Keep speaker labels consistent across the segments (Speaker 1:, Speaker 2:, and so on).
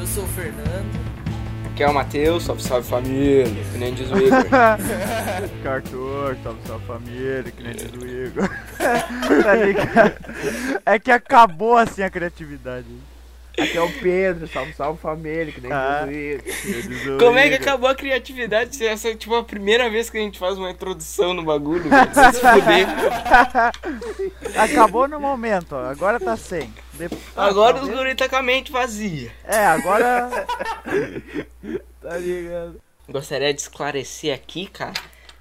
Speaker 1: um sou o Fernando.
Speaker 2: Aqui é o Matheus, salve, salve família. Que nem diz o Igor.
Speaker 3: Cartor, salve sua família, que nem diz o Igor. Tá ligado? É que acabou assim a criatividade.
Speaker 4: Aqui é o Pedro, salve, salve família, que nem
Speaker 3: Ah.
Speaker 4: diz o Igor.
Speaker 3: Que nem diz o
Speaker 2: Como é que
Speaker 3: Igor.
Speaker 2: acabou a criatividade? Se Essa é tipo a primeira vez que a gente faz uma introdução no bagulho, velho. Vocês se fuder.
Speaker 3: Acabou no momento, ó. Agora tá sem. De- ah,
Speaker 2: Agora os
Speaker 3: talvez-
Speaker 2: guris tá com a mente vazia.
Speaker 3: É, agora.
Speaker 4: Tá ligado?
Speaker 2: Gostaria de esclarecer aqui, cara,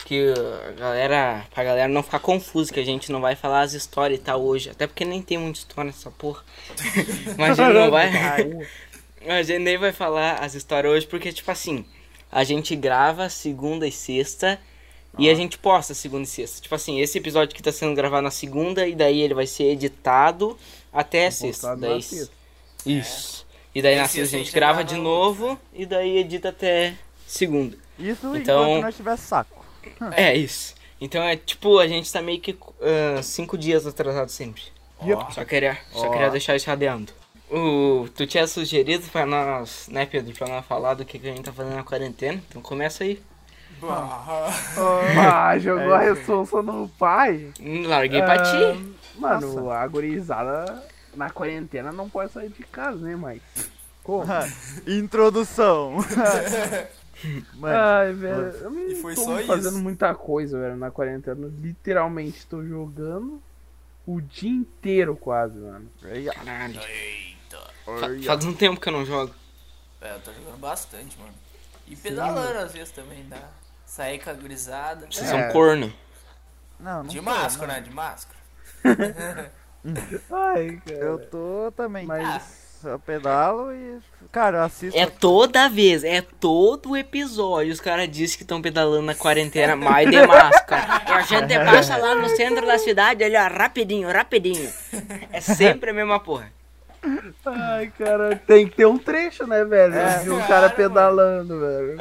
Speaker 2: que uh, a galera, pra galera não ficar confusa, que a gente não vai falar as histórias e tal hoje. Até porque nem tem muita história nessa porra. Mas a gente não vai. A gente nem vai falar as histórias hoje, porque, tipo assim, a gente grava segunda e sexta
Speaker 4: Ah.
Speaker 2: e a gente posta segunda e sexta. Tipo assim, esse episódio que tá sendo gravado na segunda e daí ele vai ser editado até sexta.
Speaker 4: postado na
Speaker 2: Daí...
Speaker 4: sexta.
Speaker 2: Isso. E daí
Speaker 1: E
Speaker 2: na
Speaker 1: sexta
Speaker 2: É. sexta a gente grava de novo e daí edita até segunda.
Speaker 3: Isso
Speaker 2: Então-
Speaker 3: enquanto nós tiver saco.
Speaker 4: Ah.
Speaker 2: É isso. Então é tipo, a gente tá meio que ah, cinco dias atrasado sempre. Só queria, só
Speaker 4: Ó.
Speaker 2: queria deixar isso radeando. O, tu tinha sugerido pra nós, né, Pedro, pra nós falar do que, que a gente tá fazendo na quarentena. Então começa aí.
Speaker 1: Bah.
Speaker 4: Ah, jogou a
Speaker 3: É.
Speaker 4: resolução no pai.
Speaker 2: Hum, Larguei pra ti.
Speaker 4: Mano,
Speaker 3: Nossa.
Speaker 4: a gurizada na quarentena não pode sair de casa, né, Mike? Como?
Speaker 3: Introdução. Mano,
Speaker 4: Ai, velho, eu não
Speaker 1: E foi
Speaker 4: tô
Speaker 1: só
Speaker 4: fazendo
Speaker 1: isso?
Speaker 4: muita coisa, velho, na quarentena. Literalmente, tô jogando o dia inteiro quase, mano.
Speaker 2: Caralho.
Speaker 1: Eita.
Speaker 3: Ah,
Speaker 2: Fa- Faz um tempo que eu não jogo.
Speaker 1: É, eu tô jogando bastante, mano. E pedalando às vezes também dá. Sair com a gurizada.
Speaker 2: Vocês são
Speaker 3: É.
Speaker 2: corno.
Speaker 3: não, não
Speaker 1: De
Speaker 3: tô,
Speaker 1: máscara,
Speaker 3: não.
Speaker 1: né? De máscara.
Speaker 4: Ai, cara.
Speaker 3: Eu tô também.
Speaker 4: É. Mas
Speaker 3: Só pedalo e. Cara, eu assisto.
Speaker 2: É toda vez, é todo episódio. Os caras dizem que estão pedalando na quarentena, mais de máscara. E a gente passa lá no centro da cidade, olha, rapidinho, rapidinho. É sempre a mesma porra.
Speaker 4: Ai, cara, tem que ter um trecho, né, velho?
Speaker 3: É.
Speaker 4: de um cara pedalando, velho.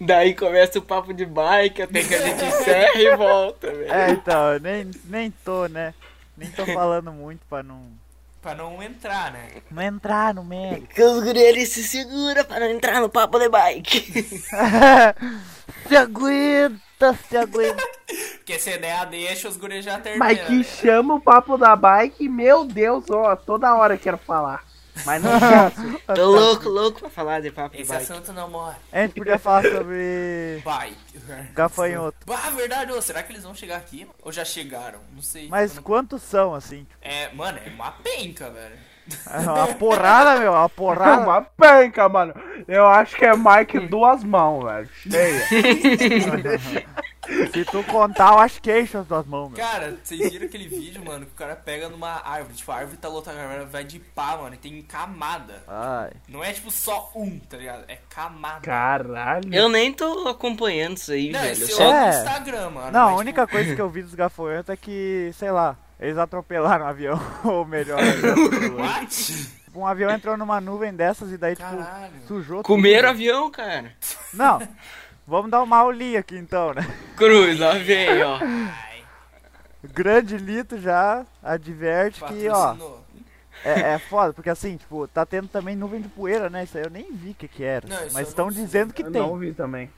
Speaker 2: Daí começa o papo de bike, até que a gente encerra e volta, velho.
Speaker 3: É, então, eu nem, nem tô, né? Nem tô falando muito pra não.
Speaker 1: Pra não entrar, né?
Speaker 3: Não entrar no meio.
Speaker 2: Que os guris se segura pra não entrar no papo de bike.
Speaker 3: se aguenta, se aguenta.
Speaker 1: Porque se der a deixa, os guris já terminam.
Speaker 4: Mas que
Speaker 1: né?
Speaker 4: chama o papo da bike, meu Deus, ó, toda hora eu quero falar. Mas não posso.
Speaker 2: Tô louco, louco pra falar de papo de
Speaker 1: Esse
Speaker 2: bike.
Speaker 1: assunto não morre.
Speaker 3: A gente podia falar sobre.
Speaker 1: Bike.
Speaker 3: Gafanhoto.
Speaker 1: Bah, verdade, ô, será que eles vão chegar aqui? Ou já chegaram? Não sei.
Speaker 3: Mas quantos são, assim?
Speaker 1: É, mano, é uma penca, velho.
Speaker 3: É Uma porrada, meu, uma
Speaker 4: É
Speaker 3: porrada.
Speaker 4: uma penca, mano. Eu acho que é Mike duas mãos, velho. Cheia.
Speaker 3: Se tu contar, eu acho que enche as tuas mãos, meu.
Speaker 1: Cara, vocês viram aquele vídeo, mano, que o cara pega numa árvore. Tipo, a árvore tá lotada, a árvore vai de pá, mano, e tem camada.
Speaker 3: Ai.
Speaker 1: Não é tipo só um, tá ligado? É camada.
Speaker 4: Caralho.
Speaker 2: Eu nem tô acompanhando isso aí,
Speaker 1: é Não,
Speaker 2: velho. Eu
Speaker 1: esse é
Speaker 2: Só...
Speaker 3: outro-
Speaker 1: o
Speaker 3: É.
Speaker 1: Instagram, mano.
Speaker 3: Não, a
Speaker 1: mas, tipo
Speaker 3: única coisa que eu vi dos gafanhotos é que, sei lá, eles atropelaram um avião, ou melhor, eles atropelaram.
Speaker 1: tipo, What?
Speaker 3: um avião entrou numa nuvem dessas e daí, tipo,
Speaker 1: Caralho.
Speaker 3: sujou tudo.
Speaker 2: Comeram avião, cara.
Speaker 3: Não, vamos dar uma aulinha aqui então, né?
Speaker 2: Cruz, lá vem, ó.
Speaker 1: Ai,
Speaker 3: O grande Lito já adverte que, ó,
Speaker 1: patrocinou.
Speaker 3: é, é foda, porque assim, tipo, tá tendo também nuvem de poeira, né? Isso aí eu nem vi o que que era,
Speaker 1: Não, isso eu
Speaker 3: mas estão
Speaker 1: não sei.
Speaker 3: dizendo que
Speaker 4: Eu
Speaker 3: tem.
Speaker 4: não vi também.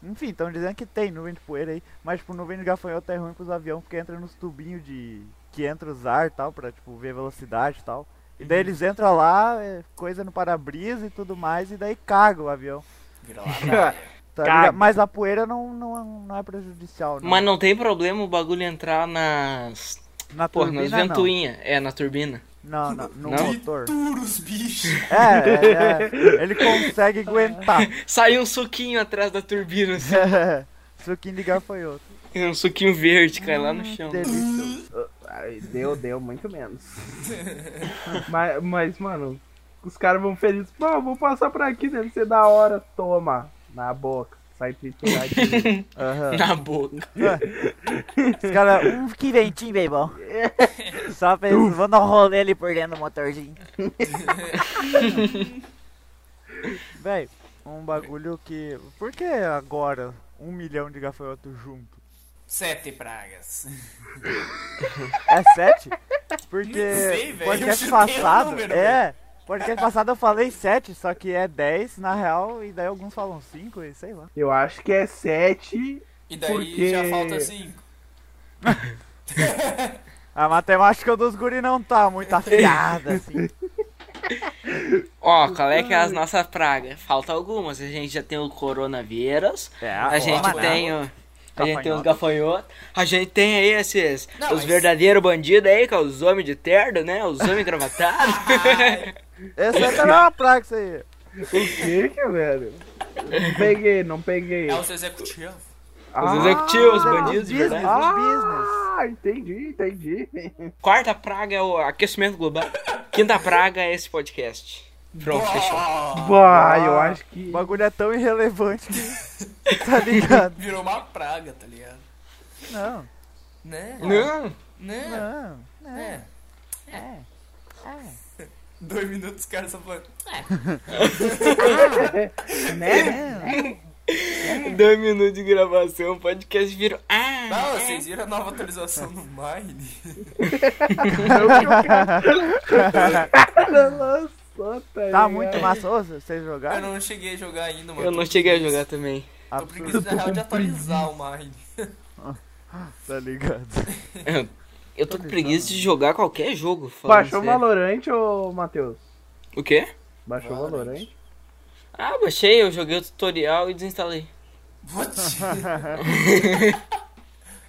Speaker 3: Enfim, estão dizendo que tem nuvem de poeira aí, mas tipo, nuvem de gafanhoto é ruim pros aviões porque entra nos tubinhos de. que entra os ar e tal, pra tipo, ver velocidade e tal. E daí
Speaker 2: Uhum.
Speaker 3: eles entram lá, é, coisa no para-brisa e tudo mais, e daí caga o avião.
Speaker 1: Vira lá, praia.
Speaker 3: tá
Speaker 4: Caga.
Speaker 3: ligado? Mas a poeira não, não, não é prejudicial, não.
Speaker 2: Mas não tem problema o bagulho entrar nas.
Speaker 3: na
Speaker 2: Porra, nas
Speaker 3: turbina, não.
Speaker 2: ventoinhas. É, na turbina.
Speaker 3: Não, não, no
Speaker 2: Não?
Speaker 3: motor.
Speaker 1: Duros, bicho.
Speaker 3: É, é, é, ele consegue aguentar.
Speaker 2: Saiu um suquinho atrás da turbina, assim.
Speaker 3: Suquinho de gafanhoto.
Speaker 2: um suquinho verde, cai lá no chão.
Speaker 3: Ah, Delícia.
Speaker 4: Ai, deu, deu, muito menos. mas, mas, mano, os caras vão felizes. Pô, vou passar por aqui, deve ser da hora. Toma, na boca. Sai trituradinho.
Speaker 3: Aham.
Speaker 2: Na boca.
Speaker 3: Os caras, um que ventinho bem bom. Só pra eles vão dar um rolê ali por dentro do motorzinho. Véi, um bagulho que. Por que agora um milhão de gafanhotos junto?
Speaker 1: Sete pragas.
Speaker 3: É sete? Porque
Speaker 1: Não sei, véi, eu
Speaker 3: podcast
Speaker 1: chutei o
Speaker 3: passado.
Speaker 1: é um número,
Speaker 3: é. Podcast passado eu falei 7, só que é 10 na real, e daí alguns falam 5 e sei lá.
Speaker 4: Eu acho que é 7.
Speaker 1: E daí
Speaker 4: Porque-
Speaker 1: já falta 5.
Speaker 3: A matemática dos guri não tá muito afiada, assim.
Speaker 2: Ó, qual é que é as nossas pragas? Falta algumas. A gente já tem o coronavírus.
Speaker 3: É,
Speaker 2: A gente
Speaker 1: mas
Speaker 2: tem o. A gente tem os gafanhotos. A gente tem aí esses.
Speaker 1: Não,
Speaker 2: os
Speaker 1: mas-
Speaker 2: verdadeiros bandidos aí, que é os homens de terno, né? Os homens gravatados.
Speaker 3: Essa é também uma praga, isso aí.
Speaker 4: O que, que, velho? Não peguei, não peguei.
Speaker 1: É os executivos.
Speaker 4: Ah,
Speaker 2: Os executivos,
Speaker 3: Ah,
Speaker 2: bandidos
Speaker 3: os
Speaker 2: de
Speaker 3: business,
Speaker 2: verdade.
Speaker 3: os business.
Speaker 4: Ah, entendi, entendi.
Speaker 2: Quarta praga é o aquecimento global. Quinta praga é esse podcast. Pronto, fechou.
Speaker 1: Ó,
Speaker 3: Ah,
Speaker 4: Vai, Ah, eu acho que.
Speaker 3: O bagulho é tão irrelevante que. tá ligado?
Speaker 1: Virou uma praga, tá ligado?
Speaker 3: Não,
Speaker 1: Né?
Speaker 2: Não,
Speaker 1: Né?
Speaker 3: não, não.
Speaker 1: É.
Speaker 3: É.
Speaker 1: Dois minutos os caras só falando.
Speaker 4: né?
Speaker 3: É,
Speaker 2: dois minutos de gravação, o podcast virou. Ah!
Speaker 1: Não, vocês viram a nova atualização no Mine?
Speaker 4: Cara, lançou, tá
Speaker 3: Tá
Speaker 4: ligado?
Speaker 3: muito massa. Ô, vocês
Speaker 1: Eu
Speaker 3: jogaram?
Speaker 1: não cheguei a jogar ainda, mano.
Speaker 2: Tá? é. Eu não cheguei a jogar também.
Speaker 1: Tô preguiçoso, na real, de atualizar o Mine.
Speaker 3: Tá ligado?
Speaker 2: Eu tô com preguiça de jogar qualquer jogo. falando
Speaker 4: Baixou o
Speaker 2: sério.
Speaker 4: Valorante, ô Matheus?
Speaker 2: O quê?
Speaker 4: Baixou o Valorante?
Speaker 2: Ah, baixei, eu joguei o tutorial e desinstalei.
Speaker 1: Putz.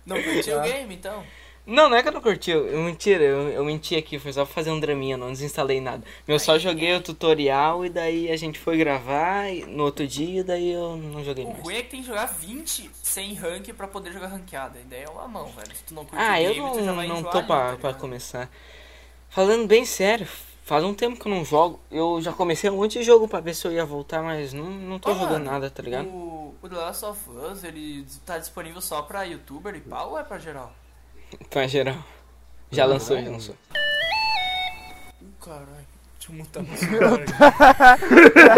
Speaker 1: Não
Speaker 2: Tá.
Speaker 1: curtiu o game, então?
Speaker 2: Não, não é que eu não curti. Eu, eu- mentira, eu, eu menti aqui. Foi só pra fazer um draminha, não desinstalei nada. Eu só joguei o tutorial e daí a gente foi gravar e- no outro dia e daí eu não joguei
Speaker 1: O
Speaker 2: mais.
Speaker 1: ruim é que tem que jogar 20 sem rank pra poder jogar ranqueada. A ideia é uma mão, velho. Se tu não curte
Speaker 2: Ah,
Speaker 1: o
Speaker 2: eu
Speaker 1: game, tu já
Speaker 2: não,
Speaker 1: vai
Speaker 2: não
Speaker 1: enjoar
Speaker 2: tô
Speaker 1: ali,
Speaker 2: pra,
Speaker 1: tá
Speaker 2: pra
Speaker 1: ligado?
Speaker 2: começar. Falando bem sério, faz um tempo que eu não jogo. Eu já comecei um monte de jogo pra ver se eu ia voltar, mas não, não tô
Speaker 1: Ô,
Speaker 2: jogando
Speaker 1: mano,
Speaker 2: nada, tá ligado?
Speaker 1: O, o The Last of Us, ele tá disponível só pra youtuber e pau ou é pra geral? Hum.
Speaker 2: Então, em geral. Já lançou, já lançou.
Speaker 1: Uh, caralho. Deixa eu mutar meu celular aqui.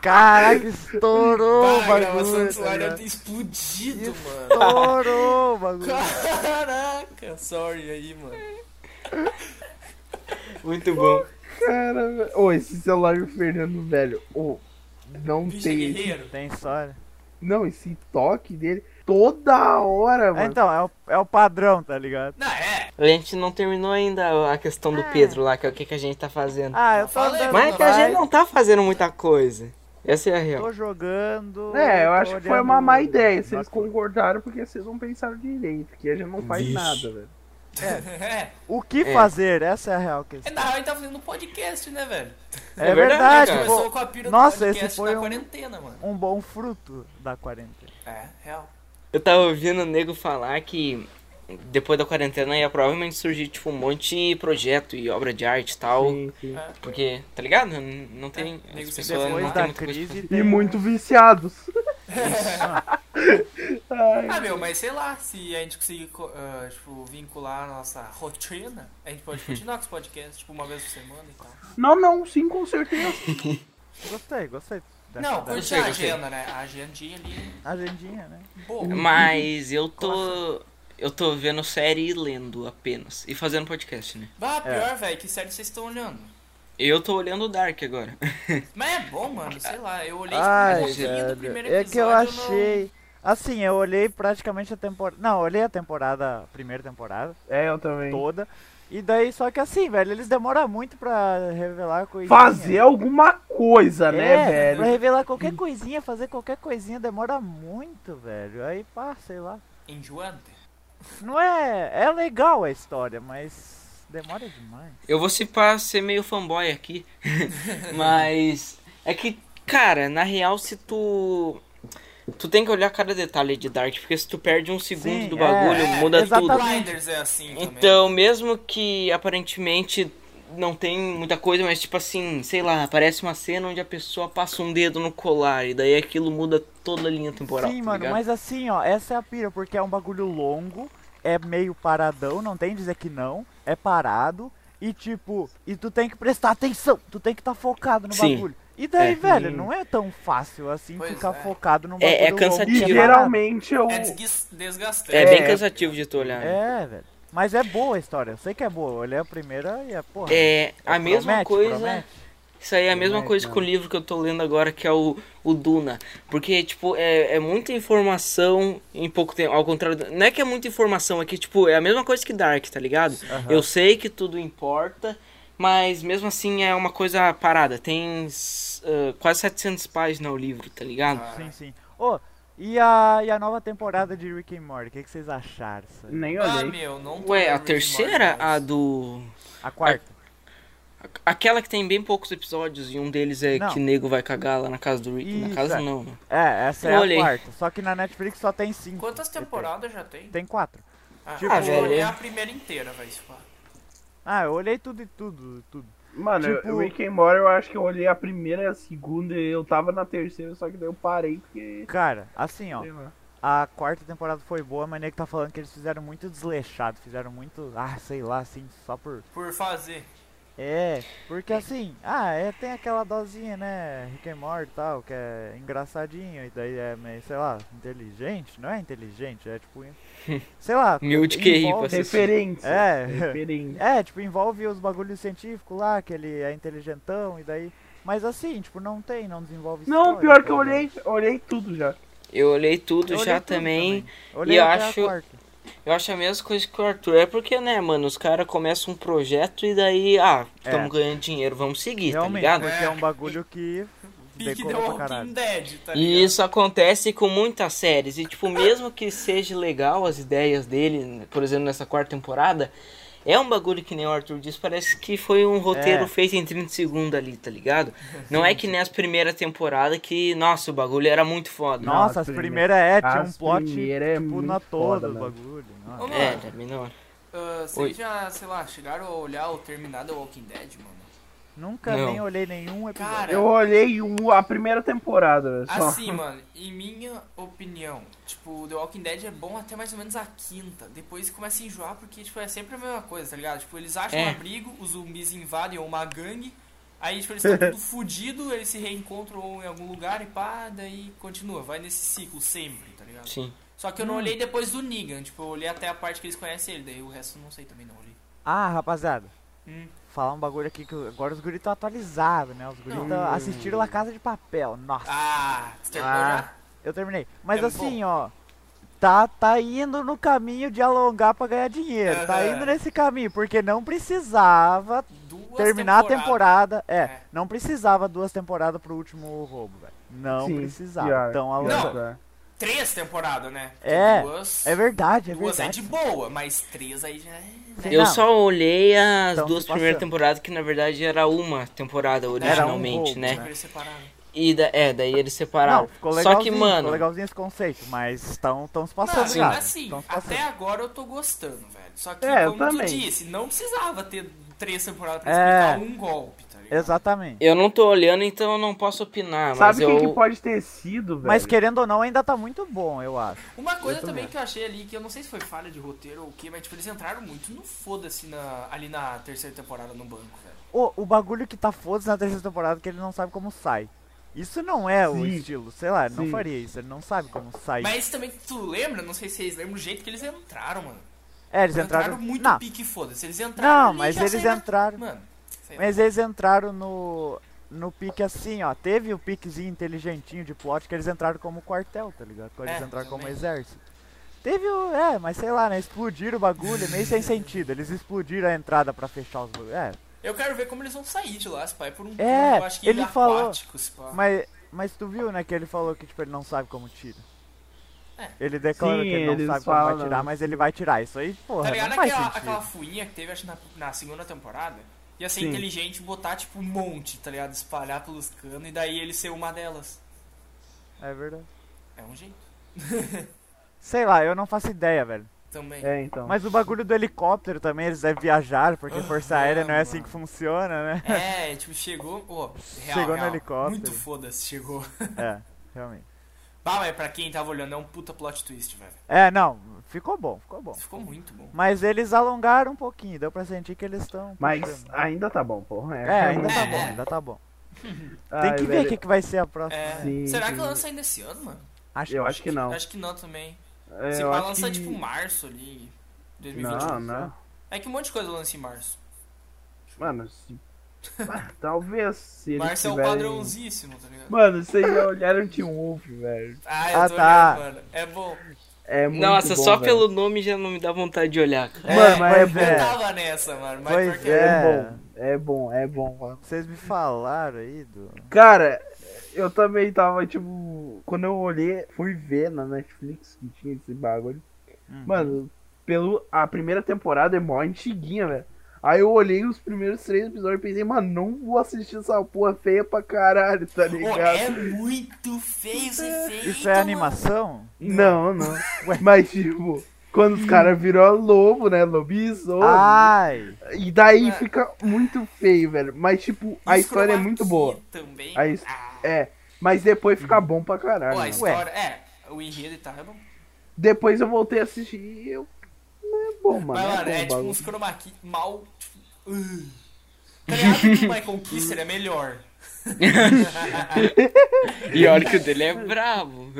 Speaker 3: Caraca, estourou o
Speaker 1: Bah, a gravação
Speaker 3: bagulho.
Speaker 1: do
Speaker 3: tá
Speaker 1: celular deve
Speaker 3: ligado?
Speaker 1: ter explodido, mano.
Speaker 3: Estourou o bagulho.
Speaker 1: Caraca, sorry aí, mano.
Speaker 2: Muito bom.
Speaker 4: Cara, velho. ô, esse celular do Fernando, velho. Ô, não
Speaker 1: Bicho é
Speaker 4: tem. esse-
Speaker 1: guerreiro.
Speaker 3: Tem história.
Speaker 4: Não, esse toque dele toda hora,
Speaker 3: É,
Speaker 4: mano.
Speaker 3: então, é o, é o padrão, tá ligado?
Speaker 1: Não, é.
Speaker 2: A gente não terminou ainda a questão
Speaker 1: Ah.
Speaker 2: do Pedro lá, que é o que, que a gente tá fazendo.
Speaker 3: Ah, eu tô
Speaker 1: Falei,
Speaker 3: andando.
Speaker 2: Mas é que a gente
Speaker 3: mais,
Speaker 2: não tá fazendo muita coisa. Essa é a real.
Speaker 3: Tô jogando.
Speaker 4: É, eu
Speaker 3: tô
Speaker 4: acho que foi uma
Speaker 3: olhando-
Speaker 4: má ideia. Se eles
Speaker 3: Nossa,
Speaker 4: concordaram, porque vocês não pensaram direito, que a gente não faz
Speaker 2: Vixe.
Speaker 4: nada, velho.
Speaker 1: É.
Speaker 3: O que
Speaker 2: É.
Speaker 3: fazer? Essa é a real
Speaker 1: É,
Speaker 3: questão.
Speaker 1: na real, ele tá fazendo podcast, né, velho?
Speaker 3: É,
Speaker 2: É
Speaker 3: verdade,
Speaker 2: verdade,
Speaker 1: Ele
Speaker 2: cara.
Speaker 3: pô,
Speaker 1: começou com a pira
Speaker 3: Nossa,
Speaker 1: do podcast
Speaker 3: esse foi
Speaker 1: na
Speaker 3: um-
Speaker 1: quarentena, mano.
Speaker 3: um bom fruto da quarentena.
Speaker 1: É, real.
Speaker 2: Eu tava ouvindo o nego falar que depois da quarentena ia provavelmente surgir tipo um monte de projeto e obra de arte e tal.
Speaker 4: Sim, sim.
Speaker 1: É.
Speaker 2: Porque, tá ligado? N- Não tem.
Speaker 1: nego
Speaker 2: as
Speaker 1: se
Speaker 2: pessoas
Speaker 1: defende.
Speaker 2: não têm
Speaker 3: Depois
Speaker 2: muita
Speaker 3: da
Speaker 2: coisa pra
Speaker 3: crise.
Speaker 4: E
Speaker 3: tem- um-
Speaker 4: muito viciados.
Speaker 1: Ah, meu, mas sei lá, se a gente conseguir, co- ah, tipo, vincular a nossa rotina, a gente pode continuar com os podcasts, tipo, uma vez por semana e tal.
Speaker 4: Não, não, sim, com certeza.
Speaker 3: Gostei, gostei. dessa-
Speaker 1: Não,
Speaker 3: dessa
Speaker 1: curte
Speaker 2: Gostei,
Speaker 1: a
Speaker 2: gostei.
Speaker 1: agenda, né? A agendinha ali,
Speaker 3: agendinha, né?
Speaker 1: boa.
Speaker 2: fazer. Mas eu tô. Eu tô vendo série e lendo apenas. E fazendo podcast, né?
Speaker 3: é.
Speaker 1: Bah, pior, velho, que série vocês estão olhando?
Speaker 2: Eu tô olhando o Dark agora.
Speaker 1: Mas é bom, mano, sei lá, eu olhei
Speaker 3: Ai,
Speaker 1: tipo, um pouquinho do
Speaker 3: velho,
Speaker 1: primeiro
Speaker 3: é
Speaker 1: episódio.
Speaker 3: que eu
Speaker 1: não-
Speaker 3: achei. Assim, eu olhei praticamente a temporada. Não, eu olhei a temporada, a primeira temporada
Speaker 4: É, eu também.
Speaker 3: toda. E daí, só que assim, velho, eles demoram muito pra revelar coisinha.
Speaker 4: Fazer alguma coisa,
Speaker 3: é,
Speaker 4: né, velho?
Speaker 3: Pra revelar qualquer coisinha, fazer qualquer coisinha demora muito, velho. Aí, pá, sei lá.
Speaker 1: Enjoante.
Speaker 3: Não é. É legal a história, mas demora demais.
Speaker 2: Eu vou se pá ser meio fanboy aqui. Mas. É que, cara, na real, se tu. Tu tem que olhar cada detalhe de Dark, porque se tu perde um segundo
Speaker 3: Sim,
Speaker 2: do
Speaker 3: é,
Speaker 2: bagulho,
Speaker 1: é,
Speaker 2: muda
Speaker 3: exatamente.
Speaker 2: tudo.
Speaker 1: Blinders é assim também.
Speaker 2: Então, mesmo que aparentemente não tem muita coisa, mas tipo assim, sei lá, aparece uma cena onde a pessoa passa um dedo no colar e daí aquilo muda toda a linha temporal.
Speaker 3: Sim,
Speaker 2: tá
Speaker 3: mano,
Speaker 2: ligado?
Speaker 3: mas assim, ó, essa é a pira, porque é um bagulho longo, é meio paradão, não tem dizer que não, é parado, e tipo, e tu tem que prestar atenção, tu tem que estar focado no
Speaker 2: Sim.
Speaker 3: bagulho. E daí,
Speaker 2: É.
Speaker 3: velho,
Speaker 4: Sim.
Speaker 3: não é tão fácil assim
Speaker 1: Pois
Speaker 3: ficar
Speaker 1: é.
Speaker 3: focado no bagulho
Speaker 2: É- é
Speaker 3: longo
Speaker 4: E
Speaker 2: cansativo.
Speaker 3: parado.
Speaker 4: geralmente eu.
Speaker 1: É desguis- É desgastante.
Speaker 2: É,
Speaker 4: É.
Speaker 2: bem cansativo de tu olhar. né?
Speaker 3: É, velho. Mas é boa a história, eu sei que é boa. Eu olhei a primeira e é, porra.
Speaker 2: É a mesma
Speaker 3: promete,
Speaker 2: coisa.
Speaker 3: promete.
Speaker 2: Isso aí é a mesma
Speaker 4: Promete,
Speaker 2: coisa
Speaker 4: né?
Speaker 2: que o livro que eu tô lendo agora, que é o, o Duna. Porque, tipo, é, é muita informação em pouco tempo. Ao contrário. do- Não é que é muita informação, é que, tipo, é a mesma coisa que Dark, tá ligado? Eu sei que tudo importa, mas mesmo assim é uma coisa parada. Tem ah, quase 700 páginas o livro, tá ligado?
Speaker 3: Sim, sim. Ô, e, a, e a nova temporada de Rick and Morty? O que, que vocês acharam? disso É, aí?
Speaker 4: Nem
Speaker 1: Ah,
Speaker 4: olhei.
Speaker 1: meu, não tô
Speaker 3: é
Speaker 2: Ué,
Speaker 1: vendo
Speaker 2: a
Speaker 1: Rick and
Speaker 2: terceira,
Speaker 1: Morty
Speaker 2: a
Speaker 1: mais.
Speaker 2: do.
Speaker 3: A quarta.
Speaker 2: Aquela que tem bem poucos episódios e um deles é
Speaker 3: Não.
Speaker 2: que nego vai cagar lá na casa do Rick.
Speaker 3: Isso,
Speaker 2: na casa
Speaker 3: é.
Speaker 2: não, né?
Speaker 3: É, essa
Speaker 2: Eu
Speaker 3: é
Speaker 2: olhei.
Speaker 3: a quarta. Só que na Netflix só tem cinco.
Speaker 1: Quantas temporadas já tem?
Speaker 3: Tem quatro.
Speaker 1: Ah,
Speaker 3: Tipo,
Speaker 1: eu vou
Speaker 2: velho,
Speaker 1: olhar
Speaker 2: eu-
Speaker 1: a primeira inteira, vai se pá.
Speaker 3: Ah, eu olhei tudo e tudo, tudo.
Speaker 4: Mano, eu-
Speaker 3: Tipo-
Speaker 4: eu Rick and Morty, eu acho que eu olhei a primeira e a segunda e eu tava na terceira, só que daí eu parei porque...
Speaker 3: Cara, assim, ó.
Speaker 4: sei lá.
Speaker 3: A quarta temporada foi boa, mas nego tá falando que eles fizeram muito desleixado. Fizeram muito, ah, sei lá, assim, só por...
Speaker 1: Por fazer.
Speaker 3: É, porque assim, ah, é, tem aquela dosinha, né, Rick and Morty e tal, que é engraçadinho, e daí é meio, sei lá, inteligente, não é inteligente, é tipo, sei lá,
Speaker 2: Humilde que ri pra
Speaker 3: envolve-
Speaker 2: assistir.
Speaker 4: Referência.
Speaker 3: É.
Speaker 4: Referência.
Speaker 3: é, tipo, envolve os bagulhos científicos lá, que ele é inteligentão, e daí, mas assim, tipo, não tem, não desenvolve
Speaker 4: Não,
Speaker 3: história,
Speaker 4: pior que eu
Speaker 3: pelo
Speaker 4: olhei,
Speaker 3: menos.
Speaker 4: olhei tudo já.
Speaker 2: Eu olhei tudo
Speaker 3: Eu olhei
Speaker 2: já
Speaker 3: tudo
Speaker 2: também.
Speaker 3: Eu olhei
Speaker 2: eu
Speaker 3: até a
Speaker 2: acho-
Speaker 3: quarta.
Speaker 2: Eu acho a mesma coisa que o Arthur. É porque, né, mano, os caras começam um projeto e daí, ah,
Speaker 3: É.
Speaker 2: estamos ganhando dinheiro, vamos seguir,
Speaker 3: Realmente,
Speaker 2: tá ligado?
Speaker 3: porque é um bagulho que
Speaker 1: Pique The
Speaker 3: decolou pra caralho.
Speaker 1: Walking Dead, tá
Speaker 2: E
Speaker 1: ligado?
Speaker 2: isso acontece com muitas séries. E, tipo, mesmo que seja legal as ideias dele, por exemplo, nessa quarta temporada, é um bagulho que nem o Arthur disse, parece que foi um roteiro
Speaker 3: É.
Speaker 2: feito em 30 segundos ali, tá ligado? Não é que nem as primeiras temporadas que, nossa, o bagulho era muito foda.
Speaker 4: Não,
Speaker 3: Nossa,
Speaker 4: as
Speaker 3: as
Speaker 4: primeiras-
Speaker 3: primeiras é, tinha um
Speaker 4: as
Speaker 3: plot,
Speaker 4: primeiras é
Speaker 3: tipo,
Speaker 4: muito
Speaker 3: na toda,
Speaker 4: foda,
Speaker 3: o
Speaker 4: mano.
Speaker 3: bagulho. nossa.
Speaker 1: Ô, mano,
Speaker 2: É, era menor.
Speaker 1: ah,
Speaker 2: Oi.
Speaker 1: vocês já, sei lá, chegaram a olhar ou terminar The Walking Dead, mano?
Speaker 3: Nunca
Speaker 2: Não.
Speaker 3: nem olhei nenhum episódio.
Speaker 1: Cara,
Speaker 4: Eu olhei um- a primeira temporada, velho. só.
Speaker 1: Assim, mano, em minha opinião, tipo, The Walking Dead é bom até mais ou menos a quinta. Depois começa a enjoar porque, tipo, é sempre a mesma coisa, tá ligado? Tipo, eles acham
Speaker 2: É.
Speaker 1: um abrigo, os zumbis invadem ou uma gangue. Aí, tipo, eles estão tudo fudido, eles se reencontram em algum lugar e pá, daí continua. Vai nesse ciclo sempre, tá ligado?
Speaker 2: Sim.
Speaker 1: Só que eu não
Speaker 3: Hum.
Speaker 1: olhei depois do Negan, tipo, eu olhei até a parte que eles conhecem ele, daí o resto eu não sei também não olhei.
Speaker 3: Ah, rapaziada.
Speaker 1: Hum.
Speaker 3: Falar um bagulho aqui que agora os guris estão atualizados, né? Os guris
Speaker 1: Não.
Speaker 4: Hum.
Speaker 3: tão- assistiram La Casa de Papel. Nossa,
Speaker 1: Ah, você terminou
Speaker 4: Ah.
Speaker 1: já?
Speaker 3: eu terminei. Mas
Speaker 1: é
Speaker 3: assim, ó. Tá, tá indo no caminho de alongar pra ganhar dinheiro. Tá
Speaker 1: Aham.
Speaker 3: indo nesse caminho, porque não precisava
Speaker 1: Duas
Speaker 3: terminar
Speaker 1: temporadas.
Speaker 3: a temporada. É,
Speaker 1: É.
Speaker 3: não precisava duas temporadas pro último roubo, velho. Não
Speaker 4: Sim,
Speaker 3: precisava.
Speaker 4: pior,
Speaker 3: Então,
Speaker 4: pior,
Speaker 3: alonga.
Speaker 4: cara.
Speaker 1: Três temporadas, né?
Speaker 3: É,
Speaker 1: Duas...
Speaker 3: É verdade, é
Speaker 1: Duas é
Speaker 3: verdade.
Speaker 1: de boa, mas três aí já é. né?
Speaker 2: Eu
Speaker 3: Não.
Speaker 2: só olhei as
Speaker 3: Então,
Speaker 2: duas
Speaker 3: se
Speaker 2: primeiras
Speaker 3: passando.
Speaker 2: temporadas, que na verdade era uma temporada originalmente,
Speaker 3: roubo,
Speaker 2: né?
Speaker 1: Tipo, eles separaram.
Speaker 2: E da- é, daí eles separaram.
Speaker 3: Não, ficou
Speaker 2: Só
Speaker 3: legalzinho,
Speaker 2: que, mano,
Speaker 3: ficou legalzinho esse conceito, mas estão se
Speaker 1: Mano,
Speaker 3: passando,
Speaker 1: mas
Speaker 3: cara.
Speaker 1: assim,
Speaker 3: Tão se passando.
Speaker 1: até agora eu tô gostando, velho. Só que,
Speaker 4: É, eu
Speaker 1: como tu
Speaker 4: também.
Speaker 1: disse, não precisava ter três temporadas pra
Speaker 3: É.
Speaker 1: explicar um golpe, tá ligado?
Speaker 3: Exatamente.
Speaker 2: eu não tô olhando, então eu não posso opinar. mas
Speaker 4: Sabe quem
Speaker 2: eu...
Speaker 4: que pode ter sido, velho?
Speaker 3: Mas querendo ou não, ainda tá muito bom, eu acho.
Speaker 1: Uma coisa
Speaker 4: Eu
Speaker 1: também,
Speaker 4: também.
Speaker 1: que eu achei ali, que eu não sei se foi falha de roteiro ou o que, mas tipo, eles entraram muito no foda-se na- ali na terceira temporada no banco, velho.
Speaker 3: O, o bagulho que tá foda na terceira temporada é que ele não sabe como sai. Isso não é o
Speaker 4: Sim.
Speaker 3: estilo, sei lá, ele não
Speaker 4: Sim.
Speaker 3: faria isso, ele não sabe como sair.
Speaker 1: Mas também, tu lembra, não sei se vocês lembram, o jeito que eles entraram, mano.
Speaker 3: é, eles entraram.
Speaker 1: muito
Speaker 3: não,
Speaker 1: pique, foda-se. Eles entraram.
Speaker 3: não,
Speaker 1: ali e
Speaker 3: mas
Speaker 1: já né?
Speaker 3: eles
Speaker 1: saíram-
Speaker 3: entraram.
Speaker 1: Mano, sei lá.
Speaker 3: Mas eles entraram no. No pique assim, ó. Teve o piquezinho inteligentinho de plot que eles entraram como quartel, tá ligado? Quando eles
Speaker 1: É,
Speaker 3: entraram como
Speaker 1: também.
Speaker 3: exército. Teve o. É, mas sei lá, né? Explodiram o bagulho, é meio sem sentido. Eles explodiram a entrada pra fechar os bagulhos. É,
Speaker 1: Eu quero ver como eles vão sair de lá, se pá. É por um
Speaker 3: É,
Speaker 1: eu acho que
Speaker 3: ele falou.
Speaker 1: aquático, se pá.
Speaker 3: Mas, mas tu viu, né, que ele falou que tipo, ele não sabe como tira.
Speaker 1: É.
Speaker 3: Ele declara
Speaker 4: Sim,
Speaker 3: que ele
Speaker 4: eles
Speaker 3: não sabe como
Speaker 4: falam.
Speaker 3: vai tirar, mas ele vai tirar. Isso aí, porra,
Speaker 1: Tá ligado
Speaker 3: não faz
Speaker 1: aquela,
Speaker 3: sentido.
Speaker 1: aquela fuinha que teve, acho, na, na segunda temporada? Ia ser
Speaker 4: Sim.
Speaker 1: inteligente botar, tipo, um monte, tá ligado? Espalhar pelos canos e daí ele ser uma delas.
Speaker 3: É verdade.
Speaker 1: É um jeito.
Speaker 3: Sei lá, eu não faço ideia, velho.
Speaker 1: Também.
Speaker 4: É, então.
Speaker 3: Mas o bagulho do helicóptero também, eles devem viajar, porque Força
Speaker 1: Ah,
Speaker 3: Aérea não é assim
Speaker 1: mano.
Speaker 3: que funciona, né?
Speaker 1: É, tipo, chegou. Ô, real,
Speaker 3: Chegou no
Speaker 1: real.
Speaker 3: helicóptero.
Speaker 1: Muito foda-se, chegou.
Speaker 3: É, realmente.
Speaker 1: Bah, mas pra quem tava olhando, é um puta plot twist, velho.
Speaker 3: É, não, ficou bom, ficou bom.
Speaker 1: Ficou muito bom.
Speaker 3: Mas eles alongaram um pouquinho, deu pra sentir que eles estão.
Speaker 4: Mas ainda tá bom, porra.
Speaker 3: É, ainda tá
Speaker 1: É.
Speaker 3: bom, ainda tá bom.
Speaker 4: Ai,
Speaker 3: Tem que ver o
Speaker 4: velho,
Speaker 3: que, que vai ser a próxima.
Speaker 1: É,
Speaker 4: Sim,
Speaker 1: será que
Speaker 4: sim.
Speaker 1: lança ainda esse ano, mano?
Speaker 3: Acho
Speaker 4: Eu acho que não.
Speaker 1: Acho que não também.
Speaker 4: É,
Speaker 1: se
Speaker 4: eu
Speaker 1: pá,
Speaker 4: acho
Speaker 2: um
Speaker 1: lança
Speaker 4: que-
Speaker 1: tipo março ali. 2021.
Speaker 4: Não, não.
Speaker 1: É que um monte de coisa lança em março.
Speaker 4: Mano, se... Ah, talvez se eles
Speaker 1: março é o
Speaker 4: tiverem-
Speaker 1: padrãozíssimo, tá ligado?
Speaker 4: Mano, vocês já olharam Team Wolf, velho.
Speaker 1: Ah, eu
Speaker 3: Ah,
Speaker 1: tô
Speaker 3: tá.
Speaker 1: olhando, mano. É bom.
Speaker 4: É muito
Speaker 2: Nossa,
Speaker 4: bom,
Speaker 2: só
Speaker 4: velho.
Speaker 2: pelo nome já não me dá vontade de olhar, cara.
Speaker 4: Mano, mas é
Speaker 3: pois
Speaker 4: bom.
Speaker 1: Eu
Speaker 3: É.
Speaker 1: tava nessa, mano. Mas
Speaker 3: Pois
Speaker 1: pior que
Speaker 4: É,
Speaker 1: é.
Speaker 4: bom, é bom, é bom. mano.
Speaker 3: Vocês me falaram aí do.
Speaker 4: Cara, eu também tava, tipo, quando eu olhei, fui ver na Netflix que tinha esse bagulho.
Speaker 3: Hum.
Speaker 1: Uhum.
Speaker 4: Mano, pelo, a primeira temporada é mó antiguinha, velho. Aí eu olhei os primeiros três episódios e pensei, mano, não vou assistir essa porra feia pra caralho, tá
Speaker 1: Pô,
Speaker 4: ligado?
Speaker 1: é muito feio esse efeito.
Speaker 3: Isso é
Speaker 1: mano.
Speaker 3: animação?
Speaker 4: Não, não. Mas, tipo, quando os caras viram lobo, né? Lobisomem.
Speaker 1: Ah.
Speaker 3: Ai!
Speaker 4: E daí
Speaker 1: É.
Speaker 4: fica muito feio, velho. Mas, tipo, a
Speaker 1: Isso
Speaker 4: história é
Speaker 1: chroma
Speaker 4: muito
Speaker 1: key
Speaker 4: boa.
Speaker 1: Também.
Speaker 4: A his-
Speaker 1: Ah,
Speaker 4: É. Mas depois fica
Speaker 1: Uhum.
Speaker 4: bom pra caralho.
Speaker 1: pô, a
Speaker 4: né?
Speaker 1: história. É, o enredo e tal é bom.
Speaker 4: Depois eu voltei a assistir e eu. Não é bom, mano.
Speaker 1: Mas,
Speaker 4: é
Speaker 1: mano,
Speaker 4: bom,
Speaker 1: é
Speaker 4: o
Speaker 1: tipo
Speaker 4: bagulho.
Speaker 1: uns chroma key mal. Tipo, uh. Tá ligado que o Michael Kisser é melhor.
Speaker 2: E olha que o dele é brabo.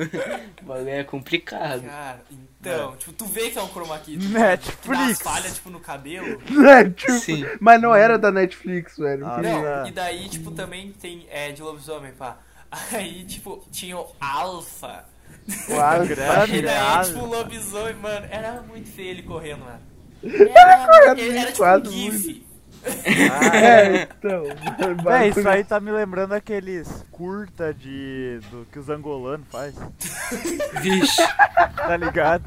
Speaker 2: O bagulho é complicado.
Speaker 1: Cara, então, tipo, tu vê que é um chroma key. Tipo, que dá as
Speaker 3: Netflix!
Speaker 1: falhas, tipo, no cabelo.
Speaker 4: É, tipo,
Speaker 2: Sim.
Speaker 4: Mas não era da Netflix, velho.
Speaker 3: Ah,
Speaker 4: que-
Speaker 1: Não,
Speaker 3: né?
Speaker 1: e daí, tipo, também tem é, de lobisomem, pá. Aí, tipo, tinha o Alpha.
Speaker 3: Quase,
Speaker 1: E
Speaker 3: grande,
Speaker 1: daí,
Speaker 3: asa.
Speaker 1: tipo, o lobisomem, mano, era muito feio ele correndo, mano. Era,
Speaker 4: correndo,
Speaker 1: ele era tipo um
Speaker 4: quase
Speaker 1: gif.
Speaker 4: É, então.
Speaker 3: Véi, isso
Speaker 4: bagulho-
Speaker 3: aí tá me lembrando aqueles curta de. do que os angolanos faz,
Speaker 2: Vixe.
Speaker 3: tá ligado?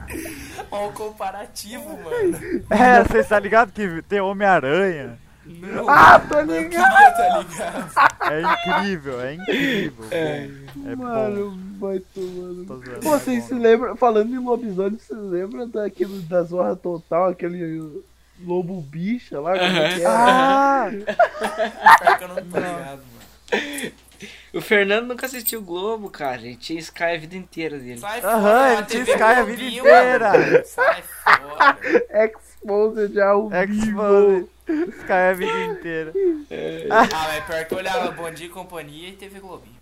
Speaker 1: Olha o comparativo, mano.
Speaker 3: É, vocês tá ligado que tem Homem-Aranha.
Speaker 1: Não,
Speaker 4: Ah, tô
Speaker 1: eu
Speaker 4: ligado,
Speaker 1: queria, tá ligado?
Speaker 3: É incrível, é incrível. É, é bom.
Speaker 4: mano. Vai tomando.
Speaker 3: Tô zoando,
Speaker 4: Pô,
Speaker 3: é
Speaker 4: vocês
Speaker 3: bom.
Speaker 4: se lembram, falando em lobisomem, vocês lembram daquilo da Zorra Total, aquele lobo bicha lá? Como é que era?
Speaker 3: Ah!
Speaker 1: Pior que eu não tô ligado, mano.
Speaker 2: O Fernando nunca assistiu o Globo, cara. Ele tinha Sky a vida inteira dele.
Speaker 1: Sai fora,
Speaker 3: Aham, ele
Speaker 1: a
Speaker 3: tinha
Speaker 1: TV
Speaker 3: Sky a vida
Speaker 1: Globinho,
Speaker 3: inteira!
Speaker 1: mano. Sai fora.
Speaker 4: Exposed ao
Speaker 3: É
Speaker 4: vivo.
Speaker 3: X-Fone! Sky é a vida inteira.
Speaker 1: Ah, mas pior que eu olhava Bom Dia e Companhia e TV Globinho.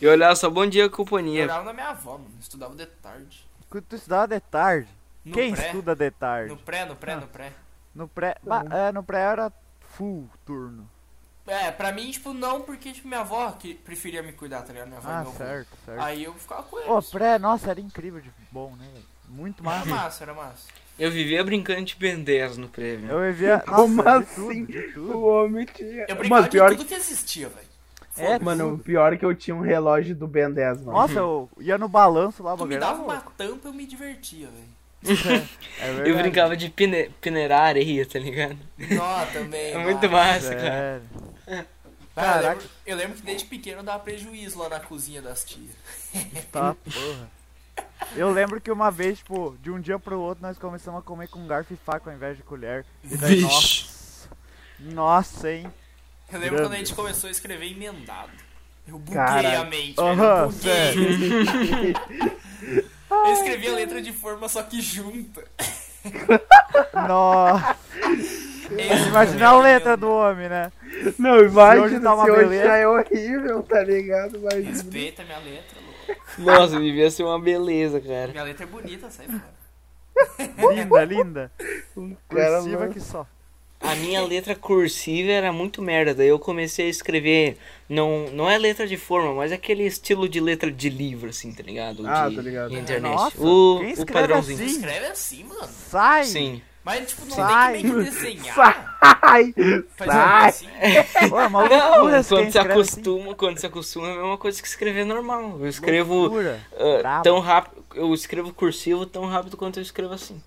Speaker 2: E olhava só Bom Dia
Speaker 1: Eu
Speaker 2: Companhia.
Speaker 1: olhava na minha avó, mano. Estudava de tarde.
Speaker 3: Quando tu estudava de tarde.
Speaker 1: No
Speaker 3: Quem
Speaker 1: pré.
Speaker 3: estuda de tarde?
Speaker 1: No pré, no pré, no pré.
Speaker 3: No pré. Ba- é, no pré era full turno.
Speaker 1: É, pra mim, tipo, não, porque, tipo, minha avó que preferia me cuidar, tá ligado? Minha avó e
Speaker 3: Ah,
Speaker 1: meu avô.
Speaker 3: certo, certo.
Speaker 1: Aí eu ficava com
Speaker 3: Ô,
Speaker 1: eles.
Speaker 3: pré, nossa, era incrível de bom, né? velho? Muito
Speaker 1: Era
Speaker 3: massa.
Speaker 1: massa, era massa.
Speaker 2: Eu vivia brincando de Ben 10 no prêmio.
Speaker 3: Eu vivia. Nossa,
Speaker 4: Como
Speaker 3: de
Speaker 4: assim?
Speaker 3: Tudo, de
Speaker 4: O
Speaker 3: tudo.
Speaker 4: homem tinha.
Speaker 1: Eu brincava
Speaker 4: Mano, pior
Speaker 1: de
Speaker 4: que.
Speaker 1: tudo que existia, velho.
Speaker 3: É,
Speaker 4: Mano,
Speaker 3: tudo.
Speaker 4: pior que eu tinha um relógio do Ben 10, mano.
Speaker 3: Nossa, eu ia no balanço lá,
Speaker 1: Tu me
Speaker 3: bagulho.
Speaker 1: dava uma tampa, eu me divertia, velho.
Speaker 3: É verdade.
Speaker 2: Eu brincava de pine... peneirar areia, tá ligado?
Speaker 1: Nó, também.
Speaker 2: É muito
Speaker 1: massa.
Speaker 2: massa, cara.
Speaker 3: Sério.
Speaker 1: Ah, eu,
Speaker 3: Caraca.
Speaker 1: lembro, eu lembro que desde pequeno eu dava prejuízo lá na cozinha das tias.
Speaker 3: Tá, porra. Eu lembro que uma vez, tipo, de um dia pro outro, nós começamos a comer com garfo e faca ao invés de colher. E daí,
Speaker 2: Vixe.
Speaker 3: Nossa, nossa, hein?
Speaker 1: Eu lembro
Speaker 3: Grande.
Speaker 1: quando a gente começou a escrever emendado. Eu buguei
Speaker 4: Cara.
Speaker 1: a mente, velho.
Speaker 3: Aham,
Speaker 1: Eu buguei.
Speaker 3: sério.
Speaker 1: Eu escrevi a letra de forma, só que junta.
Speaker 3: Nossa.
Speaker 1: Esse foi
Speaker 3: Imagina a
Speaker 1: meu
Speaker 3: letra
Speaker 1: medo.
Speaker 3: do homem, né?
Speaker 4: Não, imagina
Speaker 3: Se
Speaker 4: se
Speaker 3: hoje
Speaker 4: hoje,
Speaker 3: tá uma beleza.
Speaker 4: já é horrível, tá ligado? Mas.
Speaker 1: Respeita minha letra, louco.
Speaker 2: Nossa, devia ser uma beleza, cara.
Speaker 1: Minha letra é bonita, sai fora.
Speaker 4: tá
Speaker 3: Linda, linda.
Speaker 4: um cara
Speaker 3: Cursiva
Speaker 4: mano,
Speaker 3: que só.
Speaker 2: A minha letra cursiva era muito merda. Daí eu comecei a escrever. Não, não é letra de forma, mas aquele estilo de letra de livro, assim, tá ligado?
Speaker 4: Ah,
Speaker 2: de,
Speaker 4: tô ligado.
Speaker 2: de internet.
Speaker 3: Nossa,
Speaker 2: o,
Speaker 3: quem
Speaker 2: o
Speaker 3: escreve
Speaker 2: padrãozinho.
Speaker 3: assim?
Speaker 1: Escreve assim, mano.
Speaker 3: Sai!
Speaker 2: Sim.
Speaker 1: Mas, tipo, não
Speaker 3: Sai.
Speaker 1: tem que meio que desenhar.
Speaker 4: Ai,
Speaker 1: Fazer
Speaker 4: Sai.
Speaker 1: assim.
Speaker 3: Pô, é
Speaker 2: Não,
Speaker 3: uma loucura
Speaker 2: quando se
Speaker 3: se
Speaker 2: acostuma, quando se acostuma é a mesma coisa que escrever normal. Eu escrevo
Speaker 3: Loucura.
Speaker 2: ah,
Speaker 3: Brabo.
Speaker 2: tão rápido, eu escrevo cursivo tão rápido quanto eu escrevo assim.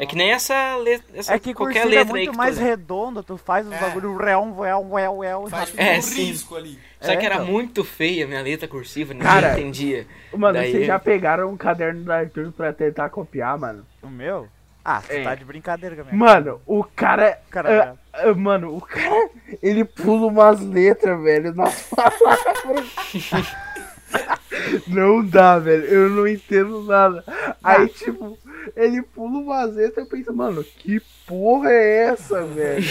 Speaker 2: É que nem essa letra, essa
Speaker 3: É que
Speaker 2: qualquer
Speaker 3: cursiva é
Speaker 2: letra aí
Speaker 3: muito
Speaker 2: que tu
Speaker 3: mais
Speaker 2: lê.
Speaker 3: redonda, tu faz os
Speaker 1: É.
Speaker 3: bagulho real, real, real, real.
Speaker 1: Faz tipo,
Speaker 2: É,
Speaker 1: um
Speaker 2: sim.
Speaker 1: risco ali.
Speaker 2: Só
Speaker 3: É,
Speaker 2: que era
Speaker 3: então.
Speaker 2: muito feia a minha letra cursiva, ninguém
Speaker 4: Cara,
Speaker 2: entendia.
Speaker 4: Mano,
Speaker 2: Daí-
Speaker 4: vocês já pegaram um caderno do Arthur pra tentar copiar, mano?
Speaker 3: O meu? Ah, tu
Speaker 2: É.
Speaker 3: tá de brincadeira com a minha
Speaker 4: Mano, o cara.
Speaker 3: Cara,
Speaker 4: ah, ah, mano, o cara. Ele pula umas letras, velho, nas palavras. não dá, velho. Eu não entendo nada. Aí, tipo, ele pula umas letras e eu penso, mano, que porra é essa, velho?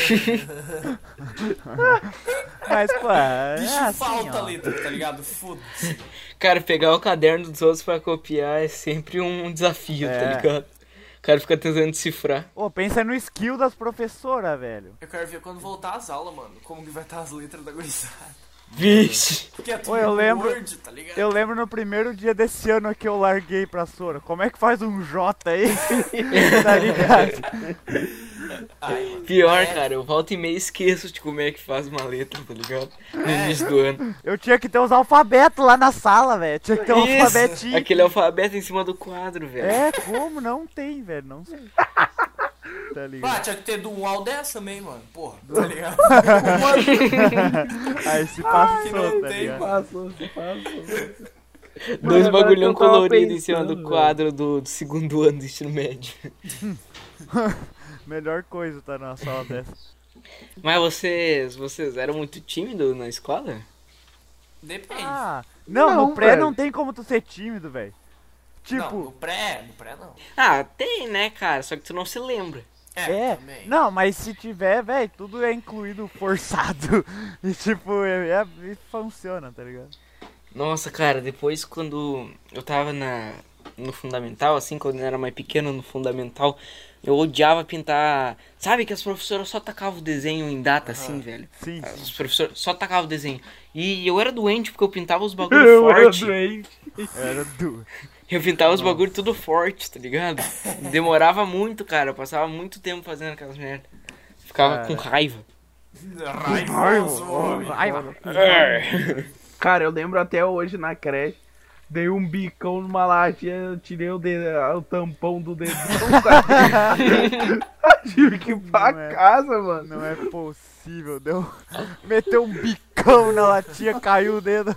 Speaker 3: Mas, pô, é
Speaker 1: Bicho,
Speaker 3: assim,
Speaker 1: falta
Speaker 3: ó.
Speaker 1: a letra, tá ligado? Foda-se.
Speaker 2: Cara, pegar o caderno dos outros pra copiar é sempre um desafio, tá
Speaker 3: É.
Speaker 2: ligado? O cara fica tentando decifrar.
Speaker 3: Ô, pensa no skill das professoras, velho.
Speaker 1: Eu quero ver quando voltar às aulas, mano, como que vai estar as letras da gurizada.
Speaker 2: Vixe!
Speaker 1: Porque é tudo
Speaker 3: Ô, eu lembro-
Speaker 1: Word, tá ligado?
Speaker 3: Eu lembro no primeiro dia desse ano que eu larguei pra Sora. Como é que faz um J aí? tá ligado?
Speaker 1: Ai, mano.
Speaker 2: Pior,
Speaker 1: É.
Speaker 2: cara, eu volto e meio esqueço de como é que faz uma letra, tá ligado? No
Speaker 3: É.
Speaker 1: É.
Speaker 2: início do ano.
Speaker 3: Eu tinha que ter os alfabetos lá na sala, velho. Tinha que ter um
Speaker 2: Isso,
Speaker 3: alfabetinho.
Speaker 2: Aquele alfabeto em cima do quadro, velho.
Speaker 3: É, como? Não tem, velho. Não sei. Tá
Speaker 1: Ah,
Speaker 3: ligado?
Speaker 1: tinha que ter do 1 ao 10 também, mano. Porra, tá
Speaker 3: Ah,
Speaker 1: ligado?
Speaker 3: Aí se
Speaker 1: que
Speaker 3: passou,
Speaker 1: não
Speaker 3: tá
Speaker 1: tem,
Speaker 3: ligado?
Speaker 4: Passou, passou.
Speaker 3: É,
Speaker 2: Dois
Speaker 4: Mano, agora
Speaker 2: bagulhão
Speaker 4: que eu tava
Speaker 2: colorido em cima do
Speaker 4: pensando,
Speaker 2: quadro do, do segundo ano do ensino médio.
Speaker 3: Melhor coisa tá numa sala dessa.
Speaker 2: Mas vocês, vocês eram muito tímidos na escola?
Speaker 1: Depende.
Speaker 3: Ah, não, no
Speaker 4: Não,
Speaker 3: pré
Speaker 4: velho.
Speaker 3: não tem como tu ser tímido, velho.
Speaker 1: Não,
Speaker 3: Tipo,
Speaker 1: no pré, no pré não.
Speaker 2: Ah, tem, né, cara? Só que tu não se lembra.
Speaker 1: É,
Speaker 3: é.
Speaker 1: também.
Speaker 3: Não, mas se tiver, velho, tudo é incluído forçado. E tipo, é, é- e funciona, tá ligado?
Speaker 2: Nossa, cara, depois quando eu tava na, no fundamental, assim, quando eu era mais pequeno no fundamental, eu odiava pintar. Sabe que as professoras só tacavam o desenho em data, assim, velho?
Speaker 3: Sim, sim.
Speaker 2: Os professores só tacavam o desenho. E eu era doente porque eu pintava os bagulhos
Speaker 4: Eu era
Speaker 2: forte.
Speaker 4: doente.
Speaker 3: Era do.
Speaker 2: Eu pintava os bagulho tudo forte, tá ligado? Demorava muito, cara. Eu passava muito tempo fazendo aquelas merda. Ficava
Speaker 3: Cara.
Speaker 2: com raiva.
Speaker 1: Raivoso, homem.
Speaker 3: Raiva.
Speaker 4: Cara, eu lembro até hoje na creche. Dei um bicão numa latinha, tirei o, de- o tampão do dedão. sabe? Tive que ir pra
Speaker 3: Não é.
Speaker 4: casa, mano.
Speaker 3: Não é possível, deu. Meteu um bicão na latinha, caiu o dedo.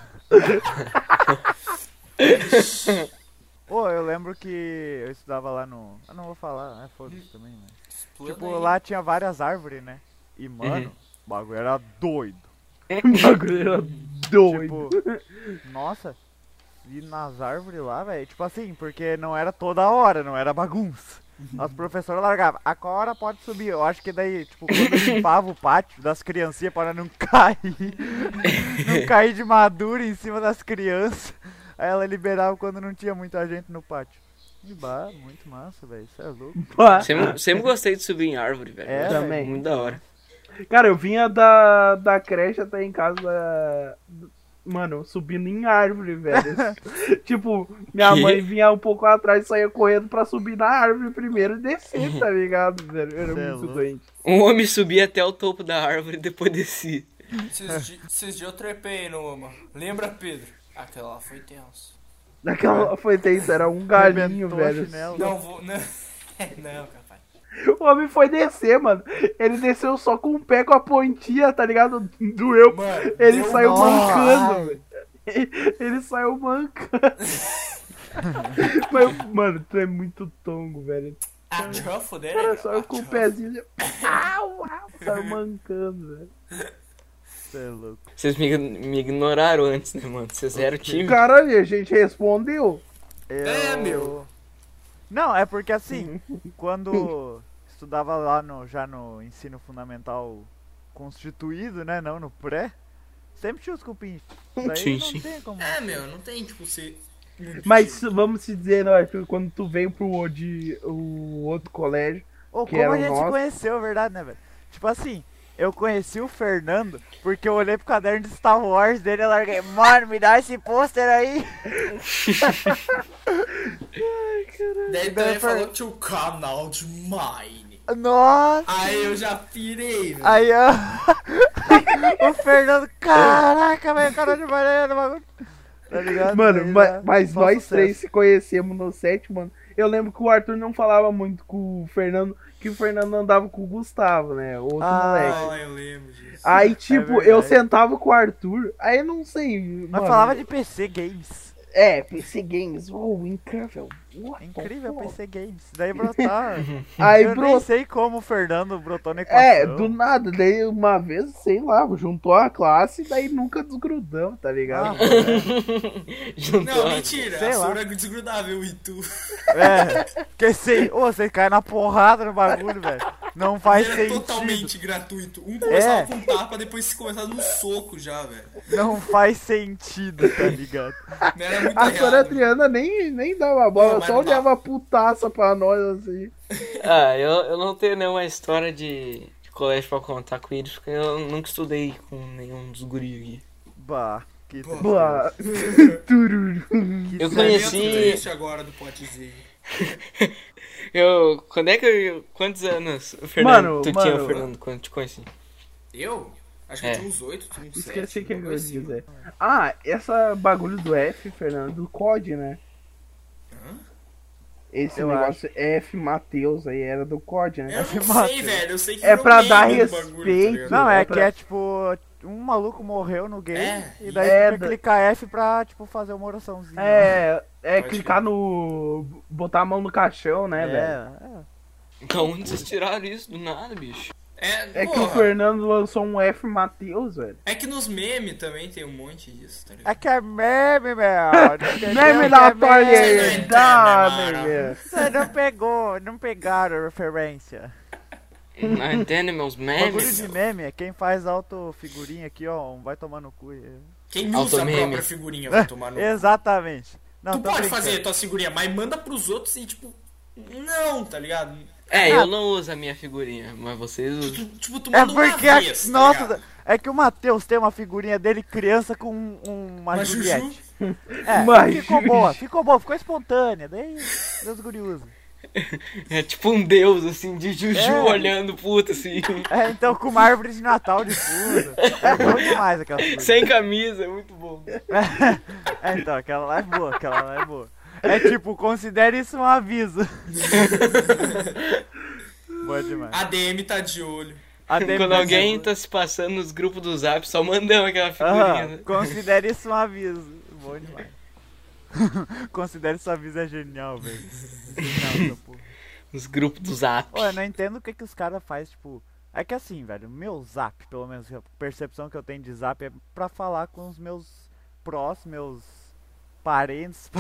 Speaker 3: Pô, eu lembro que eu estudava lá no. Ah, não vou falar, é foda-se também, né?
Speaker 1: Explana
Speaker 3: Tipo,
Speaker 1: aí.
Speaker 3: lá tinha várias árvores, né? E mano, o bagulho era doido.
Speaker 4: O Um bagulho era doido.
Speaker 3: Tipo, nossa, e nas árvores lá, velho, tipo assim, porque não era toda hora, não era bagunça. As professoras largavam, a qual hora pode subir? Eu acho que daí, tipo, quando limpava o pátio das criancinhas para não cair, não cair de madura em cima das crianças, aí ela liberava quando não tinha muita gente no pátio. E bah, muito massa, velho, isso é louco.
Speaker 4: Pá.
Speaker 2: Sempre, sempre gostei de subir em árvore, velho.
Speaker 3: É,
Speaker 2: Acho
Speaker 4: velho.
Speaker 2: Muito da hora.
Speaker 4: Cara, eu vinha da, da creche até em casa. da- Mano, subindo em árvore, velho. tipo, minha
Speaker 2: Que?
Speaker 4: mãe vinha um pouco atrás e saía correndo pra subir na árvore primeiro e descer, tá ligado, velho? Eu era
Speaker 3: Cê é
Speaker 4: muito
Speaker 3: louco.
Speaker 4: doente.
Speaker 2: Um homem subia até o topo da árvore e depois descia.
Speaker 1: Esses, di- esses dias eu trepei numa. Lembra, Pedro? Aquela lá foi tenso.
Speaker 4: Naquela foi tenso, era um galinho,
Speaker 3: É. Arrebentou a
Speaker 4: velho.
Speaker 3: chinela.
Speaker 1: Não vou. Não, É, não capaz.
Speaker 4: O homem foi descer, mano. Ele desceu só com o pé com a pontinha, tá ligado? Doeu.
Speaker 1: Mano,
Speaker 4: Ele
Speaker 1: deu-
Speaker 4: saiu
Speaker 3: Nossa.
Speaker 4: mancando, velho. Ele saiu mancando. Mas, mano, tu é muito tongo, velho.
Speaker 1: Ah, tchau, foder.
Speaker 4: Cara, saiu com o pezinho. Au, au, saiu mancando, velho.
Speaker 3: Isso é louco.
Speaker 2: Vocês me, me ignoraram antes, né, mano? Vocês eram time.
Speaker 4: Caralho, a gente respondeu.
Speaker 1: É, meu.
Speaker 3: Não, é porque assim, quando estudava lá no, já no ensino fundamental constituído, né? Não no pré, sempre tinha os cupins. Daí
Speaker 2: Sim,
Speaker 3: não
Speaker 2: sim.
Speaker 3: tem como.
Speaker 1: É, meu, não tem tipo ser.
Speaker 4: Mas vamos se dizer, né, não, Arthur, quando tu veio pro Odi- o outro colégio.
Speaker 3: Ou
Speaker 4: Que
Speaker 3: como
Speaker 4: era
Speaker 3: a
Speaker 4: o
Speaker 3: gente se
Speaker 4: nosso.
Speaker 3: conheceu, verdade, né, velho? Tipo assim, eu conheci o Fernando porque eu olhei pro caderno de Star Wars dele e larguei, mano, me dá esse pôster aí.
Speaker 1: Daí
Speaker 3: Daí
Speaker 1: também
Speaker 3: eu falei-
Speaker 1: falou que tinha o canal de Mine.
Speaker 3: Nossa!
Speaker 1: Aí eu já pirei, velho.
Speaker 3: Aí ó, o Fernando, caraca, velho, cara de banana, bagulho. Tá ligado?
Speaker 4: Mano,
Speaker 3: Daí
Speaker 4: ma-
Speaker 3: já-
Speaker 4: mas
Speaker 3: só
Speaker 4: nós
Speaker 3: sucesso.
Speaker 4: três se conhecemos no sétimo ano. Eu lembro que o Arthur não falava muito com o Fernando, que o Fernando andava com o Gustavo, né? Outro
Speaker 3: Ah, é
Speaker 4: moleque.
Speaker 1: Ah, eu lembro disso.
Speaker 4: Aí, tipo,
Speaker 3: verdade.
Speaker 4: eu sentava com o Arthur, aí não sei.
Speaker 3: Nós
Speaker 4: mano,
Speaker 3: falava de PC Games. É
Speaker 4: É, PC Games, uou, incrível. What the
Speaker 3: Incrível,
Speaker 4: fuck?
Speaker 3: PC Games. Daí brotar.
Speaker 4: Aí,
Speaker 3: eu
Speaker 4: bro,
Speaker 3: nem sei como o Fernando brotou na equação.
Speaker 4: É, do nada, daí uma vez, sei lá, juntou a classe e daí nunca desgrudamos, tá
Speaker 3: Ah,
Speaker 4: ligado?
Speaker 2: Juntou.
Speaker 4: então,
Speaker 1: Não, mentira.
Speaker 3: Sei
Speaker 1: a
Speaker 3: lá.
Speaker 1: Sora é desgrudável e tu.
Speaker 3: é. Porque sei, ô, você cai na porrada no bagulho, velho. Não faz
Speaker 1: Era
Speaker 3: sentido.
Speaker 1: totalmente gratuito. Um
Speaker 4: É.
Speaker 1: começava com tapa, depois se começava no soco já, velho.
Speaker 3: Não faz sentido, tá ligado?
Speaker 1: Não era muito
Speaker 4: A é Sônia
Speaker 1: errado.
Speaker 4: Adriana nem, nem dava bola,
Speaker 1: Ah, né? Não, mas
Speaker 4: só
Speaker 1: não dá.
Speaker 4: olhava putaça pra nós assim.
Speaker 2: Ah, eu, eu não tenho nenhuma história de, de colégio pra contar com eles, porque eu nunca estudei com nenhum dos guris aqui.
Speaker 3: Bah, que
Speaker 1: Bah.
Speaker 3: tristeza.
Speaker 4: Boa. Tururu.
Speaker 3: Que
Speaker 2: Eu
Speaker 3: tristeza.
Speaker 1: Momento
Speaker 2: conheci-
Speaker 1: é triste agora do potezinho.
Speaker 2: Eu. Quando é que eu. Quantos anos, Fernando?
Speaker 4: Mano,
Speaker 2: tu
Speaker 4: mano.
Speaker 2: tinha, Fernando, quando eu te conheci?
Speaker 1: Eu? Acho que
Speaker 2: É.
Speaker 1: eu tinha uns 8, tinha uns 7.
Speaker 4: Esqueci o que eu ia dizer.
Speaker 1: é
Speaker 4: Ah, essa bagulho do F, Fernando, do COD, né? Esse
Speaker 3: Eu
Speaker 4: negócio F Matheus aí era do COD, né?
Speaker 1: Eu não sei,
Speaker 3: Mata.
Speaker 1: velho. Eu sei que
Speaker 4: É
Speaker 1: virou
Speaker 4: pra dar
Speaker 1: meme o bagulho, tá
Speaker 4: respeito.
Speaker 1: ligado?
Speaker 3: Não,
Speaker 4: É
Speaker 3: é
Speaker 4: pra-
Speaker 3: que é tipo. Um maluco morreu no game
Speaker 1: É,
Speaker 3: e daí tu
Speaker 4: é da-
Speaker 3: tem que clicar F pra, tipo, fazer uma oraçãozinha.
Speaker 4: É, é
Speaker 1: Pode
Speaker 4: clicar no. botar a mão no caixão, né,
Speaker 3: é,
Speaker 4: velho?
Speaker 3: é.
Speaker 2: Da onde vocês tiraram isso do nada, bicho?
Speaker 1: É,
Speaker 4: É que
Speaker 1: porra,
Speaker 4: o Fernando lançou um F Matheus, velho.
Speaker 1: é que nos memes também tem um monte disso, tá ligado?
Speaker 3: É que é meme, meu.
Speaker 4: Meme da né?
Speaker 1: mesmo.
Speaker 4: atualidade,
Speaker 1: Não entendo,
Speaker 4: velho.
Speaker 3: é Você não pegou, não pegaram a referência.
Speaker 2: Não entende meus
Speaker 3: Bagulho
Speaker 2: memes?
Speaker 3: de meme é quem faz autofigurinha aqui, ó, um vai tomar no cu. É.
Speaker 1: Quem usa a
Speaker 2: Automeme.
Speaker 1: própria figurinha vai tomar no.
Speaker 3: Exatamente. É, Não,
Speaker 1: tu
Speaker 3: tô
Speaker 1: pode
Speaker 3: brincando.
Speaker 1: fazer a tua figurinha, mas manda pros outros e tipo. Não, tá ligado?
Speaker 2: É,
Speaker 3: Ah.
Speaker 2: eu não uso a minha figurinha, mas vocês usam.
Speaker 1: Tu, tipo, tu
Speaker 3: É
Speaker 1: manda uma
Speaker 3: porque, a-
Speaker 1: vez, tá
Speaker 3: nossa,
Speaker 1: ligado?
Speaker 3: é que o Matheus tem uma figurinha dele criança com um- uma,
Speaker 1: Mas
Speaker 3: Juliette.
Speaker 1: Juju,
Speaker 3: É,
Speaker 4: Mas,
Speaker 3: ficou
Speaker 4: Juju.
Speaker 3: boa, ficou boa, ficou espontânea. Daí, Deus guriusa.
Speaker 2: É tipo um deus, assim, de Juju
Speaker 3: É.
Speaker 2: olhando, puta, assim.
Speaker 3: É, então com uma árvore de Natal de fundo. É boa demais aquela figurinha.
Speaker 2: sem camisa, é muito bom.
Speaker 3: É, então, aquela lá é boa, aquela lá é boa. É tipo, considere isso um aviso. boa demais.
Speaker 1: a DM tá de olho.
Speaker 3: A
Speaker 2: Quando
Speaker 3: Demi-
Speaker 2: alguém tá se passando nos grupos do zap, só mandando aquela figurinha.
Speaker 3: Aham,
Speaker 2: né?
Speaker 3: considere isso um aviso. Bom demais. considere isso um aviso é genial, velho. Genial, essa porra.
Speaker 2: Nos grupos do zap.
Speaker 3: Pô, né? eu não entendo o que, que os caras fazem, tipo. É que assim, velho, meu zap, pelo menos a percepção que eu tenho de zap é pra falar com os meus prós, meus parentes,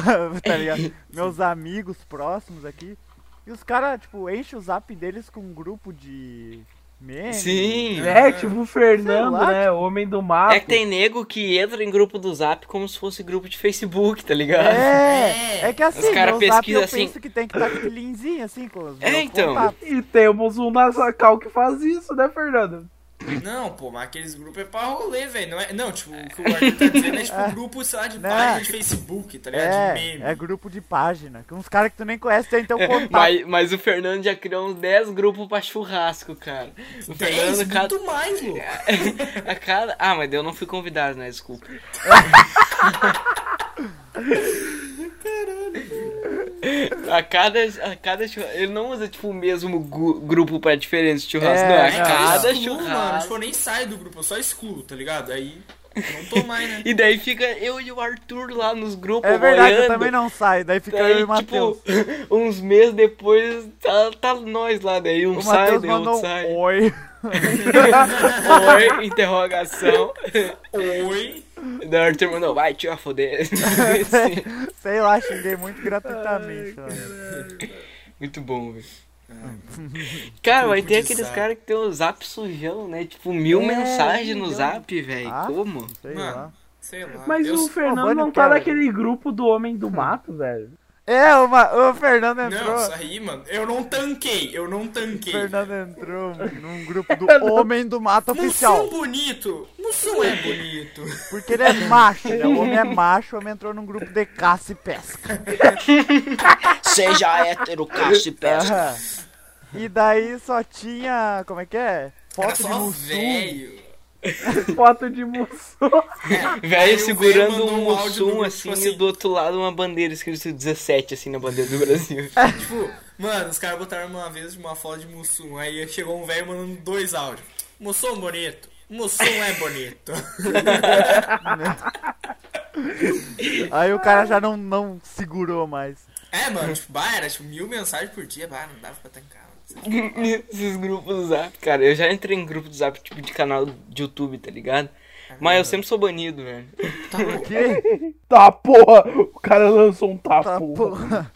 Speaker 3: tá ligado? meus amigos próximos aqui. E os caras, tipo, enchem o zap deles com um grupo de memes.
Speaker 2: Sim.
Speaker 4: É, tipo o Fernando,
Speaker 3: Sei lá,
Speaker 4: né? Homem do mato.
Speaker 2: É que tem nego que entra em grupo do zap como se fosse grupo de Facebook, tá ligado?
Speaker 3: É, é que assim,
Speaker 2: Os cara
Speaker 3: meu zap
Speaker 2: pesquisa
Speaker 3: eu
Speaker 2: assim-
Speaker 3: penso que tem que estar tá cleanzinho, assim, com os
Speaker 2: É,
Speaker 3: meus
Speaker 2: então.
Speaker 3: contatos.
Speaker 4: E temos um Nasacal que faz isso, né, Fernando?
Speaker 1: Não, pô, mas aqueles grupos é pra rolê, velho. Não, é, não, tipo, o que o Arthur tá dizendo é tipo grupo, sei lá, de
Speaker 3: Não.
Speaker 1: página de Facebook, tá ligado? de meme.
Speaker 3: É, é grupo de página, que uns caras que tu nem conhece tem teu contato.
Speaker 2: Mas, mas o Fernando já criou uns 10 grupos pra churrasco, cara. O
Speaker 1: Dez,
Speaker 2: Fernando, cada,
Speaker 1: muito mais, louco.
Speaker 2: a cada. Ah, mas eu não fui convidado, né? Desculpa. Caralho. A cada, a cada churrasco. Ele não usa, tipo, o mesmo gu- grupo pra diferentes churrascos.
Speaker 3: É,
Speaker 2: não,
Speaker 1: É
Speaker 2: é
Speaker 1: que
Speaker 3: não. é
Speaker 2: cada
Speaker 1: eu excluo, mano. Tipo,
Speaker 2: churrasco.
Speaker 1: eu nem saio do grupo, eu só excluo, tá ligado? Aí não tô mais, né?
Speaker 2: E daí fica eu e o Arthur lá nos grupos
Speaker 3: É verdade, eu
Speaker 2: olhando.
Speaker 3: também não saio, daí fica eu e
Speaker 2: Daí,
Speaker 3: o Matheus.
Speaker 2: tipo, uns meses depois, tá, tá nós lá, daí um
Speaker 3: O
Speaker 2: sai,
Speaker 3: Matheus
Speaker 2: daí outro
Speaker 3: mandou um
Speaker 2: sai.
Speaker 3: oi.
Speaker 2: Oi, interrogação.
Speaker 3: É.
Speaker 1: Oi.
Speaker 2: Daí o Arthur mandou, vai, te a foder. Assim,
Speaker 3: Sei lá, xinguei muito gratuitamente. mano.
Speaker 2: Muito bom, velho. Cara, vai
Speaker 1: Grupo
Speaker 2: ter
Speaker 1: É. de
Speaker 2: aqueles
Speaker 1: zap.
Speaker 2: caras que tem o zap sujão, né? Tipo, mil
Speaker 3: É,
Speaker 2: mensagens no
Speaker 3: milhão.
Speaker 2: zap, velho.
Speaker 3: Ah.
Speaker 2: Como?
Speaker 3: Sei
Speaker 1: Mano.
Speaker 3: lá.
Speaker 1: Sei lá.
Speaker 4: Mas
Speaker 1: eu...
Speaker 4: o Fernando
Speaker 3: Mano,
Speaker 4: não tá
Speaker 3: cara.
Speaker 4: naquele grupo do Homem do Mato, velho.
Speaker 3: É, o, Ma- o Fernando entrou.
Speaker 1: Não, isso aí, mano. Eu não tanquei, eu não
Speaker 3: o
Speaker 1: tanquei.
Speaker 3: Fernando entrou num grupo do Homem do Mato
Speaker 1: Mussum
Speaker 3: Oficial.
Speaker 1: bonito. Mussum é bonito.
Speaker 3: Porque ele é macho, né? O homem é macho, o homem entrou num grupo de caça e pesca.
Speaker 2: Seja hétero, cacho e
Speaker 3: Aham. E daí só tinha. Como é que
Speaker 1: Era
Speaker 3: é? Foto de
Speaker 1: só
Speaker 3: Mussum.
Speaker 1: velho.
Speaker 4: Foto de Mussum.
Speaker 1: Aí o
Speaker 2: Velho
Speaker 1: velho
Speaker 2: segurando
Speaker 1: mandou
Speaker 2: um
Speaker 1: um áudio no
Speaker 2: mussum
Speaker 1: grupo,
Speaker 2: assim,
Speaker 1: tipo assim.
Speaker 2: e do outro lado uma bandeira escrito 17 assim na bandeira do Brasil.
Speaker 1: Tipo, mano, os caras botaram uma vez uma foto de Mussum. Aí chegou um velho mandando dois áudios. Mussum bonito. Mussum é bonito.
Speaker 3: Aí o cara já não, não segurou mais.
Speaker 1: é, mano, tipo, bah, era tipo mil mensagens por dia. Bah, não dava pra tancar. mano.
Speaker 2: Esses grupos do zap, cara. Eu já entrei em grupo do zap, tipo, de canal de YouTube, tá ligado? Mas eu sempre sou banido, velho.
Speaker 1: Tá louco.
Speaker 3: Que?
Speaker 4: Tá, porra! O O cara lançou um tapa.
Speaker 3: Tá, porra.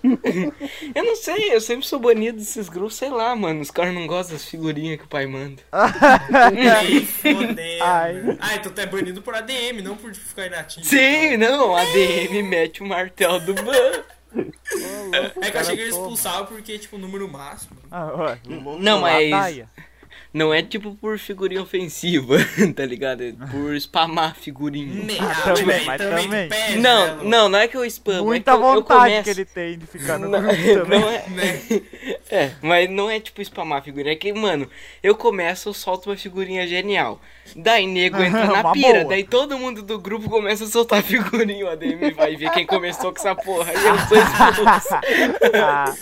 Speaker 2: Eu não sei, eu sempre sou banido desses grupos, sei lá, mano. Os caras não gostam das figurinhas que o pai manda.
Speaker 1: Nem fodendo.
Speaker 3: É. Ai.
Speaker 1: Ah, então tu é banido por ADM, não por ficar inativo.
Speaker 2: Sim, não, a DM mete o martelo do ban.
Speaker 1: É que eu achei que eles expulsavam porque, tipo, número máximo.
Speaker 3: Ah, ué, louco,
Speaker 2: Não, mas-
Speaker 3: ladaia.
Speaker 2: Não é tipo por figurinha ofensiva, tá ligado? É por spamar figurinha.
Speaker 1: Nem,
Speaker 3: Ah,
Speaker 1: ah,
Speaker 3: também,
Speaker 1: velho,
Speaker 3: mas
Speaker 1: também tu
Speaker 3: também.
Speaker 1: perde, né,
Speaker 2: Não,
Speaker 1: louco?
Speaker 2: não, não é que eu spamo,
Speaker 3: Muita
Speaker 2: é que eu, eu
Speaker 3: vontade
Speaker 2: começo.
Speaker 3: que ele tem de ficar no
Speaker 2: Não,
Speaker 3: grupo também.
Speaker 2: não é, é, mas não é tipo spamar figurinha, é que, mano, eu começo, eu solto uma figurinha genial. Daí nego entra na
Speaker 3: Uma
Speaker 2: pira,
Speaker 3: boa.
Speaker 2: daí todo mundo do grupo começa a soltar figurinha, o ADM vai ver quem começou com essa porra. E eu sou expulso.
Speaker 3: Ah,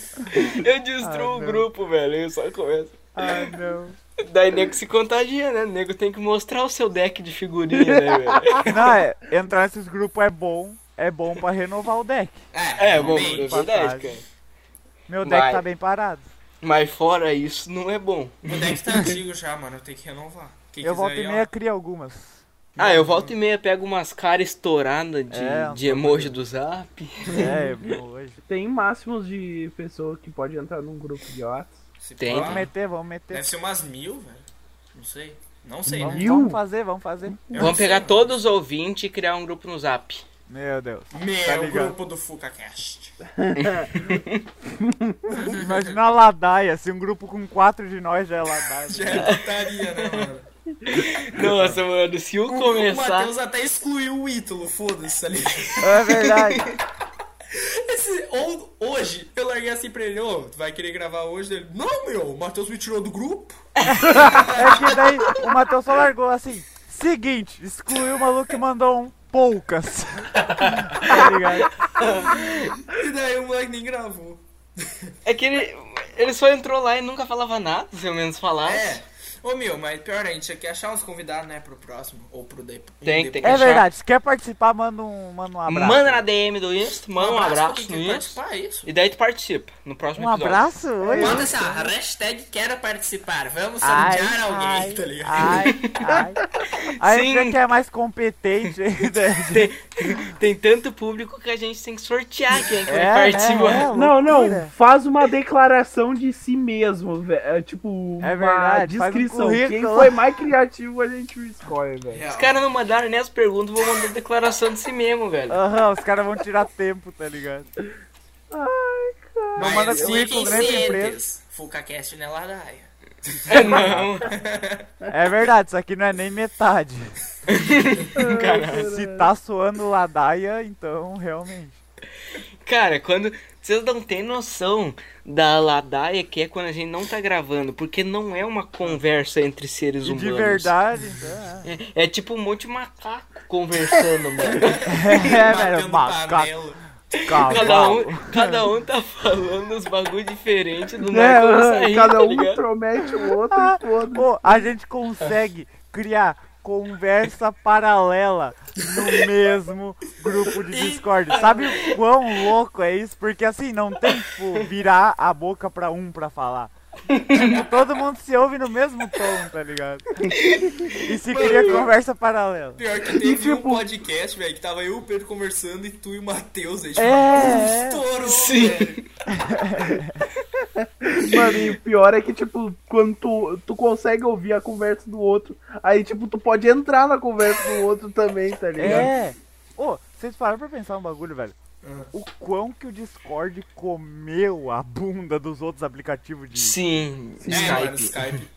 Speaker 2: Eu destruo
Speaker 3: Ah,
Speaker 2: o
Speaker 3: não.
Speaker 2: grupo, velho, eu só começo.
Speaker 3: ah, não.
Speaker 2: Daí nego se contagia, né? Nego tem que mostrar o seu deck de figurinha, né, velho?
Speaker 3: Não, é, entrar nesses grupos é bom. É bom pra renovar o deck.
Speaker 1: É,
Speaker 2: É,
Speaker 1: bom.
Speaker 2: bom, é verdade,
Speaker 3: fantástico.
Speaker 2: cara.
Speaker 3: Meu deck
Speaker 2: Vai.
Speaker 3: tá bem parado.
Speaker 2: Mas fora isso, não é bom.
Speaker 1: O deck tá antigo já, mano. Eu tenho que renovar. Quem
Speaker 3: eu
Speaker 1: quiser
Speaker 3: volto
Speaker 1: aí,
Speaker 3: e
Speaker 1: ó.
Speaker 3: meia cria algumas.
Speaker 2: Ah, eu volto e meia pego umas caras estouradas de,
Speaker 3: É,
Speaker 2: de emoji do zap.
Speaker 3: É, bom, hoje.
Speaker 4: Tem máximos de pessoa que pode entrar num grupo de WhatsApp.
Speaker 1: Se
Speaker 2: Tem.
Speaker 1: pá,
Speaker 3: Vamos meter, vamos meter.
Speaker 1: Deve ser umas mil, velho. Não sei. Não sei,
Speaker 3: Vamos,
Speaker 1: né?
Speaker 4: Mil?
Speaker 3: vamos fazer, vamos fazer.
Speaker 1: Eu não
Speaker 2: Vamos
Speaker 1: sei,
Speaker 2: pegar
Speaker 1: mano.
Speaker 2: todos os ouvintes e criar um grupo no zap.
Speaker 3: Meu Deus.
Speaker 1: Meu,
Speaker 3: Tá ligado.
Speaker 1: grupo do FucaCast.
Speaker 3: Imagina a ladaia, se um grupo com quatro de nós já é ladaia.
Speaker 1: Já é putaria, né, mano?
Speaker 2: Nossa, mano, se o
Speaker 1: O
Speaker 2: começar.
Speaker 1: Matheus até excluiu o Ítalo, foda-se tá ali.
Speaker 3: É verdade.
Speaker 1: Esse, ou, hoje, eu larguei assim pra ele, ô, tu vai querer gravar hoje? Ele, não, meu, o Matheus me tirou do grupo.
Speaker 3: É que daí o Matheus só largou assim. Seguinte, excluiu o maluco que mandou um poucas. tá ligado?
Speaker 1: E daí o moleque nem gravou.
Speaker 2: É que ele, ele só entrou lá e nunca falava nada, se ao menos falasse.
Speaker 1: É. Ô, meu, mas pior, a gente tinha que achar uns convidados, né, pro próximo. Ou pro depois.
Speaker 2: Tem que- tem que
Speaker 3: É
Speaker 2: achar.
Speaker 3: verdade, se quer participar, manda um, manda um abraço.
Speaker 2: manda na DM do Insta, manda um abraço no
Speaker 1: Tem que
Speaker 2: Insta.
Speaker 1: participar, é isso.
Speaker 2: E daí tu participa no próximo
Speaker 3: Um
Speaker 2: episódio.
Speaker 3: abraço? Oi?
Speaker 1: Manda essa hashtag quero participar. Vamos
Speaker 3: Ai,
Speaker 1: sortear alguém,
Speaker 3: ai,
Speaker 1: tá ligado?
Speaker 3: ai, ai. Aí
Speaker 2: Sim.
Speaker 3: você que é mais competente ainda.
Speaker 2: Tem, tem tanto público que a gente tem que sortear quem é que
Speaker 3: É,
Speaker 2: vai participar.
Speaker 3: é, é.
Speaker 4: Não,
Speaker 3: Loucura.
Speaker 4: não, faz uma declaração de si mesmo, velho. Tipo,
Speaker 3: É
Speaker 4: uma
Speaker 3: verdade, faz um
Speaker 4: descrição. Quem
Speaker 3: currículo.
Speaker 4: foi mais criativo a gente escolhe, velho.
Speaker 1: Real.
Speaker 2: Os caras não mandaram nem as perguntas, vou mandar declaração de si mesmo, velho.
Speaker 3: Aham, os caras vão tirar tempo, tá ligado? não
Speaker 1: Mas
Speaker 3: manda
Speaker 1: fiquem
Speaker 3: currículo, grande
Speaker 1: cientes,
Speaker 3: empresa.
Speaker 1: FucaCast não é ladaia.
Speaker 2: não,
Speaker 3: É verdade, isso aqui não é nem metade.
Speaker 2: cara.
Speaker 3: Se tá soando ladaia, então realmente.
Speaker 2: Cara, quando. Vocês não têm noção da ladaia que é quando a gente não tá gravando, porque não é uma conversa entre seres
Speaker 3: E
Speaker 1: um
Speaker 2: humanos.
Speaker 3: de verdade, então. é.
Speaker 2: É, é tipo um monte de macaco conversando, mano.
Speaker 3: É,
Speaker 1: Batendo
Speaker 3: velho, macaco,
Speaker 1: panela.
Speaker 3: Ah,
Speaker 2: Cada
Speaker 3: cavalo.
Speaker 2: um, cada um tá falando uns bagulho diferente do
Speaker 4: Né,
Speaker 2: nada
Speaker 4: aham,
Speaker 2: sair,
Speaker 4: cada
Speaker 2: tá
Speaker 4: um
Speaker 2: ligado?
Speaker 4: promete o outro
Speaker 3: Ah,
Speaker 4: e foda.
Speaker 3: Pô, a gente consegue criar conversa paralela no mesmo grupo de Discord. Sabe o quão louco é isso? Porque assim, não tem, tipo, virar a boca pra um pra falar. Tipo, todo mundo se ouve no mesmo tom, tá ligado? E se cria conversa paralela.
Speaker 1: Pior que teve um podcast, velho, que tava eu e o Pedro conversando e tu e o Matheus. aí, tipo,
Speaker 3: É,
Speaker 1: estourou,
Speaker 2: Sim.
Speaker 1: velho.
Speaker 4: Mano, e o pior é que, tipo, quando tu, tu consegue ouvir a conversa do outro, aí, tipo, tu pode entrar na conversa do outro também, tá ligado?
Speaker 3: É. Ô, vocês pararam pra pensar um bagulho, velho?
Speaker 1: Ah.
Speaker 3: O quão que o Discord comeu a bunda dos outros aplicativos de.
Speaker 2: Sim,
Speaker 1: É, mano,
Speaker 2: Skype.
Speaker 1: Skype.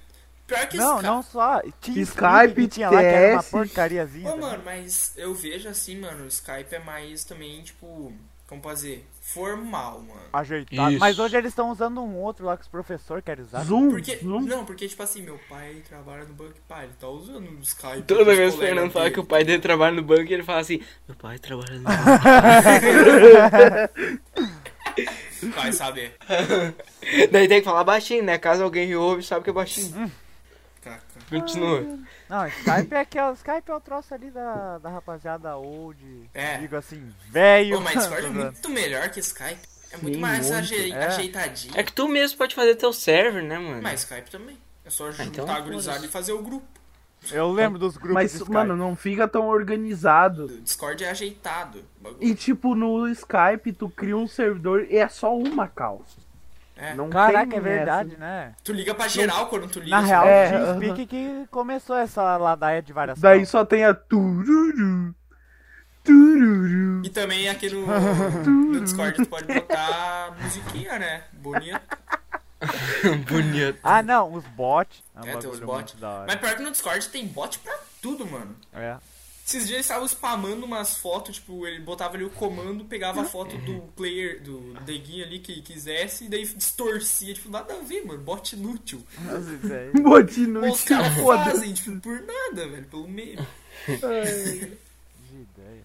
Speaker 1: Pior que
Speaker 3: Não,
Speaker 1: Skype.
Speaker 3: não só. Tinha
Speaker 4: Skype,
Speaker 3: que tinha lá que era uma
Speaker 4: TS.
Speaker 3: porcariazinha.
Speaker 1: Ô,
Speaker 3: tá
Speaker 1: mano, mas eu vejo assim, mano, o Skype é mais também, tipo, como fazer? Formal, mano.
Speaker 3: ajeitado.
Speaker 2: Isso.
Speaker 3: Mas hoje eles estão usando um outro lá que os professores querem usar.
Speaker 4: Zoom,
Speaker 1: Porque,
Speaker 4: zoom.
Speaker 1: não, porque, tipo assim, meu pai trabalha no Banco Pai, ele tá usando o Skype. com
Speaker 2: Toda
Speaker 1: os
Speaker 2: vez que tá o
Speaker 1: colegas
Speaker 2: Fernando fala
Speaker 1: dele.
Speaker 2: que o pai dele trabalha no banco, ele fala assim: Meu pai trabalha no banco.
Speaker 1: Vai saber.
Speaker 2: Daí tem que falar baixinho, né? Caso alguém ouve, sabe que é baixinho.
Speaker 1: Caca.
Speaker 2: Continua.
Speaker 3: Não, Skype é aquele. Skype é o troço ali da, da rapaziada old.
Speaker 1: É.
Speaker 3: Digo assim, velho.
Speaker 1: Ô, mas Discord é
Speaker 3: usando.
Speaker 1: muito melhor que Skype. É muito
Speaker 4: Sim,
Speaker 1: mais
Speaker 4: muito.
Speaker 1: aje-
Speaker 3: É.
Speaker 1: ajeitadinho.
Speaker 2: É que tu mesmo pode fazer teu server, né, mano?
Speaker 1: Mas Skype também. É só juntar
Speaker 2: então
Speaker 1: a gurizada
Speaker 2: foda-se.
Speaker 1: e fazer o grupo.
Speaker 3: Eu lembro dos grupos
Speaker 4: Mas,
Speaker 3: de Skype.
Speaker 4: mano, não fica tão organizado.
Speaker 1: O Discord é ajeitado.
Speaker 4: E tipo, no Skype tu cria um servidor e é só uma cal.
Speaker 1: É.
Speaker 4: Não
Speaker 3: Caraca,
Speaker 4: tem
Speaker 3: é verdade,
Speaker 4: essa.
Speaker 3: né?
Speaker 1: Tu liga pra geral quando tu liga. né?
Speaker 3: Na real,
Speaker 4: É,
Speaker 3: o
Speaker 4: aham.
Speaker 3: Teamspeak que começou essa ladaia de várias
Speaker 4: Daí
Speaker 3: calças.
Speaker 4: só tem a tururu. Tururu.
Speaker 1: E também aqui no, no Discord tu pode botar musiquinha, né? Bonito.
Speaker 3: É
Speaker 2: Bonito.
Speaker 3: Ah, não, os bots. É,
Speaker 1: É, tem
Speaker 3: um
Speaker 1: os
Speaker 3: bagulho
Speaker 1: bots.
Speaker 3: muito da hora.
Speaker 1: Mas pior que no Discord tem bot pra tudo, mano.
Speaker 3: É.
Speaker 1: Esses dias ele estava spamando umas fotos, tipo, ele botava ali o comando, pegava a foto do player, do neguinho ali que quisesse, e daí distorcia, tipo, nada a ver, mano, bot inútil.
Speaker 3: Mas isso aí-
Speaker 4: Bote no
Speaker 1: Pô, os caras
Speaker 4: foda.
Speaker 1: fazem, tipo, por nada, velho, pelo meio.
Speaker 3: que ideia.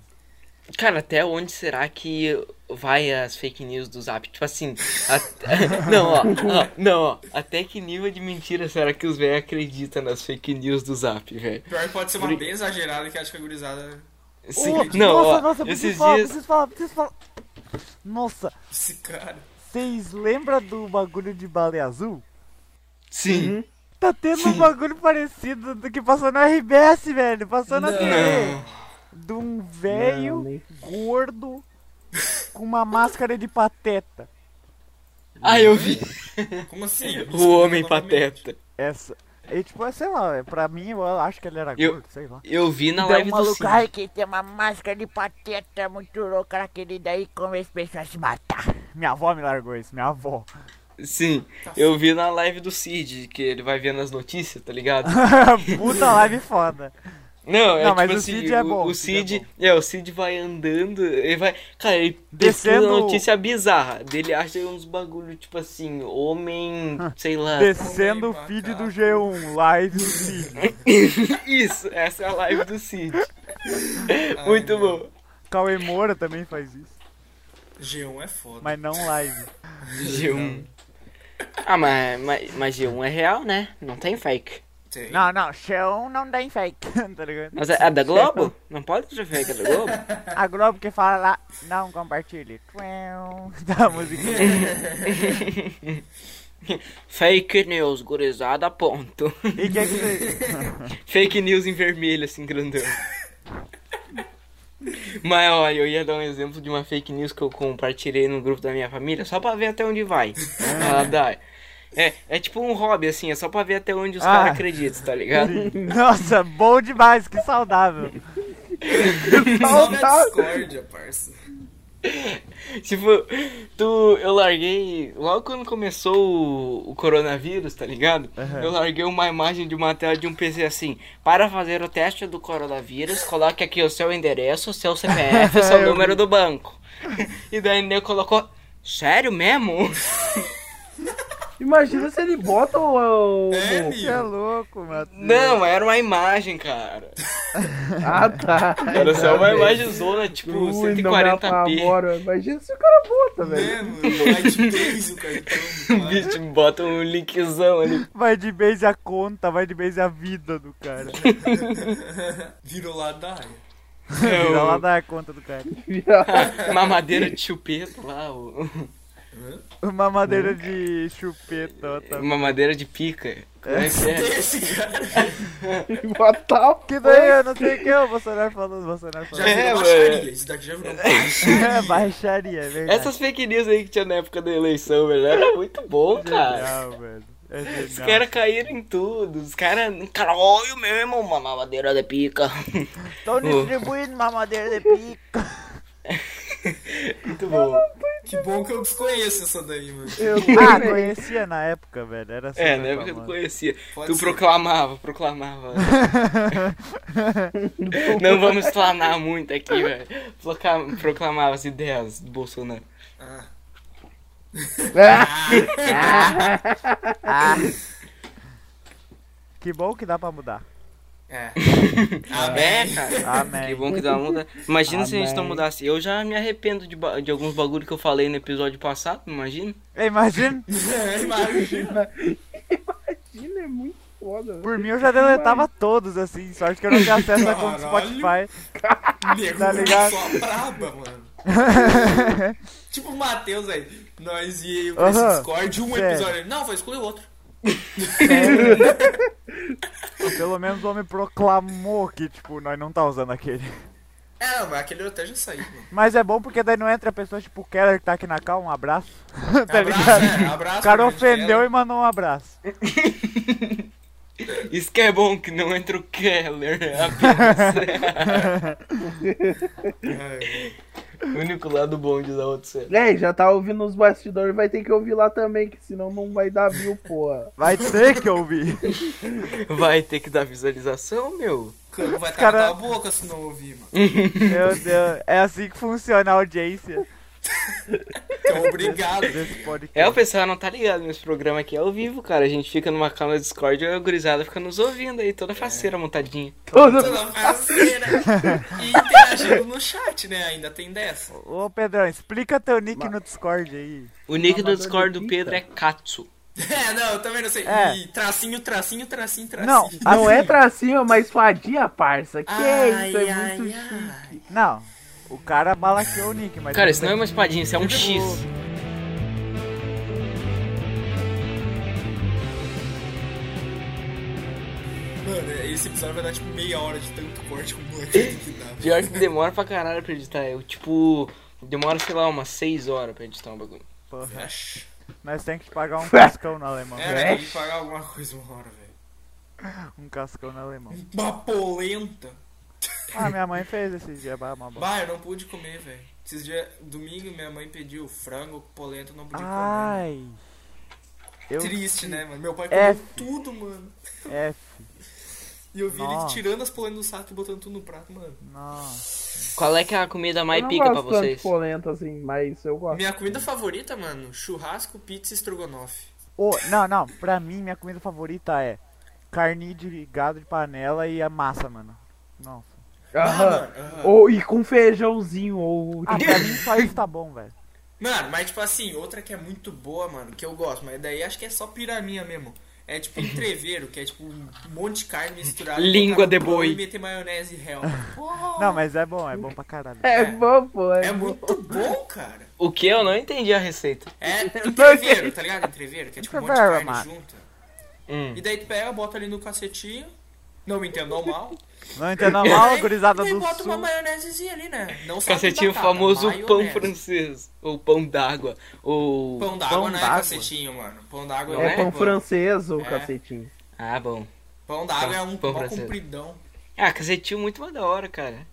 Speaker 2: Cara, até onde será que vai as fake news do Zap? Tipo assim, at- não, ó, ó, não, ó, até que nível de mentira será que os velhos acreditam nas fake news do Zap, velho?
Speaker 1: Pior que pode ser uma
Speaker 2: Bri-
Speaker 1: bem exagerada que acho que a gurizada.
Speaker 2: Sim,
Speaker 3: Oh,
Speaker 2: não,
Speaker 3: nossa,
Speaker 2: ó,
Speaker 3: nossa, preciso
Speaker 2: esses
Speaker 3: falar,
Speaker 2: dias,
Speaker 3: preciso falar, preciso falar. Nossa,
Speaker 1: Esse cara.
Speaker 3: vocês lembram do bagulho de baleia azul?
Speaker 2: sim,
Speaker 3: Tá tendo um bagulho parecido do que passou na RBS, velho. Passou na
Speaker 1: Não.
Speaker 3: TV. De um
Speaker 4: Não,
Speaker 3: velho
Speaker 4: nem-
Speaker 3: gordo com uma máscara de pateta.
Speaker 2: ah, eu vi,
Speaker 1: Como assim?
Speaker 2: o homem
Speaker 1: Novamente.
Speaker 2: pateta,
Speaker 3: Essa. E tipo, é, sei lá, é, pra mim eu acho que ele era
Speaker 2: Eu-
Speaker 3: gordo, sei lá.
Speaker 2: eu vi na
Speaker 3: Daí
Speaker 2: live
Speaker 3: o
Speaker 2: do
Speaker 3: maluco,
Speaker 2: Cid.
Speaker 3: "Ai, que tem uma máscara de pateta muito louca naquele daí, como as pessoas se matar. Minha avó me largou isso, minha avó.
Speaker 2: Sim, eu vi na live do Cid, que ele vai vendo as notícias, tá ligado?
Speaker 3: Puta live foda.
Speaker 2: Não, é
Speaker 3: Não,
Speaker 2: tipo
Speaker 3: mas o
Speaker 2: assim,
Speaker 3: Cid é bom,
Speaker 2: o,
Speaker 3: o Cid é
Speaker 2: Cid, é, o Cid vai andando, ele vai, cara, ele
Speaker 3: Descendo-
Speaker 2: pesquisa notícia bizarra, dele acha uns bagulho tipo assim, homem, sei lá.
Speaker 3: Descendo o
Speaker 1: Homem
Speaker 3: feed do
Speaker 1: macaco.
Speaker 3: G1, live do Cid.
Speaker 2: Isso, essa é a live do Cid.
Speaker 1: Ai, meu.
Speaker 2: Muito bom.
Speaker 3: Cauê Moura também faz isso,
Speaker 1: G1 é foda.
Speaker 3: mas não live.
Speaker 2: G1. Ah, mas, mas, mas G1 é real, né? Não tem fake.
Speaker 1: Tem.
Speaker 3: Não, não, G1 não tem fake, tá ligado?
Speaker 2: Mas é, é da Globo? Não pode ser fake, é da Globo?
Speaker 3: A Globo que fala lá, não compartilhe. Tuéu, Da musiquinha.
Speaker 2: fake news, gurizada, ponto.
Speaker 3: E que é que você...
Speaker 2: Fake news em vermelho, assim, grandão. Mas olha, eu ia dar um exemplo de uma fake news que eu compartilhei no grupo da minha família, só pra ver até onde vai. Ela dá. É, é tipo um hobby, assim, é só pra ver até onde os
Speaker 3: Ah.
Speaker 2: caras acreditam, tá ligado?
Speaker 3: Nossa, bom demais, que saudável.
Speaker 1: Não
Speaker 3: tá.
Speaker 1: é discórdia, parça.
Speaker 2: Tipo, tu, eu larguei. Logo quando começou o, o coronavírus, tá ligado? Eu larguei uma imagem de uma tela de um PC assim. Para fazer o teste do coronavírus, coloque aqui o seu endereço, o seu CPF, o seu
Speaker 3: Eu
Speaker 2: número do banco. E daí ele colocou. Sério mesmo?
Speaker 4: Imagina se ele bota o. o-
Speaker 1: É,
Speaker 3: Você é louco, mano.
Speaker 2: Não, era uma imagem, cara.
Speaker 4: Ah, tá.
Speaker 2: Era só uma imagem zona, tipo,
Speaker 4: Ui, não dá pra
Speaker 2: 140p.
Speaker 4: agora. Imagina se o cara bota, velho.
Speaker 1: Né, mano? Whiteface o cartão. cara.
Speaker 2: Bicho, bota um linkzão ali.
Speaker 3: Vai de base a conta, vai de base a vida do cara.
Speaker 1: Virou ladaia.
Speaker 3: Vira lá
Speaker 2: Eu,
Speaker 3: da conta do cara.
Speaker 2: mamadeira de chupeta lá, o-
Speaker 3: Uma madeira de chupeta, ó, tá.
Speaker 2: mamadeira de pica. Como é que é?
Speaker 1: Esse cara
Speaker 4: Matar
Speaker 3: Que daí eu não sei o que é o Bolsonaro falando, o Bolsonaro
Speaker 1: já
Speaker 3: falando.
Speaker 1: virou
Speaker 2: É,
Speaker 1: baixaria.
Speaker 2: mano.
Speaker 1: Esse daqui já virou
Speaker 3: É, baixaria, é verdade.
Speaker 2: Essas fake news aí que tinha na época da eleição, velho, era muito bom, cara.
Speaker 3: Genial, velho. É
Speaker 2: Os
Speaker 3: genial.
Speaker 2: caras caíram em tudo. Os caras. um Caralho mesmo, uma mamadeira de pica.
Speaker 3: Estão distribuindo mamadeira de pica.
Speaker 2: Muito bom.
Speaker 1: Que bom que eu desconheço essa daí, mano.
Speaker 4: Eu
Speaker 3: Ah,
Speaker 1: né?
Speaker 4: também.
Speaker 3: conhecia na época, velho. Era assim super
Speaker 2: É, na época tu
Speaker 3: famoso.
Speaker 2: conhecia.
Speaker 1: Pode
Speaker 2: Tu
Speaker 1: ser.
Speaker 2: proclamava, proclamava. Não vamos explanar muito aqui, velho. Procla- Proclamava as ideias do Bolsonaro.
Speaker 1: Ah,
Speaker 3: Ah. Que bom que dá pra mudar.
Speaker 1: é.
Speaker 2: Ah, é, cara.
Speaker 3: Amém.
Speaker 2: Que bom que dá uma muda. Imagina se a gente não
Speaker 4: Amém.
Speaker 2: mudasse. Eu já me arrependo de, ba- de alguns bagulho que eu falei no episódio passado, imagina.
Speaker 3: Ei, Imagina,
Speaker 1: É, imagina.
Speaker 4: Imagina, é muito foda. velho.
Speaker 3: por mim eu já deletava todos, assim. Sorte que eu não tenho acesso a conta do
Speaker 1: Caralho.
Speaker 3: Spotify.
Speaker 1: Nego
Speaker 3: Tá ligado?
Speaker 1: só braba, mano. tipo o Matheus aí. Nós ia pra esse
Speaker 3: Aham.
Speaker 1: Discord um
Speaker 3: Sério.
Speaker 1: episódio. Não, vou escolher outro.
Speaker 3: É. Pelo menos o homem proclamou que, tipo, nós não tá usando aquele.
Speaker 1: É, não, mas aquele eu até já saí, mano.
Speaker 3: Mas é bom porque daí não entra pessoas tipo o Keller que tá aqui na cal, um abraço. tá
Speaker 1: Abraço,
Speaker 3: ligado?
Speaker 1: é, abraço.
Speaker 3: O cara
Speaker 1: pra gente,
Speaker 3: ofendeu
Speaker 1: Keller.
Speaker 3: e mandou um abraço.
Speaker 2: Isso que é bom que não entra o Keller apenas.
Speaker 1: É,
Speaker 2: o único lado bom de dar outro certo.
Speaker 4: É, já tá ouvindo os bastidores, vai ter que ouvir lá também, que senão não vai dar view, porra.
Speaker 3: Vai ter que ouvir.
Speaker 2: Vai ter que dar visualização, meu.
Speaker 1: O Cano vai
Speaker 3: cara-
Speaker 1: tapar a boca se não ouvir, mano.
Speaker 3: Meu Deus, é assim que funciona a audiência
Speaker 1: Então, obrigado.
Speaker 3: desse podcast.
Speaker 2: É, o pessoal não tá ligado, mas esse programa aqui é ao vivo, cara. A gente fica numa calma Discord e a gurizada fica nos ouvindo aí, toda faceira montadinha.
Speaker 4: Todo-
Speaker 1: Toda faceira. E interagindo no chat, né? Ainda tem
Speaker 2: É.
Speaker 1: dessa.
Speaker 3: Ô Pedrão, explica teu nick no Discord aí.
Speaker 2: O nick do
Speaker 4: Mamador de
Speaker 2: Discord do
Speaker 4: pica.
Speaker 2: Pedro é Katsu.
Speaker 1: É, não, eu também não sei.
Speaker 3: É.
Speaker 1: E tracinho, tracinho, tracinho, tracinho.
Speaker 3: Não,
Speaker 4: Não
Speaker 3: assim-
Speaker 4: é tracinho, mas fadia, parça. Que
Speaker 1: Ai,
Speaker 4: isso, é
Speaker 1: ai,
Speaker 4: muito
Speaker 1: ai.
Speaker 3: Não, o cara balaqueou o nick, mas.
Speaker 2: Cara, isso não é uma espadinha, isso é um X.
Speaker 1: Mano, esse episódio vai dar tipo meia hora de tanto corte com o moleque que dá.
Speaker 2: Pior que demora pra caralho pra editar. Eu, tipo, demora, sei lá, umas 6 horas pra editar um bagulho.
Speaker 3: Porra,
Speaker 1: Flash.
Speaker 3: nós temos que pagar um cascão no alemão.
Speaker 1: É, velho, tem que pagar alguma coisa uma hora, velho.
Speaker 3: Um cascão no alemão.
Speaker 1: Uma polenta.
Speaker 3: Ah, minha mãe fez esse dia, bah, uma bosta.
Speaker 1: Bah, eu não pude comer, velho. Esses dias, domingo, minha mãe pediu frango, com polenta, eu não pude comer.
Speaker 3: Ai. Ah, Eu...
Speaker 1: Triste, né, mano? Meu pai comeu
Speaker 3: É.
Speaker 1: tudo, mano.
Speaker 3: F.
Speaker 1: E eu vi ele
Speaker 3: Nossa.
Speaker 1: tirando as polentas do saco e botando tudo no prato, mano.
Speaker 3: Nossa.
Speaker 2: Qual é que é a comida mais
Speaker 4: eu não
Speaker 2: pica pra
Speaker 4: gosto tanto de
Speaker 2: vocês?
Speaker 4: polenta assim, mas eu gosto.
Speaker 1: Minha comida favorita, mano, churrasco, pizza e estrogonofe.
Speaker 3: Ô, não, não. Pra mim, minha comida favorita é carne de gado de panela e a massa, mano. Nossa.
Speaker 4: Aham.
Speaker 1: Ah, mano, aham.
Speaker 4: Ou, e com feijãozinho, ou.
Speaker 3: Ah, pra mim só isso tá bom, velho.
Speaker 1: Mano, mas tipo assim, outra que é muito boa, mano, que eu gosto, mas daí acho que é só piraminha mesmo. É tipo entreveiro, que é tipo um monte de carne misturada.
Speaker 2: Língua
Speaker 1: colocar no
Speaker 2: de
Speaker 1: pão
Speaker 2: boi.
Speaker 1: E meter maionese e réu.
Speaker 3: Não, mas é bom, é bom pra caralho.
Speaker 4: É bom, pô. É,
Speaker 1: É
Speaker 4: bom.
Speaker 1: muito bom, cara.
Speaker 2: O que? Eu não entendi a receita.
Speaker 1: É entreveiro, tá ligado? Entreveiro, que é tipo um monte de
Speaker 3: Entreveiro,
Speaker 1: carne
Speaker 3: mano.
Speaker 1: junta.
Speaker 2: Hum.
Speaker 1: E daí tu pega, bota ali no cacetinho. Não me entendam mal.
Speaker 3: Não entenda Tá mal,
Speaker 1: Daí-
Speaker 3: gurizada
Speaker 1: daí
Speaker 3: do
Speaker 1: bota uma
Speaker 3: sul.
Speaker 1: maionesezinha ali, né? Não só de
Speaker 2: É. Cacetinho
Speaker 1: batata,
Speaker 2: famoso pão
Speaker 1: maionese.
Speaker 2: francês. Ou pão d'água. Ou.
Speaker 1: Pão d'água
Speaker 3: Pão
Speaker 1: não é
Speaker 3: d'água.
Speaker 1: cacetinho, mano. Pão d'água
Speaker 2: Não
Speaker 1: é,
Speaker 4: É pão
Speaker 1: pô.
Speaker 4: francês, ô
Speaker 1: É.
Speaker 4: cacetinho.
Speaker 2: Ah, bom.
Speaker 1: Pão d'água é um
Speaker 2: Pão
Speaker 1: pão
Speaker 2: francês.
Speaker 1: compridão.
Speaker 2: Ah, cacetinho muito mais da hora, cara.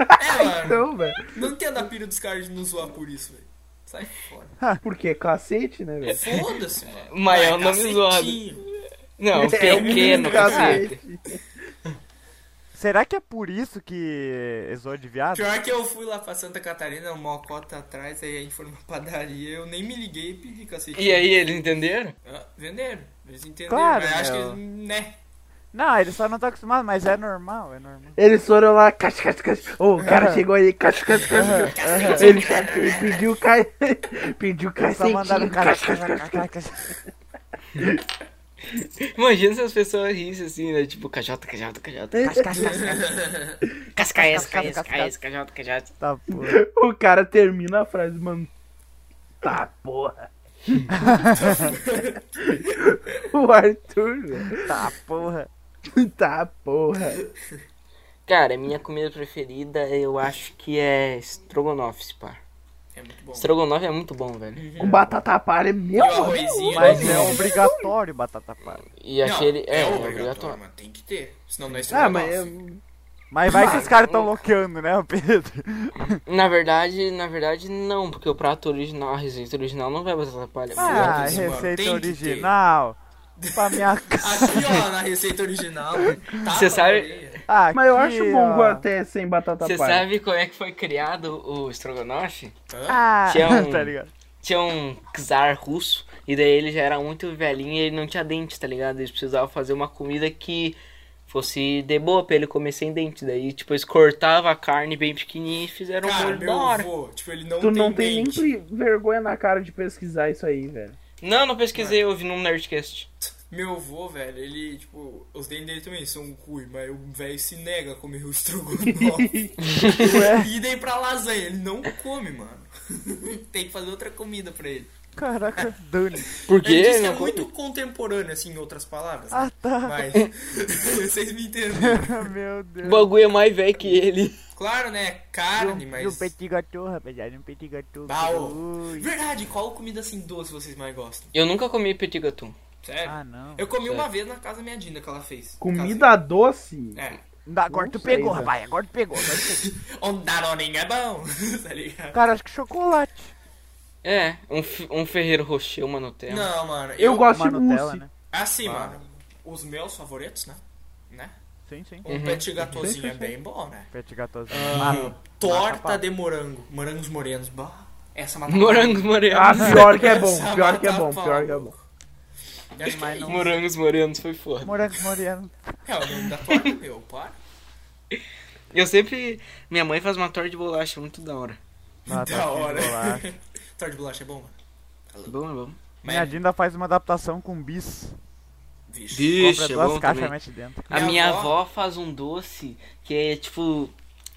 Speaker 1: É, mano.
Speaker 4: Então, velho.
Speaker 1: Não entendo a pira dos caras de não zoar por isso, velho. Sai fora.
Speaker 4: Porque é cacete, né, velho?
Speaker 1: Foda-se, mano.
Speaker 2: Mas
Speaker 1: Vai,
Speaker 2: é o nome zoado.
Speaker 1: cacetinho. É,
Speaker 2: Não, pequeno, cacete.
Speaker 3: Será que é por isso que exou de viado?
Speaker 1: Pior que eu fui lá pra Santa Catarina, uma cota atrás, aí a gente foi numa padaria, eu nem me liguei e pedi cacetinho.
Speaker 2: E é- aí, eles entenderam?
Speaker 1: Ah, venderam. Eles entenderam.
Speaker 3: Claro,
Speaker 1: mas acho que,
Speaker 3: meu.
Speaker 1: eles, né?
Speaker 3: Não, ele só não tá acostumado, mas é normal, é normal.
Speaker 4: Eles foram lá, caixa, caixa, caixa. Ô, o cara chegou aí, caixa, caixa, caixa. Ele ele pediu cai. Pediu
Speaker 3: Só mandaram o
Speaker 4: cacetinho.
Speaker 3: cara.
Speaker 4: Caixa, caixa, caixa.
Speaker 2: Imagina se as pessoas rissem assim, né? Tipo, KJ, KJ,
Speaker 4: É.
Speaker 2: KJ. Cascaes,
Speaker 3: Cascaes,
Speaker 2: cascaes, KJ, KJ.
Speaker 3: Tá, porra.
Speaker 4: O cara termina a frase, mano. Tá porra. o Arthur, velho.
Speaker 3: Tá, porra.
Speaker 4: Tá porra.
Speaker 2: Cara, minha comida preferida eu acho que é estrogonofe, se pá.
Speaker 1: É muito bom.
Speaker 2: Estrogonofe é muito bom, velho.
Speaker 4: O batata palha é meu.
Speaker 1: E o arrozinho,
Speaker 3: Mas
Speaker 1: né?
Speaker 3: é obrigatório batata palha.
Speaker 2: E
Speaker 1: Não,
Speaker 2: aquele. É, é
Speaker 1: obrigatório,
Speaker 2: obrigatório.
Speaker 1: mano. Tem que ter. Senão não é
Speaker 4: Ah,
Speaker 1: estrogonofe.
Speaker 4: mas é-
Speaker 3: Mas vai que os caras tão loqueando, né, o Pedro?
Speaker 2: Na verdade, na verdade, não, porque o prato original, a receita original não vai batata palha.
Speaker 3: Ah,
Speaker 1: isso, mano. Tem que
Speaker 3: receita
Speaker 1: ter.
Speaker 3: original. Pra minha casa.
Speaker 1: Aqui, ó, na receita original. tapa
Speaker 2: Você sabe-
Speaker 1: na areia.
Speaker 4: Mas eu acho
Speaker 3: Aqui,
Speaker 4: bom
Speaker 3: ó.
Speaker 4: até sem batata
Speaker 2: Você
Speaker 4: palha.
Speaker 2: sabe como é que foi criado o estrogonofe?
Speaker 1: Hã?
Speaker 3: Ah,
Speaker 2: Que é um-
Speaker 3: tá ligado?
Speaker 2: Tinha um czar russo, e daí ele já era muito velhinho e ele não tinha dente, tá ligado? Eles precisavam fazer uma comida que fosse de boa pra ele comer sem dente. Daí, tipo, eles cortavam a carne bem pequenininha e fizeram um
Speaker 1: Cara,
Speaker 2: molho
Speaker 1: meu
Speaker 2: da hora.
Speaker 1: avô, tipo, ele não
Speaker 4: Tu
Speaker 1: tem
Speaker 4: não tem nem
Speaker 1: dente.
Speaker 4: pre- vergonha na cara de pesquisar isso aí, velho.
Speaker 2: Não, não pesquisei, eu vi num Nerdcast.
Speaker 1: Meu avô, velho, ele, tipo, os dentes dele também são um ruins, mas o velho se nega a comer o estrogonofe.
Speaker 3: Ué,
Speaker 1: e daí pra lasanha, ele não come, mano. Tem que fazer outra comida pra ele.
Speaker 3: Caraca, Dani.
Speaker 2: Por
Speaker 1: Ele
Speaker 2: quê?
Speaker 1: disse que é
Speaker 2: Não come?
Speaker 1: muito contemporâneo, assim, em outras palavras.
Speaker 3: Ah, tá.
Speaker 1: Mas vocês me entendem.
Speaker 3: Meu Deus.
Speaker 2: O bagulho é mais velho que ele.
Speaker 1: Claro, né?
Speaker 3: E um-
Speaker 1: Carne,
Speaker 3: E um
Speaker 1: mas.
Speaker 3: petit gâteau, rapaziada. Um petit gâteau.
Speaker 1: Ah, ô.
Speaker 3: Ui.
Speaker 1: Verdade, qual comida assim doce vocês mais gostam?
Speaker 2: Eu nunca comi petit gâteau.
Speaker 1: Sério?
Speaker 3: Ah, não.
Speaker 1: Eu comi
Speaker 2: Sério.
Speaker 1: uma vez na casa da minha Dinda que ela fez.
Speaker 4: Comida doce?
Speaker 1: Caseira. É.
Speaker 3: Não, agora
Speaker 4: Não
Speaker 3: tu
Speaker 4: sei,
Speaker 3: pegou,
Speaker 4: velho.
Speaker 3: rapaz. Agora tu pegou. Agora tu pegou.
Speaker 1: Um Danoninho é bom, tá ligado?
Speaker 3: Cara, acho que chocolate.
Speaker 2: É, um, fe- um ferreiro rocher, uma
Speaker 3: É.
Speaker 2: Nutella.
Speaker 1: Não, mano.
Speaker 4: Eu, gosto
Speaker 3: Uma
Speaker 4: de
Speaker 3: Nutella,
Speaker 4: mousse.
Speaker 3: né?
Speaker 1: Assim, mano. Os meus favoritos, né? Né?
Speaker 3: Sim, sim.
Speaker 1: Um petit gâteauzinho é bem bom, né?
Speaker 3: Petit gâteauzinho.
Speaker 1: Ah,
Speaker 3: Uhum. Mata.
Speaker 1: torta
Speaker 3: Mata a pau.
Speaker 1: de morango. Morangos morenos. Bah. Essa mata
Speaker 2: Morangos
Speaker 4: Ah,
Speaker 2: morenos.
Speaker 4: pior que é bom,
Speaker 1: Essa
Speaker 4: pior que é
Speaker 1: mata
Speaker 4: bom,
Speaker 1: pau.
Speaker 4: pior que é bom.
Speaker 1: Acho que é, isso.
Speaker 2: Morangos morenos foi foda.
Speaker 3: Morango moreno.
Speaker 1: é o nome da torta, meu. Para.
Speaker 2: Eu sempre. Minha mãe faz uma torta de bolacha muito da hora.
Speaker 3: Mata
Speaker 1: da
Speaker 3: aqui,
Speaker 1: hora.
Speaker 3: Ah, bolacha.
Speaker 1: torta de bolacha é bom, mano.
Speaker 2: Bom, é bom.
Speaker 3: Minha Dinda faz uma adaptação com bis.
Speaker 1: Vixe.
Speaker 3: Compra
Speaker 2: Bicho, é
Speaker 3: duas
Speaker 2: bom
Speaker 3: caixas e
Speaker 2: também.
Speaker 3: mete dentro.
Speaker 2: A
Speaker 1: Minha
Speaker 2: minha
Speaker 1: avó-
Speaker 2: avó faz um doce que é tipo.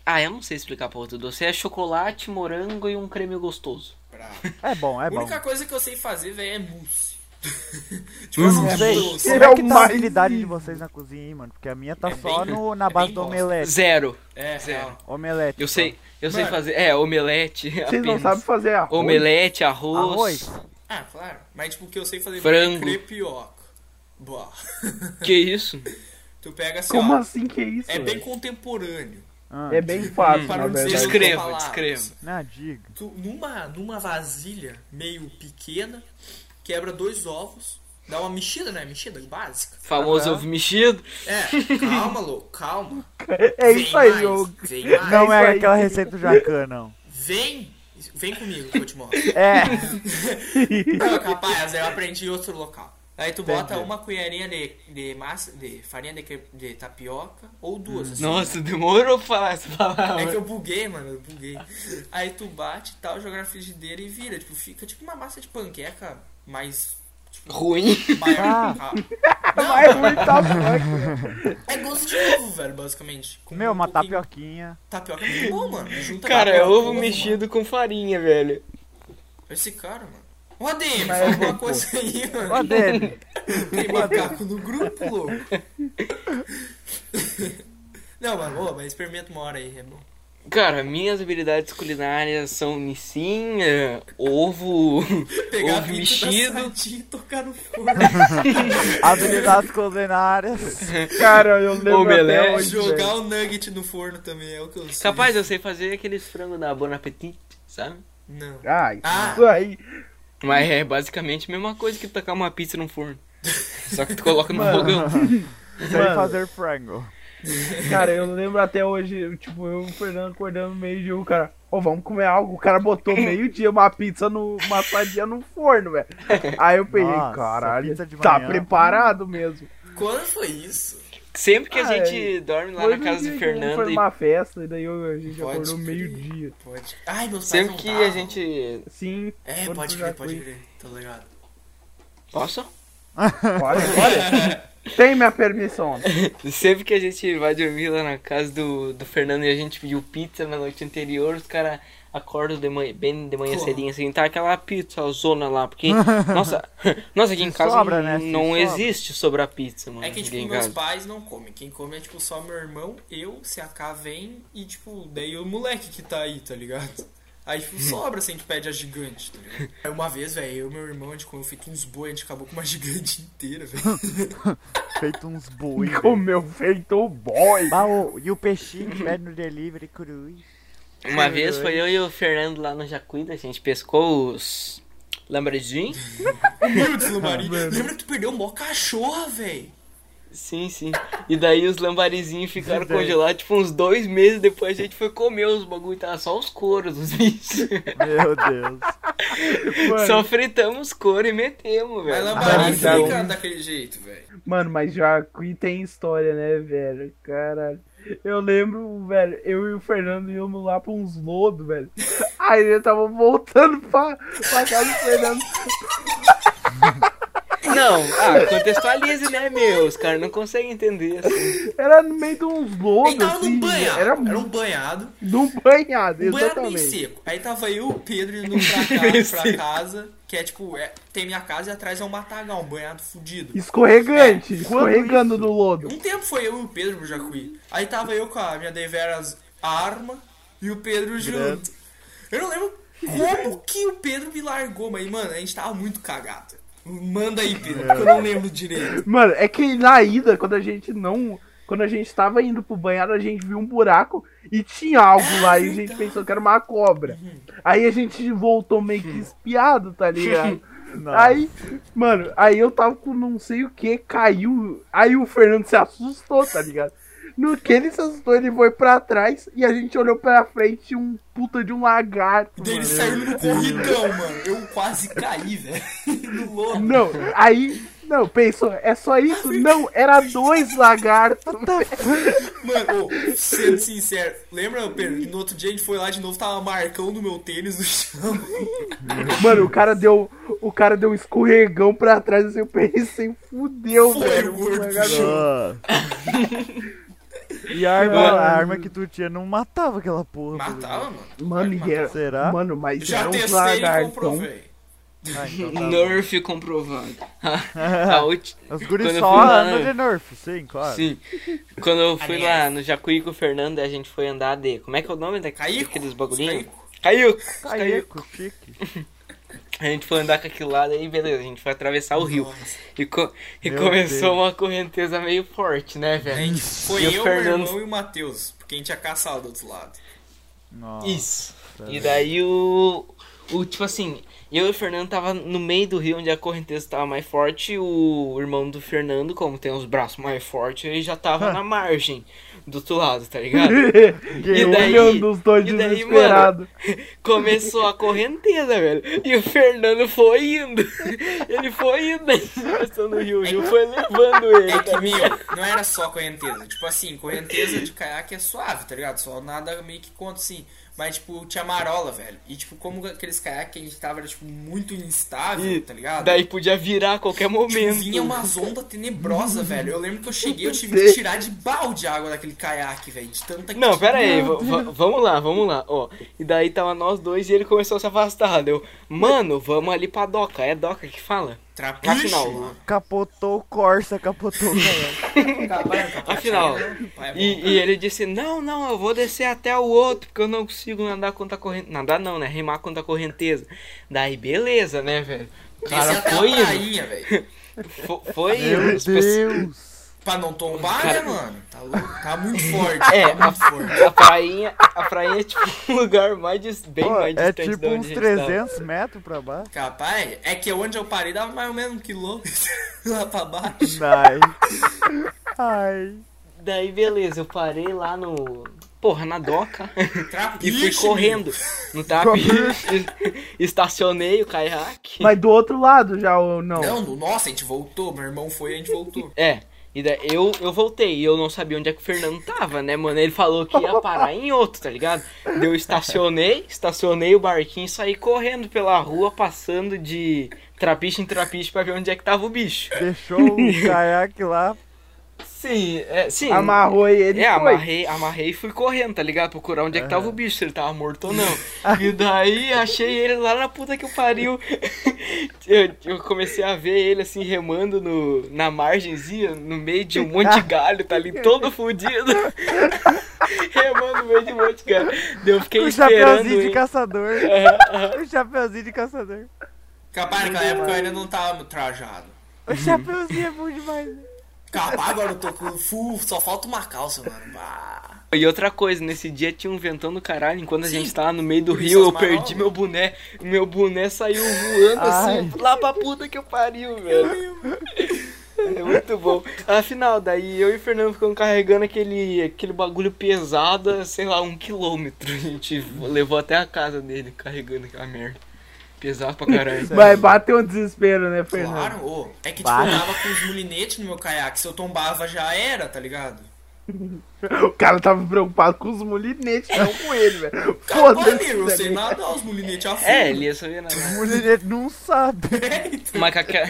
Speaker 2: Ah, eu não sei explicar pra outro doce. É chocolate, morango e um creme gostoso.
Speaker 1: Bravo.
Speaker 3: É bom, é
Speaker 1: A
Speaker 3: bom.
Speaker 1: única coisa que eu sei fazer, velho, é mousse. tipo, eu
Speaker 4: Hum,
Speaker 1: não
Speaker 3: É, véi,
Speaker 1: doce.
Speaker 3: como é que
Speaker 4: É o
Speaker 3: tá a
Speaker 4: mais
Speaker 3: habilidade de
Speaker 4: lindo.
Speaker 3: vocês na cozinha aí, mano? Porque a minha tá
Speaker 1: É
Speaker 3: só
Speaker 1: bem-
Speaker 3: no, na
Speaker 1: é
Speaker 3: base
Speaker 1: bem
Speaker 3: do
Speaker 1: bosta.
Speaker 3: omelete.
Speaker 2: Zero.
Speaker 1: É, real.
Speaker 3: Omelete.
Speaker 2: Eu
Speaker 3: só.
Speaker 2: sei, eu sei
Speaker 1: Mano.
Speaker 2: fazer. É, omelete.
Speaker 4: Vocês não
Speaker 2: apenas.
Speaker 4: sabem fazer arroz?
Speaker 2: Omelete, arroz.
Speaker 3: Arroz.
Speaker 1: Ah, claro. Mas tipo, o que eu sei fazer
Speaker 2: Frango.
Speaker 1: é crepioca. Boa.
Speaker 2: Que isso?
Speaker 1: tu pega assim,
Speaker 4: Como
Speaker 1: ó.
Speaker 4: assim que é isso?
Speaker 1: É bem
Speaker 4: velho?
Speaker 1: contemporâneo.
Speaker 3: Ah,
Speaker 4: É bem fácil,
Speaker 1: Para
Speaker 4: na
Speaker 1: não dizer outra
Speaker 4: verdade.
Speaker 2: Hum, Descreva,
Speaker 1: palavra.
Speaker 2: descreva.
Speaker 3: Na diga.
Speaker 1: Tu, numa, numa vasilha meio pequena, quebra dois ovos, dá uma mexida, né? Mexida básica.
Speaker 2: Famoso ovo mexido.
Speaker 1: É, calma, louco, calma.
Speaker 4: É isso aí,
Speaker 1: mais,
Speaker 4: eu...
Speaker 1: Vem
Speaker 2: Ah,
Speaker 1: mais.
Speaker 3: Não
Speaker 4: isso
Speaker 3: é
Speaker 4: aí.
Speaker 3: aquela receita do Jacan, não.
Speaker 1: Vem! Vem comigo que eu te mostro.
Speaker 3: É,
Speaker 1: Não, capaz, eu aprendi em outro local. Aí tu bota
Speaker 3: Entendi.
Speaker 1: uma colherinha de, de massa, de farinha de, que- de tapioca, ou duas, assim.
Speaker 2: Nossa, demorou pra falar essa palavra.
Speaker 1: É que eu buguei, mano, eu buguei. Aí tu bate e tal, joga na frigideira e vira. Tipo, fica tipo uma massa de panqueca mais. Tipo,
Speaker 2: Ruim.
Speaker 3: Ah,
Speaker 1: maior.
Speaker 4: Mas é muito tabaco.
Speaker 1: É gosto de ovo, velho, basicamente. Com
Speaker 3: meu,
Speaker 1: um
Speaker 3: uma
Speaker 1: pouquinho-
Speaker 3: tapioquinha.
Speaker 1: Tapioca é muito Tá bom, mano. Junta
Speaker 2: Cara, é
Speaker 1: tapioca com
Speaker 2: ovo
Speaker 1: mano.
Speaker 2: mexido com farinha, velho.
Speaker 1: Esse cara, mano. Ô, Adem,
Speaker 4: Mas
Speaker 1: fala
Speaker 4: é
Speaker 1: alguma
Speaker 4: bom,
Speaker 1: coisa aí, mano.
Speaker 3: Ó, Dani.
Speaker 1: Tem macaco no grupo, louco? Não, mano, ô, mas experimenta uma hora aí, é bom.
Speaker 2: Cara, minhas habilidades culinárias são nissin, eh, ovo,
Speaker 1: Pegar
Speaker 2: ovo
Speaker 1: a
Speaker 2: mexido.
Speaker 1: e tocar no forno.
Speaker 3: Habilidades culinárias.
Speaker 4: Cara, eu lembro
Speaker 2: Omelete.
Speaker 4: até hoje, velho.
Speaker 1: Jogar o nugget no forno também é o que eu sei.
Speaker 2: Capaz, eu sei fazer aqueles frangos da Bon Appetit, sabe?
Speaker 1: Não.
Speaker 4: Ah, isso
Speaker 1: Ah.
Speaker 4: aí.
Speaker 2: Mas é basicamente a mesma coisa que tacar uma pizza no forno. Só que tu coloca no
Speaker 4: Mano.
Speaker 2: fogão.
Speaker 3: Sem
Speaker 4: Mano.
Speaker 3: fazer frango.
Speaker 4: Cara, eu lembro até hoje, tipo, eu e o Fernando acordamos meio dia, o cara, ô, vamos comer algo. O cara botou meio dia uma pizza no, uma sadia no forno, velho. Aí eu peguei,
Speaker 3: Nossa,
Speaker 4: caralho,
Speaker 3: pizza de
Speaker 4: tá
Speaker 3: manhã."
Speaker 4: preparado mesmo.
Speaker 1: Quando foi isso?
Speaker 2: Sempre que a
Speaker 4: Ah,
Speaker 2: gente dorme lá
Speaker 4: Foi
Speaker 2: na
Speaker 4: no
Speaker 2: casa
Speaker 4: dia
Speaker 2: do
Speaker 4: que Foi
Speaker 2: Fernando e
Speaker 4: numa festa, e daí eu- a gente
Speaker 1: Pode
Speaker 4: acordou
Speaker 1: crer.
Speaker 4: meio dia.
Speaker 1: Pode. Ai, meus pais
Speaker 2: sempre
Speaker 1: não
Speaker 2: que
Speaker 1: davam.
Speaker 2: a gente.
Speaker 4: Sim,
Speaker 1: É,
Speaker 4: Quando
Speaker 1: pode
Speaker 4: tu
Speaker 1: crer,
Speaker 4: já
Speaker 1: pode
Speaker 4: foi.
Speaker 1: crer. Tá ligado?
Speaker 2: Posso?
Speaker 4: olha, olha. Tem minha permissão.
Speaker 2: Sempre que a gente vai dormir lá na casa do, do Fernando e a gente pediu pizza na noite anterior, os caras acordam de manhã, bem de manhã
Speaker 1: Porra.
Speaker 2: cedinho assim, tá aquela pizza zona lá, porque, nossa, nossa aqui em
Speaker 3: Se
Speaker 2: casa
Speaker 3: sobra,
Speaker 2: não,
Speaker 3: né? Se
Speaker 2: não
Speaker 3: sobra.
Speaker 2: existe sobrar pizza, mano.
Speaker 1: É que,
Speaker 2: aqui
Speaker 1: tipo,
Speaker 2: em
Speaker 1: meus
Speaker 2: casa.
Speaker 1: pais não comem. Quem come é, tipo, só meu irmão, eu, se a K vem, e, tipo, daí o moleque que tá aí, tá ligado? Aí, tipo, sobra se a gente pede a gigante, tá ligado? Aí uma vez, velho, eu e meu irmão, a gente comeu feito uns boi, a gente acabou com uma gigante inteira, velho.
Speaker 3: Feito uns boi. velho.
Speaker 4: Comeu feito o boy.
Speaker 3: Bah, ô, e o peixinho que pede no delivery cruz.
Speaker 2: Uma vez foi eu e o Fernando lá no Jacuída, a gente pescou os lambrezinhos.
Speaker 1: Meu Deus,
Speaker 4: Ah,
Speaker 1: Lombardi. Lembra que tu perdeu mó cachorra, velho?
Speaker 2: Sim, sim. E daí os lambarizinhos ficaram
Speaker 3: Verdade.
Speaker 2: congelados, tipo, uns dois meses depois a gente foi comer os bagulho, tava só os coros, os bichos.
Speaker 3: Meu Deus.
Speaker 4: Mano,
Speaker 2: Só fritamos couro e metemos,
Speaker 1: Mas
Speaker 2: velho.
Speaker 1: Lambari um
Speaker 4: tá
Speaker 1: fica
Speaker 4: bom.
Speaker 1: daquele jeito, velho.
Speaker 4: Mano, mas Jacuí tem história, né, velho? Caralho. Eu lembro, velho, eu e o Fernando íamos lá pra uns lodos, velho. Aí ele tava voltando pra, pra casa do Fernando.
Speaker 2: Não, ah, contextualize, né, meu? Os caras não conseguem entender assim.
Speaker 4: Era no meio de uns
Speaker 1: Ele
Speaker 4: lobos,
Speaker 1: tava
Speaker 4: assim.
Speaker 1: num banhado. Então,
Speaker 4: Era
Speaker 1: Era
Speaker 4: muito
Speaker 1: um banhado.
Speaker 4: de um banhado,
Speaker 1: Um banhado meio
Speaker 4: exatamente.
Speaker 1: seco. Aí tava eu, o Pedro indo pra,
Speaker 2: Meio
Speaker 1: cá, pra
Speaker 2: seco.
Speaker 1: casa, que é tipo, é- tem minha casa e atrás é um matagal, um banhado fudido.
Speaker 4: Escorregante,
Speaker 3: Quando
Speaker 4: escorregando
Speaker 3: isso?
Speaker 4: no lodo.
Speaker 1: Um tempo foi eu e o Pedro pro Jacuí. Aí tava eu com a minha deveras arma e o Pedro junto. Eu não lembro como que o Pedro me largou, mas, mano, a gente tava muito cagado. Manda aí, Pedro, porque eu
Speaker 4: É.
Speaker 1: não lembro direito.
Speaker 4: Mano, é que na ida, quando a gente não. Quando a gente tava indo pro banheiro, a gente viu um buraco e tinha algo lá. E a gente pensou que era uma cobra. Aí a gente voltou meio que espiado, tá ligado?
Speaker 3: Não.
Speaker 4: Aí, mano, aí eu tava com não sei o que, caiu. Aí o Fernando se assustou, tá ligado? No que ele se assustou, ele foi pra trás e a gente olhou pra frente tinha um puta de um lagarto.
Speaker 1: Daí ele
Speaker 4: mano.
Speaker 1: saiu no corridão, mano. Eu quase caí, velho. No lobo.
Speaker 4: Não, aí. Não, pensou, é só isso? Não, era dois lagartos.
Speaker 1: Mano, ô, sendo sincero, lembra, Pedro, que no outro dia a gente foi lá de novo, tava marcão no meu tênis no chão.
Speaker 4: Mano, o cara deu. O cara deu um escorregão pra trás assim, eu pensei, fudeu,
Speaker 1: Foi,
Speaker 4: velho.
Speaker 1: gordo.
Speaker 4: lagarto.
Speaker 3: Ah. e a arma,
Speaker 4: Mano.
Speaker 3: a arma que tu tinha não matava aquela porra. pelo
Speaker 1: Matava, Ah, mano.
Speaker 4: Mano, e era,
Speaker 3: Será?
Speaker 4: Mano, mas
Speaker 1: Já
Speaker 4: era uns
Speaker 1: testei e
Speaker 4: lagartão.
Speaker 1: comprovei.
Speaker 3: jeito. Ah, então tá bom.
Speaker 2: Nerf comprovado. A ulti-
Speaker 3: Os
Speaker 2: Quando
Speaker 3: guris
Speaker 2: eu
Speaker 3: só
Speaker 2: fui lá-
Speaker 3: andam de nerf, sim, claro.
Speaker 2: Sim. Quando eu fui lá no Jacuí com o Fernando, a gente foi andar de. Como é que é o nome da...
Speaker 1: Caico.
Speaker 2: daqueles bagulhinhos?
Speaker 1: Caico.
Speaker 2: Caiu! Caiu!
Speaker 3: Caíco, chique.
Speaker 2: A gente foi andar com aquilo lá, daí beleza, a gente foi atravessar o rio.
Speaker 1: Nossa.
Speaker 2: E, co- e
Speaker 3: Meu
Speaker 2: começou
Speaker 3: Deus.
Speaker 2: uma correnteza meio forte, né, velho?
Speaker 1: Gente, foi
Speaker 2: E o
Speaker 1: eu,
Speaker 2: Fernando-
Speaker 1: meu irmão e o Matheus, porque a gente tinha caçado do outro lado.
Speaker 3: Nossa.
Speaker 2: Isso. E daí o. O tipo assim, eu e o Fernando tava no meio do rio onde a correnteza tava mais forte. O irmão do Fernando, como tem os braços mais fortes, ele já tava na margem do outro lado, tá ligado?
Speaker 4: E
Speaker 2: E
Speaker 4: daí,
Speaker 2: daí-
Speaker 4: um dos dois
Speaker 2: e daí,
Speaker 4: desesperado.
Speaker 2: Começou a correnteza, velho. E o Fernando foi indo. Ele foi indo, ele passou no rio, o rio foi levando ele.
Speaker 1: É que,
Speaker 2: Tá?
Speaker 1: meu, não era só correnteza. Tipo assim, correnteza de caiaque é suave, tá ligado? Só nada meio que conta assim. Mas, tipo, tinha marola, velho. E, tipo, como aqueles caiaques que a gente tava era, tipo, muito instável,
Speaker 2: E
Speaker 1: tá ligado?
Speaker 2: Daí podia virar a qualquer
Speaker 1: Tipo,
Speaker 2: momento.
Speaker 1: vinha umas ondas tenebrosas, velho. Eu lembro que eu cheguei, eu tive que tirar de balde a água daquele caiaque, velho. De tanta que
Speaker 2: Não,
Speaker 1: tinha.
Speaker 2: pera aí, va- va- vamos lá, vamos lá, ó. E daí tava nós dois e ele começou a se afastar. Deu, mano, vamos ali pra doca. É doca que fala?
Speaker 1: Trapiche,
Speaker 2: Afinal,
Speaker 1: mano.
Speaker 3: Capotou o Corsa, capotou o Caiaque.
Speaker 1: Acabaram com a trapiche,
Speaker 2: Afinal,
Speaker 1: né? Vai,
Speaker 2: E,
Speaker 1: bom.
Speaker 2: e ele disse: Não, não, eu vou descer até o outro, porque eu não consigo nadar contra a correnteza. Nadar não, né? Remar contra a correnteza. Daí, beleza, né, velho? O
Speaker 1: Desci
Speaker 2: cara
Speaker 1: até é a
Speaker 2: foi indo.
Speaker 1: prainha, velho.
Speaker 2: Fo- Foi
Speaker 3: Meu
Speaker 2: indo. Os pessoas-
Speaker 3: Deus.
Speaker 1: Pra não tombar,
Speaker 2: Cara-
Speaker 1: né, mano? Tá louco? Tá muito forte.
Speaker 2: É,
Speaker 1: tá muito forte.
Speaker 2: A prainha, a prainha é tipo um lugar mais dis- bem
Speaker 3: Pô,
Speaker 2: mais
Speaker 3: é
Speaker 2: distante
Speaker 3: tipo
Speaker 2: da onde
Speaker 3: uns
Speaker 2: a gente tava.
Speaker 3: 300 metros pra baixo.
Speaker 1: Capaz, é que onde eu parei dava mais ou menos um quilômetro lá pra baixo.
Speaker 3: Nice. Ai.
Speaker 2: Daí, beleza, eu parei lá no. Porra, na doca.
Speaker 1: Trapiche,
Speaker 2: E fui correndo no tapete. Estacionei o caiaque.
Speaker 4: Mas do outro lado já ou não?
Speaker 1: meu. Não, no- nossa, a gente voltou, meu irmão foi, a gente voltou.
Speaker 2: É. E daí eu, eu voltei e eu não sabia onde é que o Fernando tava, né, mano? Ele falou que ia parar em outro, tá ligado? Daí Eu estacionei, estacionei o barquinho e saí correndo pela rua, passando de trapiche em trapiche pra ver onde é que tava o bicho.
Speaker 3: Deixou o caiaque lá.
Speaker 2: Sim, é, sim.
Speaker 4: Amarrou e ele
Speaker 2: é,
Speaker 4: foi.
Speaker 2: amarrei, amarrei e fui correndo, tá ligado? Procurar onde é que tava o bicho, se ele tava morto ou não. E daí achei ele lá na puta que o pariu. Eu, eu comecei a ver ele assim remando no, na margenzinha, no meio de um monte de galho, tá ali todo fudido. remando no meio de um monte de galho. Daí Eu fiquei
Speaker 3: Com o
Speaker 2: esperando.
Speaker 3: chapeuzinho de
Speaker 2: ele.
Speaker 3: caçador. Com o chapeuzinho de caçador.
Speaker 1: Capaz, naquela época eu ainda não tava trajado.
Speaker 2: Uhum.
Speaker 3: O chapeuzinho é bom demais. né?
Speaker 1: Capaz, agora eu tô com full, só falta uma calça, mano. Bah.
Speaker 2: E outra coisa, nesse dia tinha um ventão do caralho, enquanto a
Speaker 1: Sim.
Speaker 2: gente tava no meio do
Speaker 1: Por
Speaker 2: rio,
Speaker 1: isso
Speaker 2: eu
Speaker 1: as
Speaker 2: perdi
Speaker 1: marolas.
Speaker 2: meu boné. Meu boné saiu voando assim, lá pra puta que eu pariu, velho. É muito bom. Afinal, daí eu e o Fernando ficamos carregando aquele, aquele bagulho pesado, sei lá, um quilômetro. A gente levou até a casa dele carregando aquela merda. Pesado pra caralho.
Speaker 4: Mas bateu um desespero, né, Fernando?
Speaker 1: Claro, ô. É que tipo, eu
Speaker 3: Bah.
Speaker 1: tava com os mulinetes no meu caiaque, se eu tombava já era, tá ligado?
Speaker 4: O cara tava preocupado com os mulinetes, não com ele, velho.
Speaker 1: Caralho,
Speaker 4: Foda-se.
Speaker 1: eu
Speaker 4: né?
Speaker 1: sei nadar os mulinetes a né? fundo.
Speaker 2: É, ele ia subir na
Speaker 3: O mulher não sabe.
Speaker 2: Mas com aquela,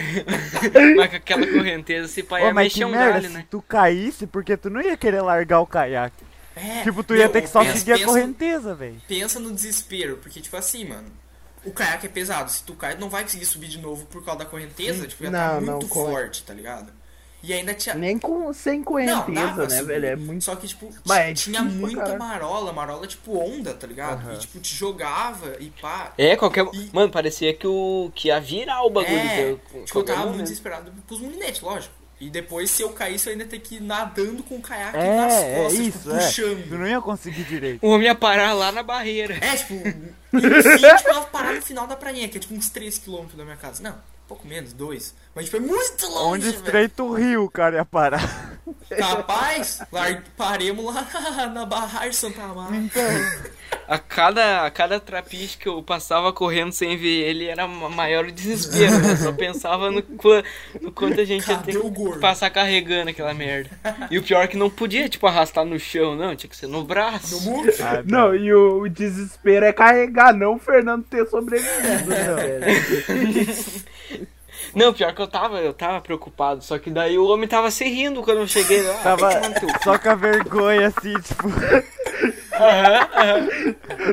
Speaker 2: mas com aquela correnteza, se pai
Speaker 3: Ô,
Speaker 2: ia
Speaker 3: mas
Speaker 2: mexer
Speaker 3: que
Speaker 2: um
Speaker 3: merda,
Speaker 2: galho,
Speaker 3: se
Speaker 2: né?
Speaker 3: tu caísse, porque tu não ia querer largar o caiaque.
Speaker 1: É,
Speaker 3: Tipo, tu
Speaker 1: meu,
Speaker 3: ia ter que só
Speaker 1: pensa-
Speaker 3: seguir a
Speaker 1: pensa-
Speaker 3: correnteza, velho.
Speaker 1: Pensa no desespero, porque, tipo assim, mano. O caiaque é pesado. Se tu cai, tu não vai conseguir subir de novo por causa da correnteza. Tipo, já tá
Speaker 4: Hum, Não, não,
Speaker 1: muito
Speaker 4: corre.
Speaker 1: forte, tá ligado? E ainda tinha.
Speaker 4: Nem com, sem
Speaker 1: Não, dá pra
Speaker 4: correnteza, né,
Speaker 1: subir.
Speaker 4: velho? É muito.
Speaker 1: Só que, tipo,
Speaker 4: Mas é
Speaker 1: ti- tinha
Speaker 4: difícil pra
Speaker 1: muita
Speaker 4: caralho.
Speaker 1: marola, marola tipo onda, tá ligado? E, tipo, te jogava e pá.
Speaker 2: É, qualquer.
Speaker 1: E-
Speaker 2: Mano, parecia que, o... que ia virar o bagulho.
Speaker 1: É,
Speaker 2: que eu-
Speaker 1: tipo, eu
Speaker 2: qualquer
Speaker 1: tava
Speaker 3: um, né?
Speaker 1: muito
Speaker 2: momento.
Speaker 1: desesperado pros mulinetes, lógico. E depois, se eu caísse, eu ainda ia ter que ir nadando com o caiaque nas
Speaker 3: É, é
Speaker 2: tá
Speaker 1: costas,
Speaker 3: isso,
Speaker 1: tipo,
Speaker 3: é.
Speaker 1: puxando.
Speaker 3: Tu não ia conseguir direito.
Speaker 2: O Um homem ia parar lá na barreira.
Speaker 1: É, tipo, e no fim, tipo, ela parar no final da prainha, que é tipo uns 3km da minha casa. Não, um pouco menos, dois. Mas tipo, é muito longe,
Speaker 3: Onde
Speaker 1: velho.
Speaker 3: estreito o rio, cara, ia parar.
Speaker 1: Capaz, lar- paremos lá na barragem Santa Amaro.
Speaker 2: A cada, a cada trapiche que eu passava correndo sem ver ele era ma- maior o desespero. né? Eu só pensava no, qua- no quanto a gente
Speaker 1: Cadê
Speaker 2: ia ter
Speaker 1: o gordo?
Speaker 2: que passar carregando aquela merda. E o pior é que não podia, tipo, arrastar no chão, não. Tinha que ser no
Speaker 1: No
Speaker 2: braço.
Speaker 1: mundo?
Speaker 3: Ah,
Speaker 4: Não, e o, o desespero é carregar, não o Fernando ter sobrevivido, né, velho?
Speaker 2: Não, pior que eu tava, eu tava preocupado. Só que daí o homem tava se rindo quando eu cheguei lá.
Speaker 3: Tava só com a vergonha, assim, tipo...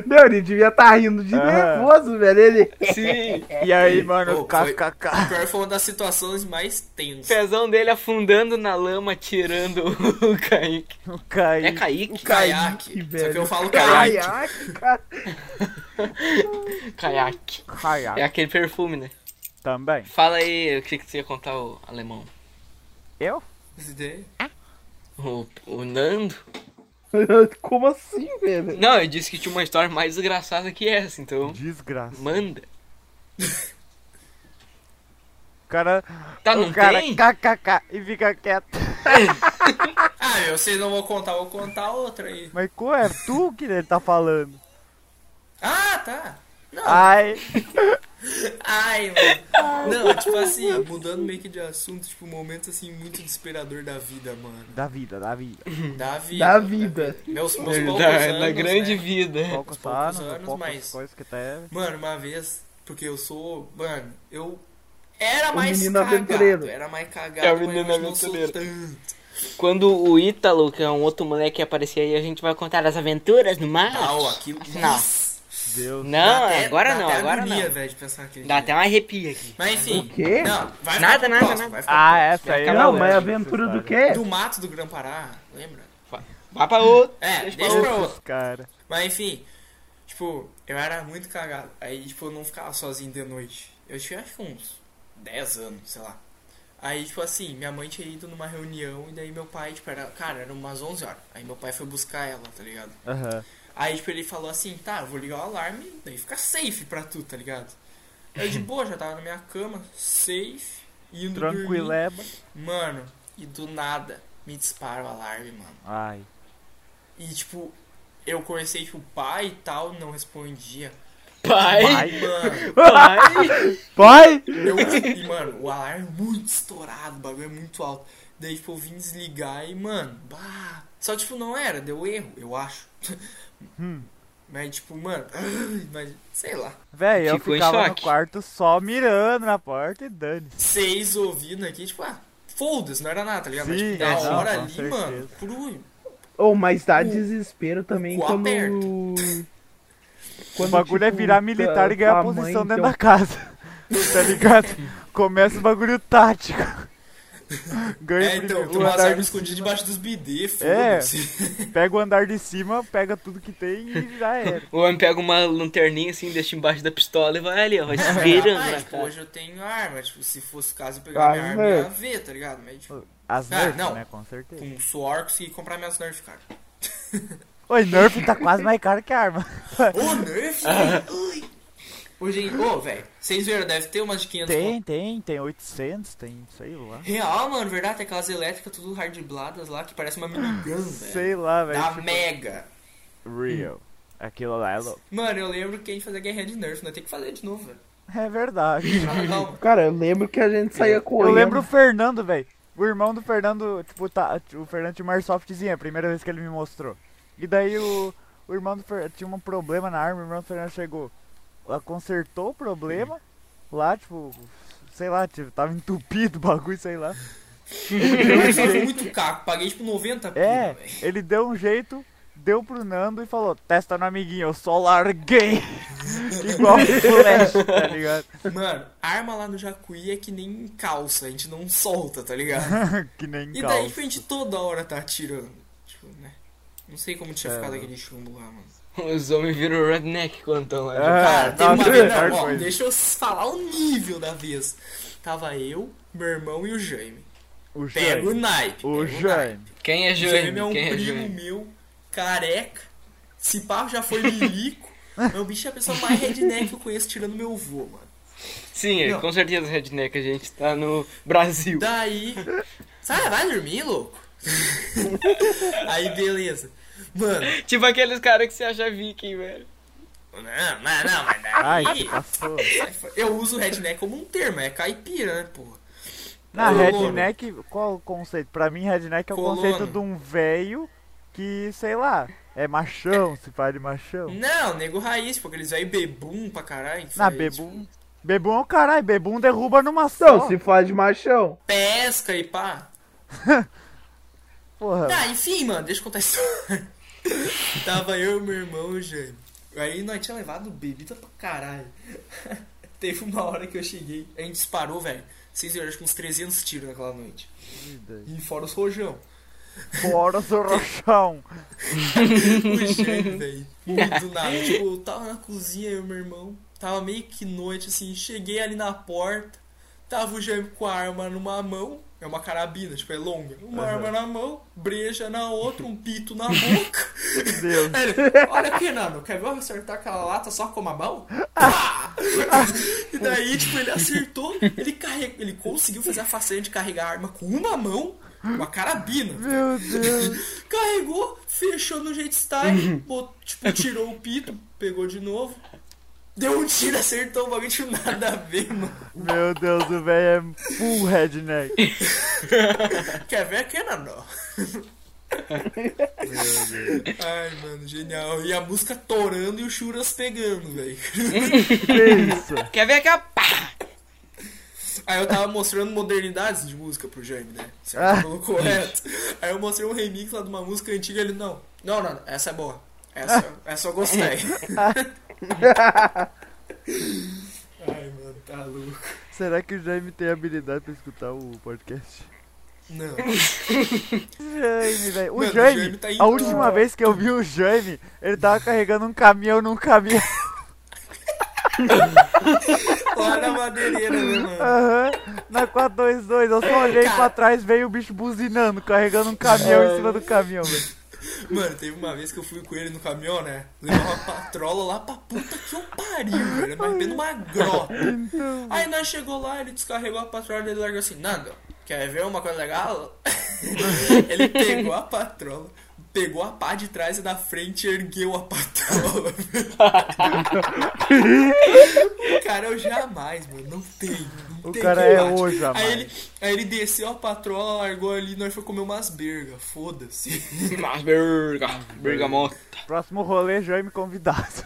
Speaker 4: Não, ele devia estar rindo de
Speaker 3: Aham.
Speaker 4: nervoso, velho. Ele.
Speaker 2: Sim.
Speaker 3: E aí, mano,
Speaker 1: Ô, foi-
Speaker 3: kkk.
Speaker 1: Pior foi uma das situações mais
Speaker 2: O
Speaker 1: tensas.
Speaker 2: pezão dele afundando na lama, tirando o Kaique.
Speaker 3: Eu caí.
Speaker 2: É Kaique?
Speaker 1: Caiaque. Só que
Speaker 4: velho.
Speaker 1: eu falo É caiaque.
Speaker 4: Caiaque, cara.
Speaker 2: Kaique. É
Speaker 3: Caiaque.
Speaker 2: aquele perfume, né?
Speaker 3: Também.
Speaker 2: Fala aí o que, que você ia contar, o alemão.
Speaker 3: Eu?
Speaker 2: O, o Nando?
Speaker 4: Como assim, velho?
Speaker 2: Não, eu disse que tinha uma história mais desgraçada que essa, então
Speaker 3: Desgraça.
Speaker 2: manda.
Speaker 3: O cara...
Speaker 2: Tá, não
Speaker 3: O cara
Speaker 2: tem?
Speaker 3: kkk e fica quieto.
Speaker 1: Ah, eu sei, não vou contar, vou contar outra aí.
Speaker 3: Mas como é tu que ele tá falando?
Speaker 1: Ah, tá. Não,
Speaker 3: Ai,
Speaker 1: Ai, mano. Não, tipo assim, mudando meio que de assunto, tipo, um momento assim muito desesperador da vida, mano.
Speaker 3: da vida, da vida.
Speaker 1: Da vida.
Speaker 4: Da vida.
Speaker 1: Meus, meus poucos
Speaker 2: Da,
Speaker 1: anos,
Speaker 2: da grande
Speaker 1: né?
Speaker 2: vida.
Speaker 3: Poucos anos,
Speaker 1: anos,
Speaker 3: poucas
Speaker 1: mas-
Speaker 3: coisas que até...
Speaker 1: Mano, uma vez, porque eu sou. Mano, eu era
Speaker 4: Um
Speaker 1: mais
Speaker 4: menino
Speaker 1: cagado.
Speaker 4: aventureiro.
Speaker 1: Era mais cagado,
Speaker 2: É, um
Speaker 1: mas
Speaker 2: menino
Speaker 1: hoje não sou
Speaker 2: aventureiro.
Speaker 1: tanto.
Speaker 2: Quando o Ítalo, que é um outro moleque que aparecia aí, a gente vai contar as aventuras no mar.
Speaker 1: Não, Ah, aquilo.
Speaker 2: Não,
Speaker 1: Nossa,
Speaker 3: Deus.
Speaker 2: não
Speaker 1: dá até-
Speaker 2: agora
Speaker 1: dá
Speaker 2: não,
Speaker 1: até
Speaker 2: agora
Speaker 1: agonia,
Speaker 2: não.
Speaker 1: velho, de pensar naquele
Speaker 2: Dá
Speaker 1: dia.
Speaker 2: até um arrepio aqui.
Speaker 1: é Mas enfim.
Speaker 4: O quê?
Speaker 1: Não, vai
Speaker 2: Nada,
Speaker 1: ficar pro
Speaker 2: nada,
Speaker 1: próximo,
Speaker 2: nada.
Speaker 1: vai ficar pro
Speaker 3: Ah, essa aí.
Speaker 2: Vai
Speaker 3: eu
Speaker 4: Não,
Speaker 2: Não,
Speaker 4: mas
Speaker 3: lembro
Speaker 4: aventura
Speaker 3: dessa
Speaker 4: do
Speaker 3: história.
Speaker 4: quê?
Speaker 2: é?
Speaker 1: próximo. Do mato do Gran Pará, lembra?
Speaker 2: Vai pra outro.
Speaker 1: É, deixa,
Speaker 2: pra
Speaker 1: pra outro.
Speaker 3: Cara.
Speaker 1: Mas enfim, tipo, eu era muito cagado. Aí, tipo, eu não ficava sozinho de noite. Eu tinha acho que uns 10 anos, sei lá. Aí, tipo assim, minha mãe tinha ido numa reunião e daí meu pai, tipo, era, cara, era umas 11 horas. Aí meu pai foi buscar ela, tá ligado?
Speaker 3: Aham.
Speaker 1: Aí, tipo, ele falou assim, tá, eu vou ligar o alarme, daí fica safe pra tu, tá ligado? Eu de boa, já tava na minha cama, safe, indo dormir.
Speaker 3: Tranquileba.
Speaker 1: Mano, e do nada me dispara o alarme, mano.
Speaker 3: Ai.
Speaker 1: E, tipo, eu comecei, tipo, pai e tal, não respondia.
Speaker 2: Pai,
Speaker 3: Ai.
Speaker 1: Mano,
Speaker 2: pai.
Speaker 3: Pai!
Speaker 1: eu, e, mano, o alarme é muito estourado, o bagulho é muito alto. Daí, tipo, eu vim desligar e, mano, bah. Só, tipo, não era, deu erro, eu acho.
Speaker 3: Hum.
Speaker 1: Mas, tipo, mano, ai, mas, sei lá.
Speaker 3: Véi, eu
Speaker 2: Ficou em
Speaker 3: ficava no
Speaker 2: choque.
Speaker 3: quarto só mirando na porta e dane
Speaker 1: Seis ouvindo aqui, tipo, ah, foda-se, não era nada, tá ligado? Mas,
Speaker 3: Sim,
Speaker 1: tipo, da
Speaker 2: é, sim,
Speaker 1: hora
Speaker 3: com
Speaker 1: ali,
Speaker 3: certeza.
Speaker 1: mano, pro.
Speaker 4: Ou mas dá
Speaker 1: O-
Speaker 4: desespero também
Speaker 1: o cu
Speaker 4: quando.
Speaker 1: aberto.
Speaker 4: Tipo,
Speaker 3: O bagulho é virar militar e ganhar posição
Speaker 4: um
Speaker 3: dentro da casa. tá ligado? Começa o bagulho tático. Ganha
Speaker 1: É, então,
Speaker 3: primeiro,
Speaker 1: tem
Speaker 3: o
Speaker 1: umas armas
Speaker 3: andar de cima,
Speaker 1: escondidas debaixo dos bidê,
Speaker 3: É.
Speaker 1: foda-se.
Speaker 3: pega o andar de cima, pega tudo que tem e já era.
Speaker 2: O homem pega uma lanterninha assim, deixa embaixo da pistola e vai ali, ó. Vai se virando
Speaker 1: Ah,
Speaker 2: na
Speaker 1: tipo,
Speaker 2: cara.
Speaker 1: hoje eu tenho arma, tipo, se fosse o caso eu pegar minha
Speaker 4: Ah,
Speaker 1: arma, eu ia
Speaker 4: é.
Speaker 1: ver, tá ligado? Mas, tipo,
Speaker 3: As
Speaker 1: Ah,
Speaker 3: Nerf,
Speaker 1: não.
Speaker 3: né? Com certeza.
Speaker 1: com suor consegui comprar minhas Nerf, cara.
Speaker 3: Oi, Nerf tá quase mais caro que arma.
Speaker 1: Ô, Nerf! Ai. Hoje em ô, velho, vocês viram, deve ter umas de 500
Speaker 3: Tem, tem, tem 800, tem, sei lá.
Speaker 1: Real, mano, verdade, tem aquelas elétricas tudo hardbladas lá que parece uma minigun, velho.
Speaker 3: Ah, Sei lá, velho.
Speaker 1: Da
Speaker 3: tipo,
Speaker 1: Mega.
Speaker 3: Real. Aquilo lá é louco.
Speaker 1: Mano, eu lembro que a gente fazia guerrinha de Nerf, nós tem que fazer de novo, velho.
Speaker 3: É verdade.
Speaker 1: Calma, calma.
Speaker 4: Cara, eu lembro que a gente saía
Speaker 3: Eu
Speaker 4: correndo.
Speaker 3: lembro o Fernando, velho. O irmão do Fernando, tipo, tá, o Fernando tinha uma airsoftzinha, a primeira vez que ele me mostrou. E daí o, o irmão do Fernando tinha um problema na arma, o irmão do Fernando chegou, ela consertou o problema, lá, tipo, sei lá, tipo, tava entupido o bagulho, sei lá.
Speaker 1: Eu foi muito caro, paguei tipo 90 pila,
Speaker 3: É,
Speaker 1: velho.
Speaker 3: ele deu um jeito, deu pro Nando e falou, testa no amiguinho, eu só larguei. Igual o Flash, tá ligado?
Speaker 1: Mano, arma lá no Jacuí é que nem calça, a gente não solta, tá ligado?
Speaker 3: que nem
Speaker 1: E daí
Speaker 3: calça.
Speaker 1: tipo, a gente toda hora tá atirando. Tipo, né? Não sei como tinha
Speaker 3: É.
Speaker 1: ficado aquele chumbo lá, mano.
Speaker 2: Os homens viram redneck quando estão lá.
Speaker 3: É.
Speaker 1: Cara, teve
Speaker 3: não,
Speaker 1: uma
Speaker 3: não,
Speaker 1: vez,
Speaker 3: pior
Speaker 1: não, ó,
Speaker 3: coisa.
Speaker 1: deixa eu falar o nível da vez. Tava eu, meu irmão e o Jaime.
Speaker 3: O
Speaker 1: Pega o
Speaker 3: Jaime.
Speaker 1: naipe. pega
Speaker 3: O
Speaker 1: o naipe.
Speaker 3: Jaime.
Speaker 2: Quem é
Speaker 1: O Jaime é um
Speaker 2: Joêmio? Quem é
Speaker 1: primo
Speaker 2: Joêmio?
Speaker 1: meu, careca. Esse papo já foi milico. Meu bicho é a pessoa mais redneck que eu conheço, tirando meu vô, mano.
Speaker 2: Sim, é,
Speaker 1: Não.
Speaker 2: com certeza redneck, a gente tá no Brasil.
Speaker 1: Daí. Sai, vai dormir, louco. Aí, beleza. Mano,
Speaker 2: Tipo aqueles caras que se acha viking, velho.
Speaker 1: não, não, não, é mas
Speaker 3: Ai,
Speaker 1: daí.
Speaker 3: que passou.
Speaker 1: Eu uso redneck como um termo, é caipira, né, porra?
Speaker 3: Na
Speaker 1: Ô,
Speaker 3: redneck, qual o conceito? Pra mim, redneck é o
Speaker 1: Colono.
Speaker 3: conceito de um velho que, sei lá, é machão, se fala de machão.
Speaker 1: Não, nego raiz, porque eles velho bebum pra caralho. que
Speaker 3: Na
Speaker 1: faz,
Speaker 3: bebum.
Speaker 1: tipo,
Speaker 3: Bebum é o caralho, bebum derruba numa
Speaker 4: Então,
Speaker 3: só.
Speaker 4: se falar de machão.
Speaker 1: pesca e pá.
Speaker 3: Porra.
Speaker 1: Tá, enfim, mano, deixa eu contar a história. Tava eu, meu irmão e o Jaime. Aí nós tinha levado bebida pra caralho. Teve uma hora que eu cheguei, a gente disparou, velho. Vocês viram, acho que uns 300 tiros naquela noite. E fora os rojão.
Speaker 3: Fora seu rochão.
Speaker 1: O Jaime, velho, muito do nada. Tipo, eu tava na cozinha, eu e meu irmão. Tava meio que noite, assim. Cheguei ali na porta. Tava o Jaime com a arma numa mão. É uma carabina, tipo, é longa. Uma arma na mão, breja na outra, um pito na boca.
Speaker 3: Meu Deus.
Speaker 1: Aí ele, Olha aqui, Nando, quer ver eu acertar aquela lata só com uma mão? Pá! e daí, tipo, ele acertou, ele, carre... ele conseguiu fazer a façanha de carregar a arma com uma mão, uma carabina.
Speaker 3: Meu Deus.
Speaker 1: Carregou, fechou no jeito style, bot- tipo, tirou o pito, pegou de novo. Deu um tiro, acertou o bagulho, tipo, nada a ver, mano.
Speaker 3: Meu Deus, o velho é full redneck.
Speaker 1: Quer ver aqui, é Nando? Ai, mano, genial. E a música torando e o Churas pegando, velho.
Speaker 3: Que é isso?
Speaker 2: Quer ver que a pá?
Speaker 1: Aí eu tava mostrando modernidades de música pro Jaime, né? Você
Speaker 3: Ah.
Speaker 1: falou correto. Aí eu mostrei um remix lá de uma música antiga ele, não. Não, não, essa é boa. Essa, essa eu gostei. Ai, mano, tá louco.
Speaker 3: Será que o Jaime tem habilidade pra escutar o podcast?
Speaker 1: Não.
Speaker 3: Jaime, velho. O
Speaker 1: Mano, o
Speaker 3: Jaime,
Speaker 1: Jaime tá
Speaker 3: a
Speaker 1: indo-
Speaker 3: última vez que eu vi o Jaime, ele tava carregando um caminhão num caminhão.
Speaker 1: Lá na madeireira, né, mano?
Speaker 3: Aham, é na 422, eu
Speaker 1: É,
Speaker 3: só olhei pra trás, veio o bicho buzinando, carregando um caminhão em cima
Speaker 1: É.
Speaker 3: do caminhão, velho.
Speaker 1: Mano, teve uma vez que eu fui com ele no caminhão, né? Levar uma patrola lá pra puta que eu pariu, velho. Mas dentro de uma grota.
Speaker 3: Então,
Speaker 1: Aí nós chegou lá, ele descarregou a patrola e ele largou assim, Nando, quer ver uma coisa legal? ele pegou a patrola, pegou a pá de trás e da frente ergueu a patrola. cara, eu jamais, mano, não tem. Não
Speaker 3: O
Speaker 1: tem
Speaker 3: cara
Speaker 1: quem
Speaker 3: é
Speaker 1: bate.
Speaker 3: o jamais.
Speaker 1: Aí ele, aí ele desceu a patrola, largou ali e nós foi comer umas bergas. Foda-se.
Speaker 2: Mas Berga, bergamota.
Speaker 3: próximo rolê, Jaime convidado.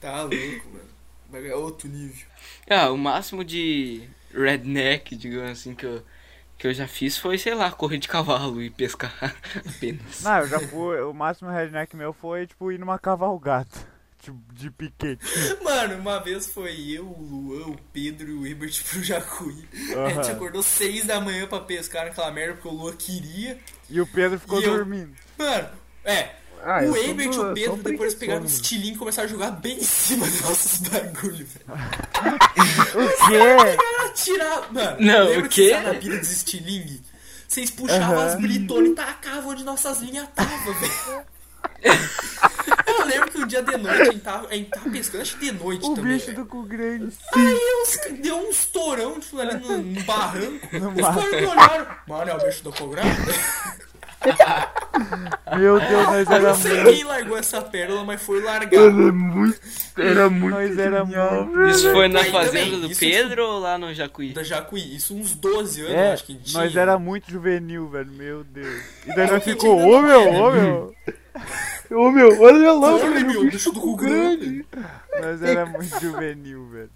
Speaker 1: Tá louco, mano. Mas É outro nível.
Speaker 2: Ah, o máximo de redneck, digamos assim, que eu, que eu já fiz foi, sei lá, correr de cavalo e pescar apenas.
Speaker 3: Não, eu já fui, o máximo redneck meu foi, tipo, ir numa cavalgata, tipo, de piquete.
Speaker 1: Mano, uma vez foi eu, o Luan, o Pedro e o Ebert pro Jacuí. A gente
Speaker 3: Aham.
Speaker 1: acordou seis da manhã pra pescar naquela merda porque o Luan queria.
Speaker 3: E o Pedro ficou
Speaker 1: E eu-
Speaker 3: dormindo.
Speaker 1: Mano, é.
Speaker 4: Ah, eu
Speaker 1: o
Speaker 4: sou
Speaker 1: Ebert e
Speaker 4: do-
Speaker 1: o
Speaker 4: eu
Speaker 1: Pedro
Speaker 4: sou
Speaker 1: depois pegaram
Speaker 4: preguiçoso.
Speaker 1: uns tilinhos e começaram a jogar bem em cima dos nossos bagulhos, velho.
Speaker 3: O quê?
Speaker 1: Pra tirar. Mano,
Speaker 2: Não,
Speaker 1: lembra
Speaker 2: o quê?
Speaker 1: que na pilha dos estilingue? Vocês puxavam
Speaker 3: Aham.
Speaker 1: as britonas e tacavam onde nossas linhas estavam, velho. Eu lembro que um dia de noite a gente tava, a gente tava pescando, acho que de noite
Speaker 3: O
Speaker 1: também.
Speaker 3: bicho
Speaker 1: velho.
Speaker 3: do cu grande.
Speaker 1: Aí uns, deu um estourão tipo, ali no, no barranco.
Speaker 3: No
Speaker 1: Os caras me olharam. Mano, é o bicho do programa?
Speaker 3: Meu Deus, nós
Speaker 1: Eu não
Speaker 3: éramos
Speaker 1: sei quem largou essa pérola, mas foi largado.
Speaker 4: Era é muito. Era muito.
Speaker 3: Nós era
Speaker 4: genial,
Speaker 3: muito-
Speaker 4: velho.
Speaker 2: Isso foi na
Speaker 1: Aí também,
Speaker 2: fazenda do
Speaker 1: isso,
Speaker 2: Pedro ou lá no Jacuí?
Speaker 1: Da Jacuí, isso uns 12 anos,
Speaker 3: É,
Speaker 1: acho que tinha.
Speaker 3: nós era muito juvenil, velho, meu Deus. E daí nós
Speaker 1: Não,
Speaker 3: ficou,
Speaker 1: não,
Speaker 3: ô meu, ô meu.
Speaker 4: Ô meu, olha lá,
Speaker 1: Olha,
Speaker 4: velho,
Speaker 1: meu,
Speaker 4: o
Speaker 1: bicho do cu grande.
Speaker 3: Nós era muito juvenil, velho.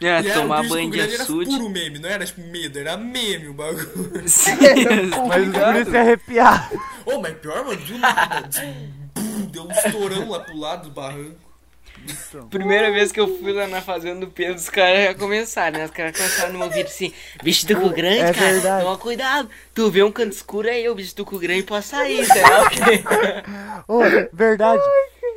Speaker 2: É,
Speaker 1: E era, o
Speaker 2: tomar
Speaker 1: bicho do
Speaker 2: banho de
Speaker 1: grande
Speaker 2: açude.
Speaker 1: Era puro meme, não era tipo medo, era meme o bagulho.
Speaker 2: Sim,
Speaker 3: Mas os
Speaker 2: tá
Speaker 3: guris se
Speaker 2: ligado?
Speaker 3: arrepiaram.
Speaker 1: Ô, mas pior, mano, do nada. bum, Deu um estourão lá pro lado do barranco.
Speaker 2: Primeira vez que eu fui lá na fazenda do Pedro, os caras já começaram, né? Os caras começaram a me ouvir assim, bicho do cu grande,
Speaker 3: É
Speaker 2: cara,
Speaker 3: verdade.
Speaker 2: toma cuidado. Tu vê um canto escuro aí, o bicho do cu grande pode sair, tá será o quê?
Speaker 3: Ô, verdade.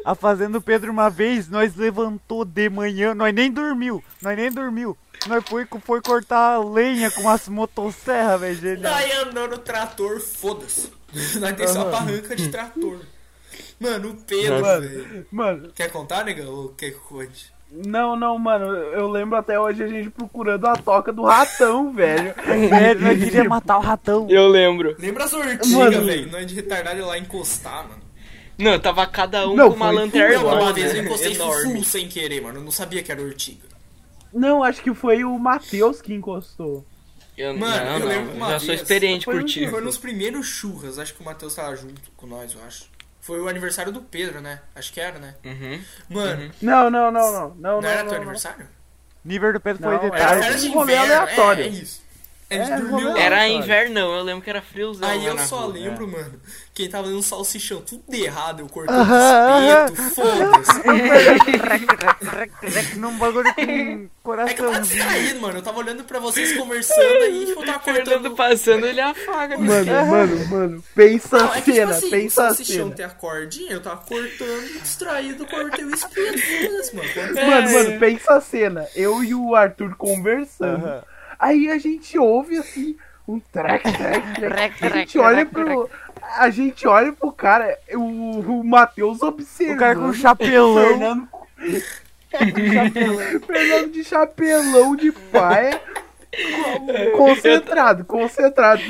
Speaker 3: A Fazenda do Pedro uma vez, nós levantou de manhã, nós nem dormiu, nós nem dormiu. Nós foi, foi cortar lenha com as motosserras, velho, genial.
Speaker 1: Daí andando no trator, foda-se. Nós desceu uma barranca de trator. Mano, o Pedro, velho.
Speaker 4: Mano,
Speaker 1: Quer contar, negão? Ou quer que eu conte?
Speaker 4: não, não, mano. Eu lembro até hoje a gente procurando a toca do ratão, velho.
Speaker 3: Velho, É, nós queríamos matar o ratão.
Speaker 2: Eu lembro.
Speaker 1: Lembra as
Speaker 4: Mano.
Speaker 1: ortigas, velho? Nós é de retardado ir lá encostar, mano.
Speaker 2: Não, tava cada um
Speaker 4: Não,
Speaker 2: com uma
Speaker 4: foi
Speaker 2: lanterna
Speaker 4: tudo,
Speaker 1: Não, uma
Speaker 2: lá,
Speaker 1: vez eu
Speaker 2: né?
Speaker 1: encostei full
Speaker 2: enorme.
Speaker 1: sem querer, mano. Eu não sabia que era ortiga.
Speaker 4: Não, acho que foi o Matheus que encostou.
Speaker 2: Eu,
Speaker 1: Mano,
Speaker 2: não,
Speaker 1: eu
Speaker 2: não,
Speaker 1: lembro uma
Speaker 2: já sou
Speaker 1: vez,
Speaker 2: experiente
Speaker 4: foi um
Speaker 2: por ti.
Speaker 1: Foi nos primeiros churras, acho que o Matheus tava junto com nós, eu acho. Foi o aniversário do Pedro, né? Acho que era, né?
Speaker 2: Uhum.
Speaker 1: Mano,
Speaker 4: Não, não, não, não. Não, não,
Speaker 1: não, era
Speaker 4: não,
Speaker 1: teu
Speaker 4: não.
Speaker 1: aniversário?
Speaker 3: Nível do Pedro
Speaker 4: Não,
Speaker 3: foi de
Speaker 4: era-
Speaker 3: tarde.
Speaker 4: era
Speaker 1: de
Speaker 4: um rolê
Speaker 1: inverno,
Speaker 4: aleatório.
Speaker 1: É, é isso. A
Speaker 4: É,
Speaker 1: gente
Speaker 4: um
Speaker 1: dormiu
Speaker 4: rolê
Speaker 1: lá.
Speaker 2: Era
Speaker 4: cara.
Speaker 2: inverno, eu lembro que era friozão.
Speaker 1: Aí
Speaker 2: lá
Speaker 1: eu
Speaker 2: na
Speaker 1: só
Speaker 2: rua. é.
Speaker 1: lembro, mano, que ele tava dando salsichão tudo errado, eu cortando
Speaker 3: Aham,
Speaker 1: os peitos, foda-se.
Speaker 3: Num É um bagulho com
Speaker 1: É que eu tava
Speaker 3: coraçãozinho.
Speaker 1: distraído, mano, eu tava olhando pra vocês conversando aí, tipo, eu tava
Speaker 2: Fernando
Speaker 1: cortando...
Speaker 2: passando, ele afaga.
Speaker 4: Mano,
Speaker 3: É.
Speaker 4: mano, mano. Pensa
Speaker 1: Não,
Speaker 4: a
Speaker 1: é que tipo
Speaker 4: cena,
Speaker 1: assim, o
Speaker 4: pensa a
Speaker 1: salsichão
Speaker 4: cena.
Speaker 1: tem a cordinha, eu tava cortando, distraído, cortei o espeto, foda-se, mano. Quando-
Speaker 4: Mano,
Speaker 3: É.
Speaker 4: mano, pensa a cena. Eu e o Arthur conversando.
Speaker 3: Aham.
Speaker 4: Aí a gente ouve assim um track, track, track. A gente olha pro. A gente olha pro cara, o, o Matheus observando.
Speaker 3: O cara com chapelão.
Speaker 4: Fernando com- com chapelão. Fernando de chapelão de paia. com- Concentrado, concentrado.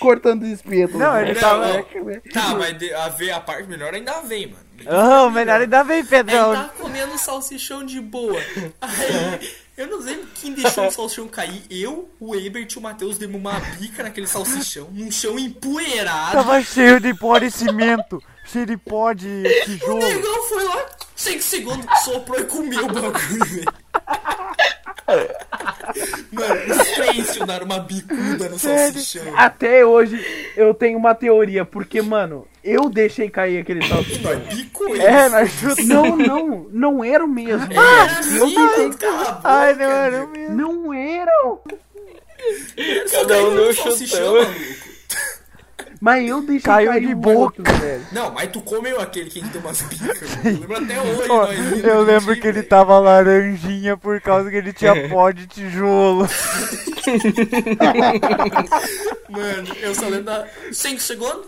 Speaker 4: Cortando É, espeto.
Speaker 3: Não, ele
Speaker 1: tava-
Speaker 4: Caraca,
Speaker 1: Tá, mas de- a, ver, a parte melhor ainda vem, mano.
Speaker 3: Aham, melhor ainda bem,
Speaker 1: Aí tá
Speaker 3: Pedrão.
Speaker 1: comendo salsichão de boa. Aí, eu não lembro quem deixou o salsichão cair. Eu, o Ebert e o Matheus demos uma bica naquele salsichão, num chão empoeirado.
Speaker 3: Tava cheio de pó de cimento, cheio de pó de
Speaker 1: O
Speaker 3: tijolo.
Speaker 1: negão foi lá, 5 segundos, soprou e comeu o bagulho, velho. Mano, os três tiraram uma bicuda no
Speaker 3: Sério?
Speaker 1: salsichão.
Speaker 4: Ah, Até hoje eu tenho uma teoria, porque, mano, eu deixei cair aquele salsichão.
Speaker 1: Nós bico ele.
Speaker 3: É, nós chutamos.
Speaker 4: Não, não, não era o mesmo.
Speaker 1: Era
Speaker 4: eu
Speaker 1: assim,
Speaker 4: tentei.
Speaker 1: cala a boca,
Speaker 3: Ai, não era o
Speaker 1: nego.
Speaker 3: mesmo.
Speaker 4: Não eram!
Speaker 1: Só
Speaker 2: Cada um
Speaker 1: caiu no
Speaker 2: deu
Speaker 1: salsichão,
Speaker 2: chutão.
Speaker 1: maluco.
Speaker 4: Mas eu deixei
Speaker 3: Caiu
Speaker 4: cair
Speaker 3: de
Speaker 4: o
Speaker 3: boca.
Speaker 4: outro, velho.
Speaker 1: Não, mas tu comeu aquele que a gente deu umas picas, mano. Eu lembro até hoje.
Speaker 3: Ó,
Speaker 1: nós indo
Speaker 3: eu
Speaker 1: no
Speaker 3: lembro
Speaker 1: dia,
Speaker 3: que ele tá-
Speaker 1: velho.
Speaker 3: tava laranjinha por causa que ele tinha pó de tijolo.
Speaker 1: Mano, eu só lembro da. 5 segundos?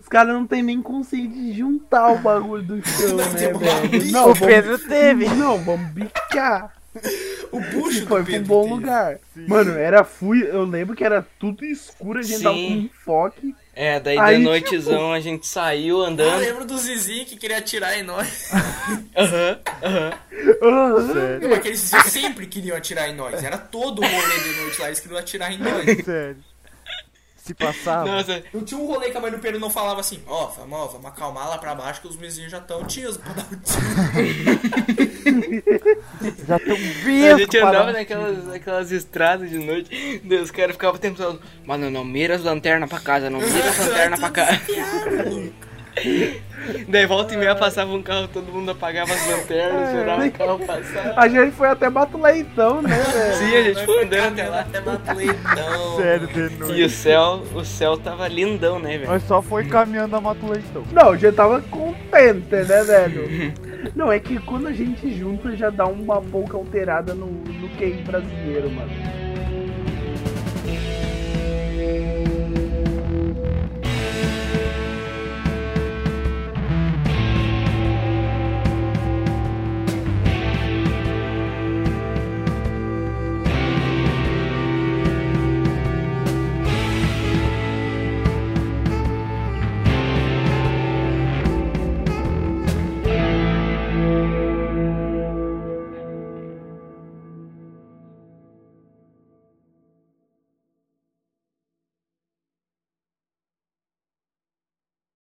Speaker 4: Os caras não tem nem consciência de juntar o bagulho do chão, né,
Speaker 1: Temos uma
Speaker 4: velho?
Speaker 1: bica.
Speaker 4: Não,
Speaker 3: o Pedro teve.
Speaker 4: Não, vamos bicar.
Speaker 1: O
Speaker 4: E
Speaker 1: bucho do
Speaker 4: foi pra um
Speaker 1: Pedro
Speaker 4: bom
Speaker 1: teve.
Speaker 4: lugar. Mano, era fui. Eu lembro que era tudo escuro, a gente tava com um
Speaker 2: Sim.
Speaker 4: enfoque.
Speaker 2: É, daí
Speaker 4: Aí,
Speaker 2: de noitezão a gente saiu
Speaker 1: Ah, Eu
Speaker 2: andando.
Speaker 1: lembro do Zizi que queria atirar em nós.
Speaker 2: Aham, aham.
Speaker 4: Aham.
Speaker 1: Não, mas aqueles Zizi sempre queriam atirar em nós. Era todo o rolê de noite lá, eles queriam atirar em nós.
Speaker 3: Sério. Se passava.
Speaker 2: Nossa,
Speaker 1: Não tinha um rolê que a mãe do Pedro não falava assim: Ó, vamos, ó, vamos acalmar lá pra baixo que os mesinhos já estão tios pra dar um tiro.
Speaker 3: Já tão
Speaker 2: a
Speaker 3: vindo
Speaker 2: gente andava
Speaker 3: para...
Speaker 2: naquelas, naquelas estradas de noite, daí os caras ficavam o tempo todo, mano, não mira as lanternas pra casa, não mira as lanternas pra casa. daí volta e meia passava um carro, todo mundo apagava as
Speaker 1: É.
Speaker 2: lanternas, jurava o carro passar.
Speaker 4: A gente foi até Bato Leitão, né, velho?
Speaker 2: Sim, a gente
Speaker 1: Nós
Speaker 2: foi
Speaker 1: ficava
Speaker 2: andando até lá.
Speaker 1: Até Mato Leitão.
Speaker 3: Sério, de noite.
Speaker 2: E o céu, o céu tava lindão, né, velho?
Speaker 3: Nós só foi caminhando a Mato Leitão.
Speaker 4: Não, a gente tava contente, né, velho? Não, é que quando a gente junta já dá uma pouca alterada no, no QI brasileiro, mano.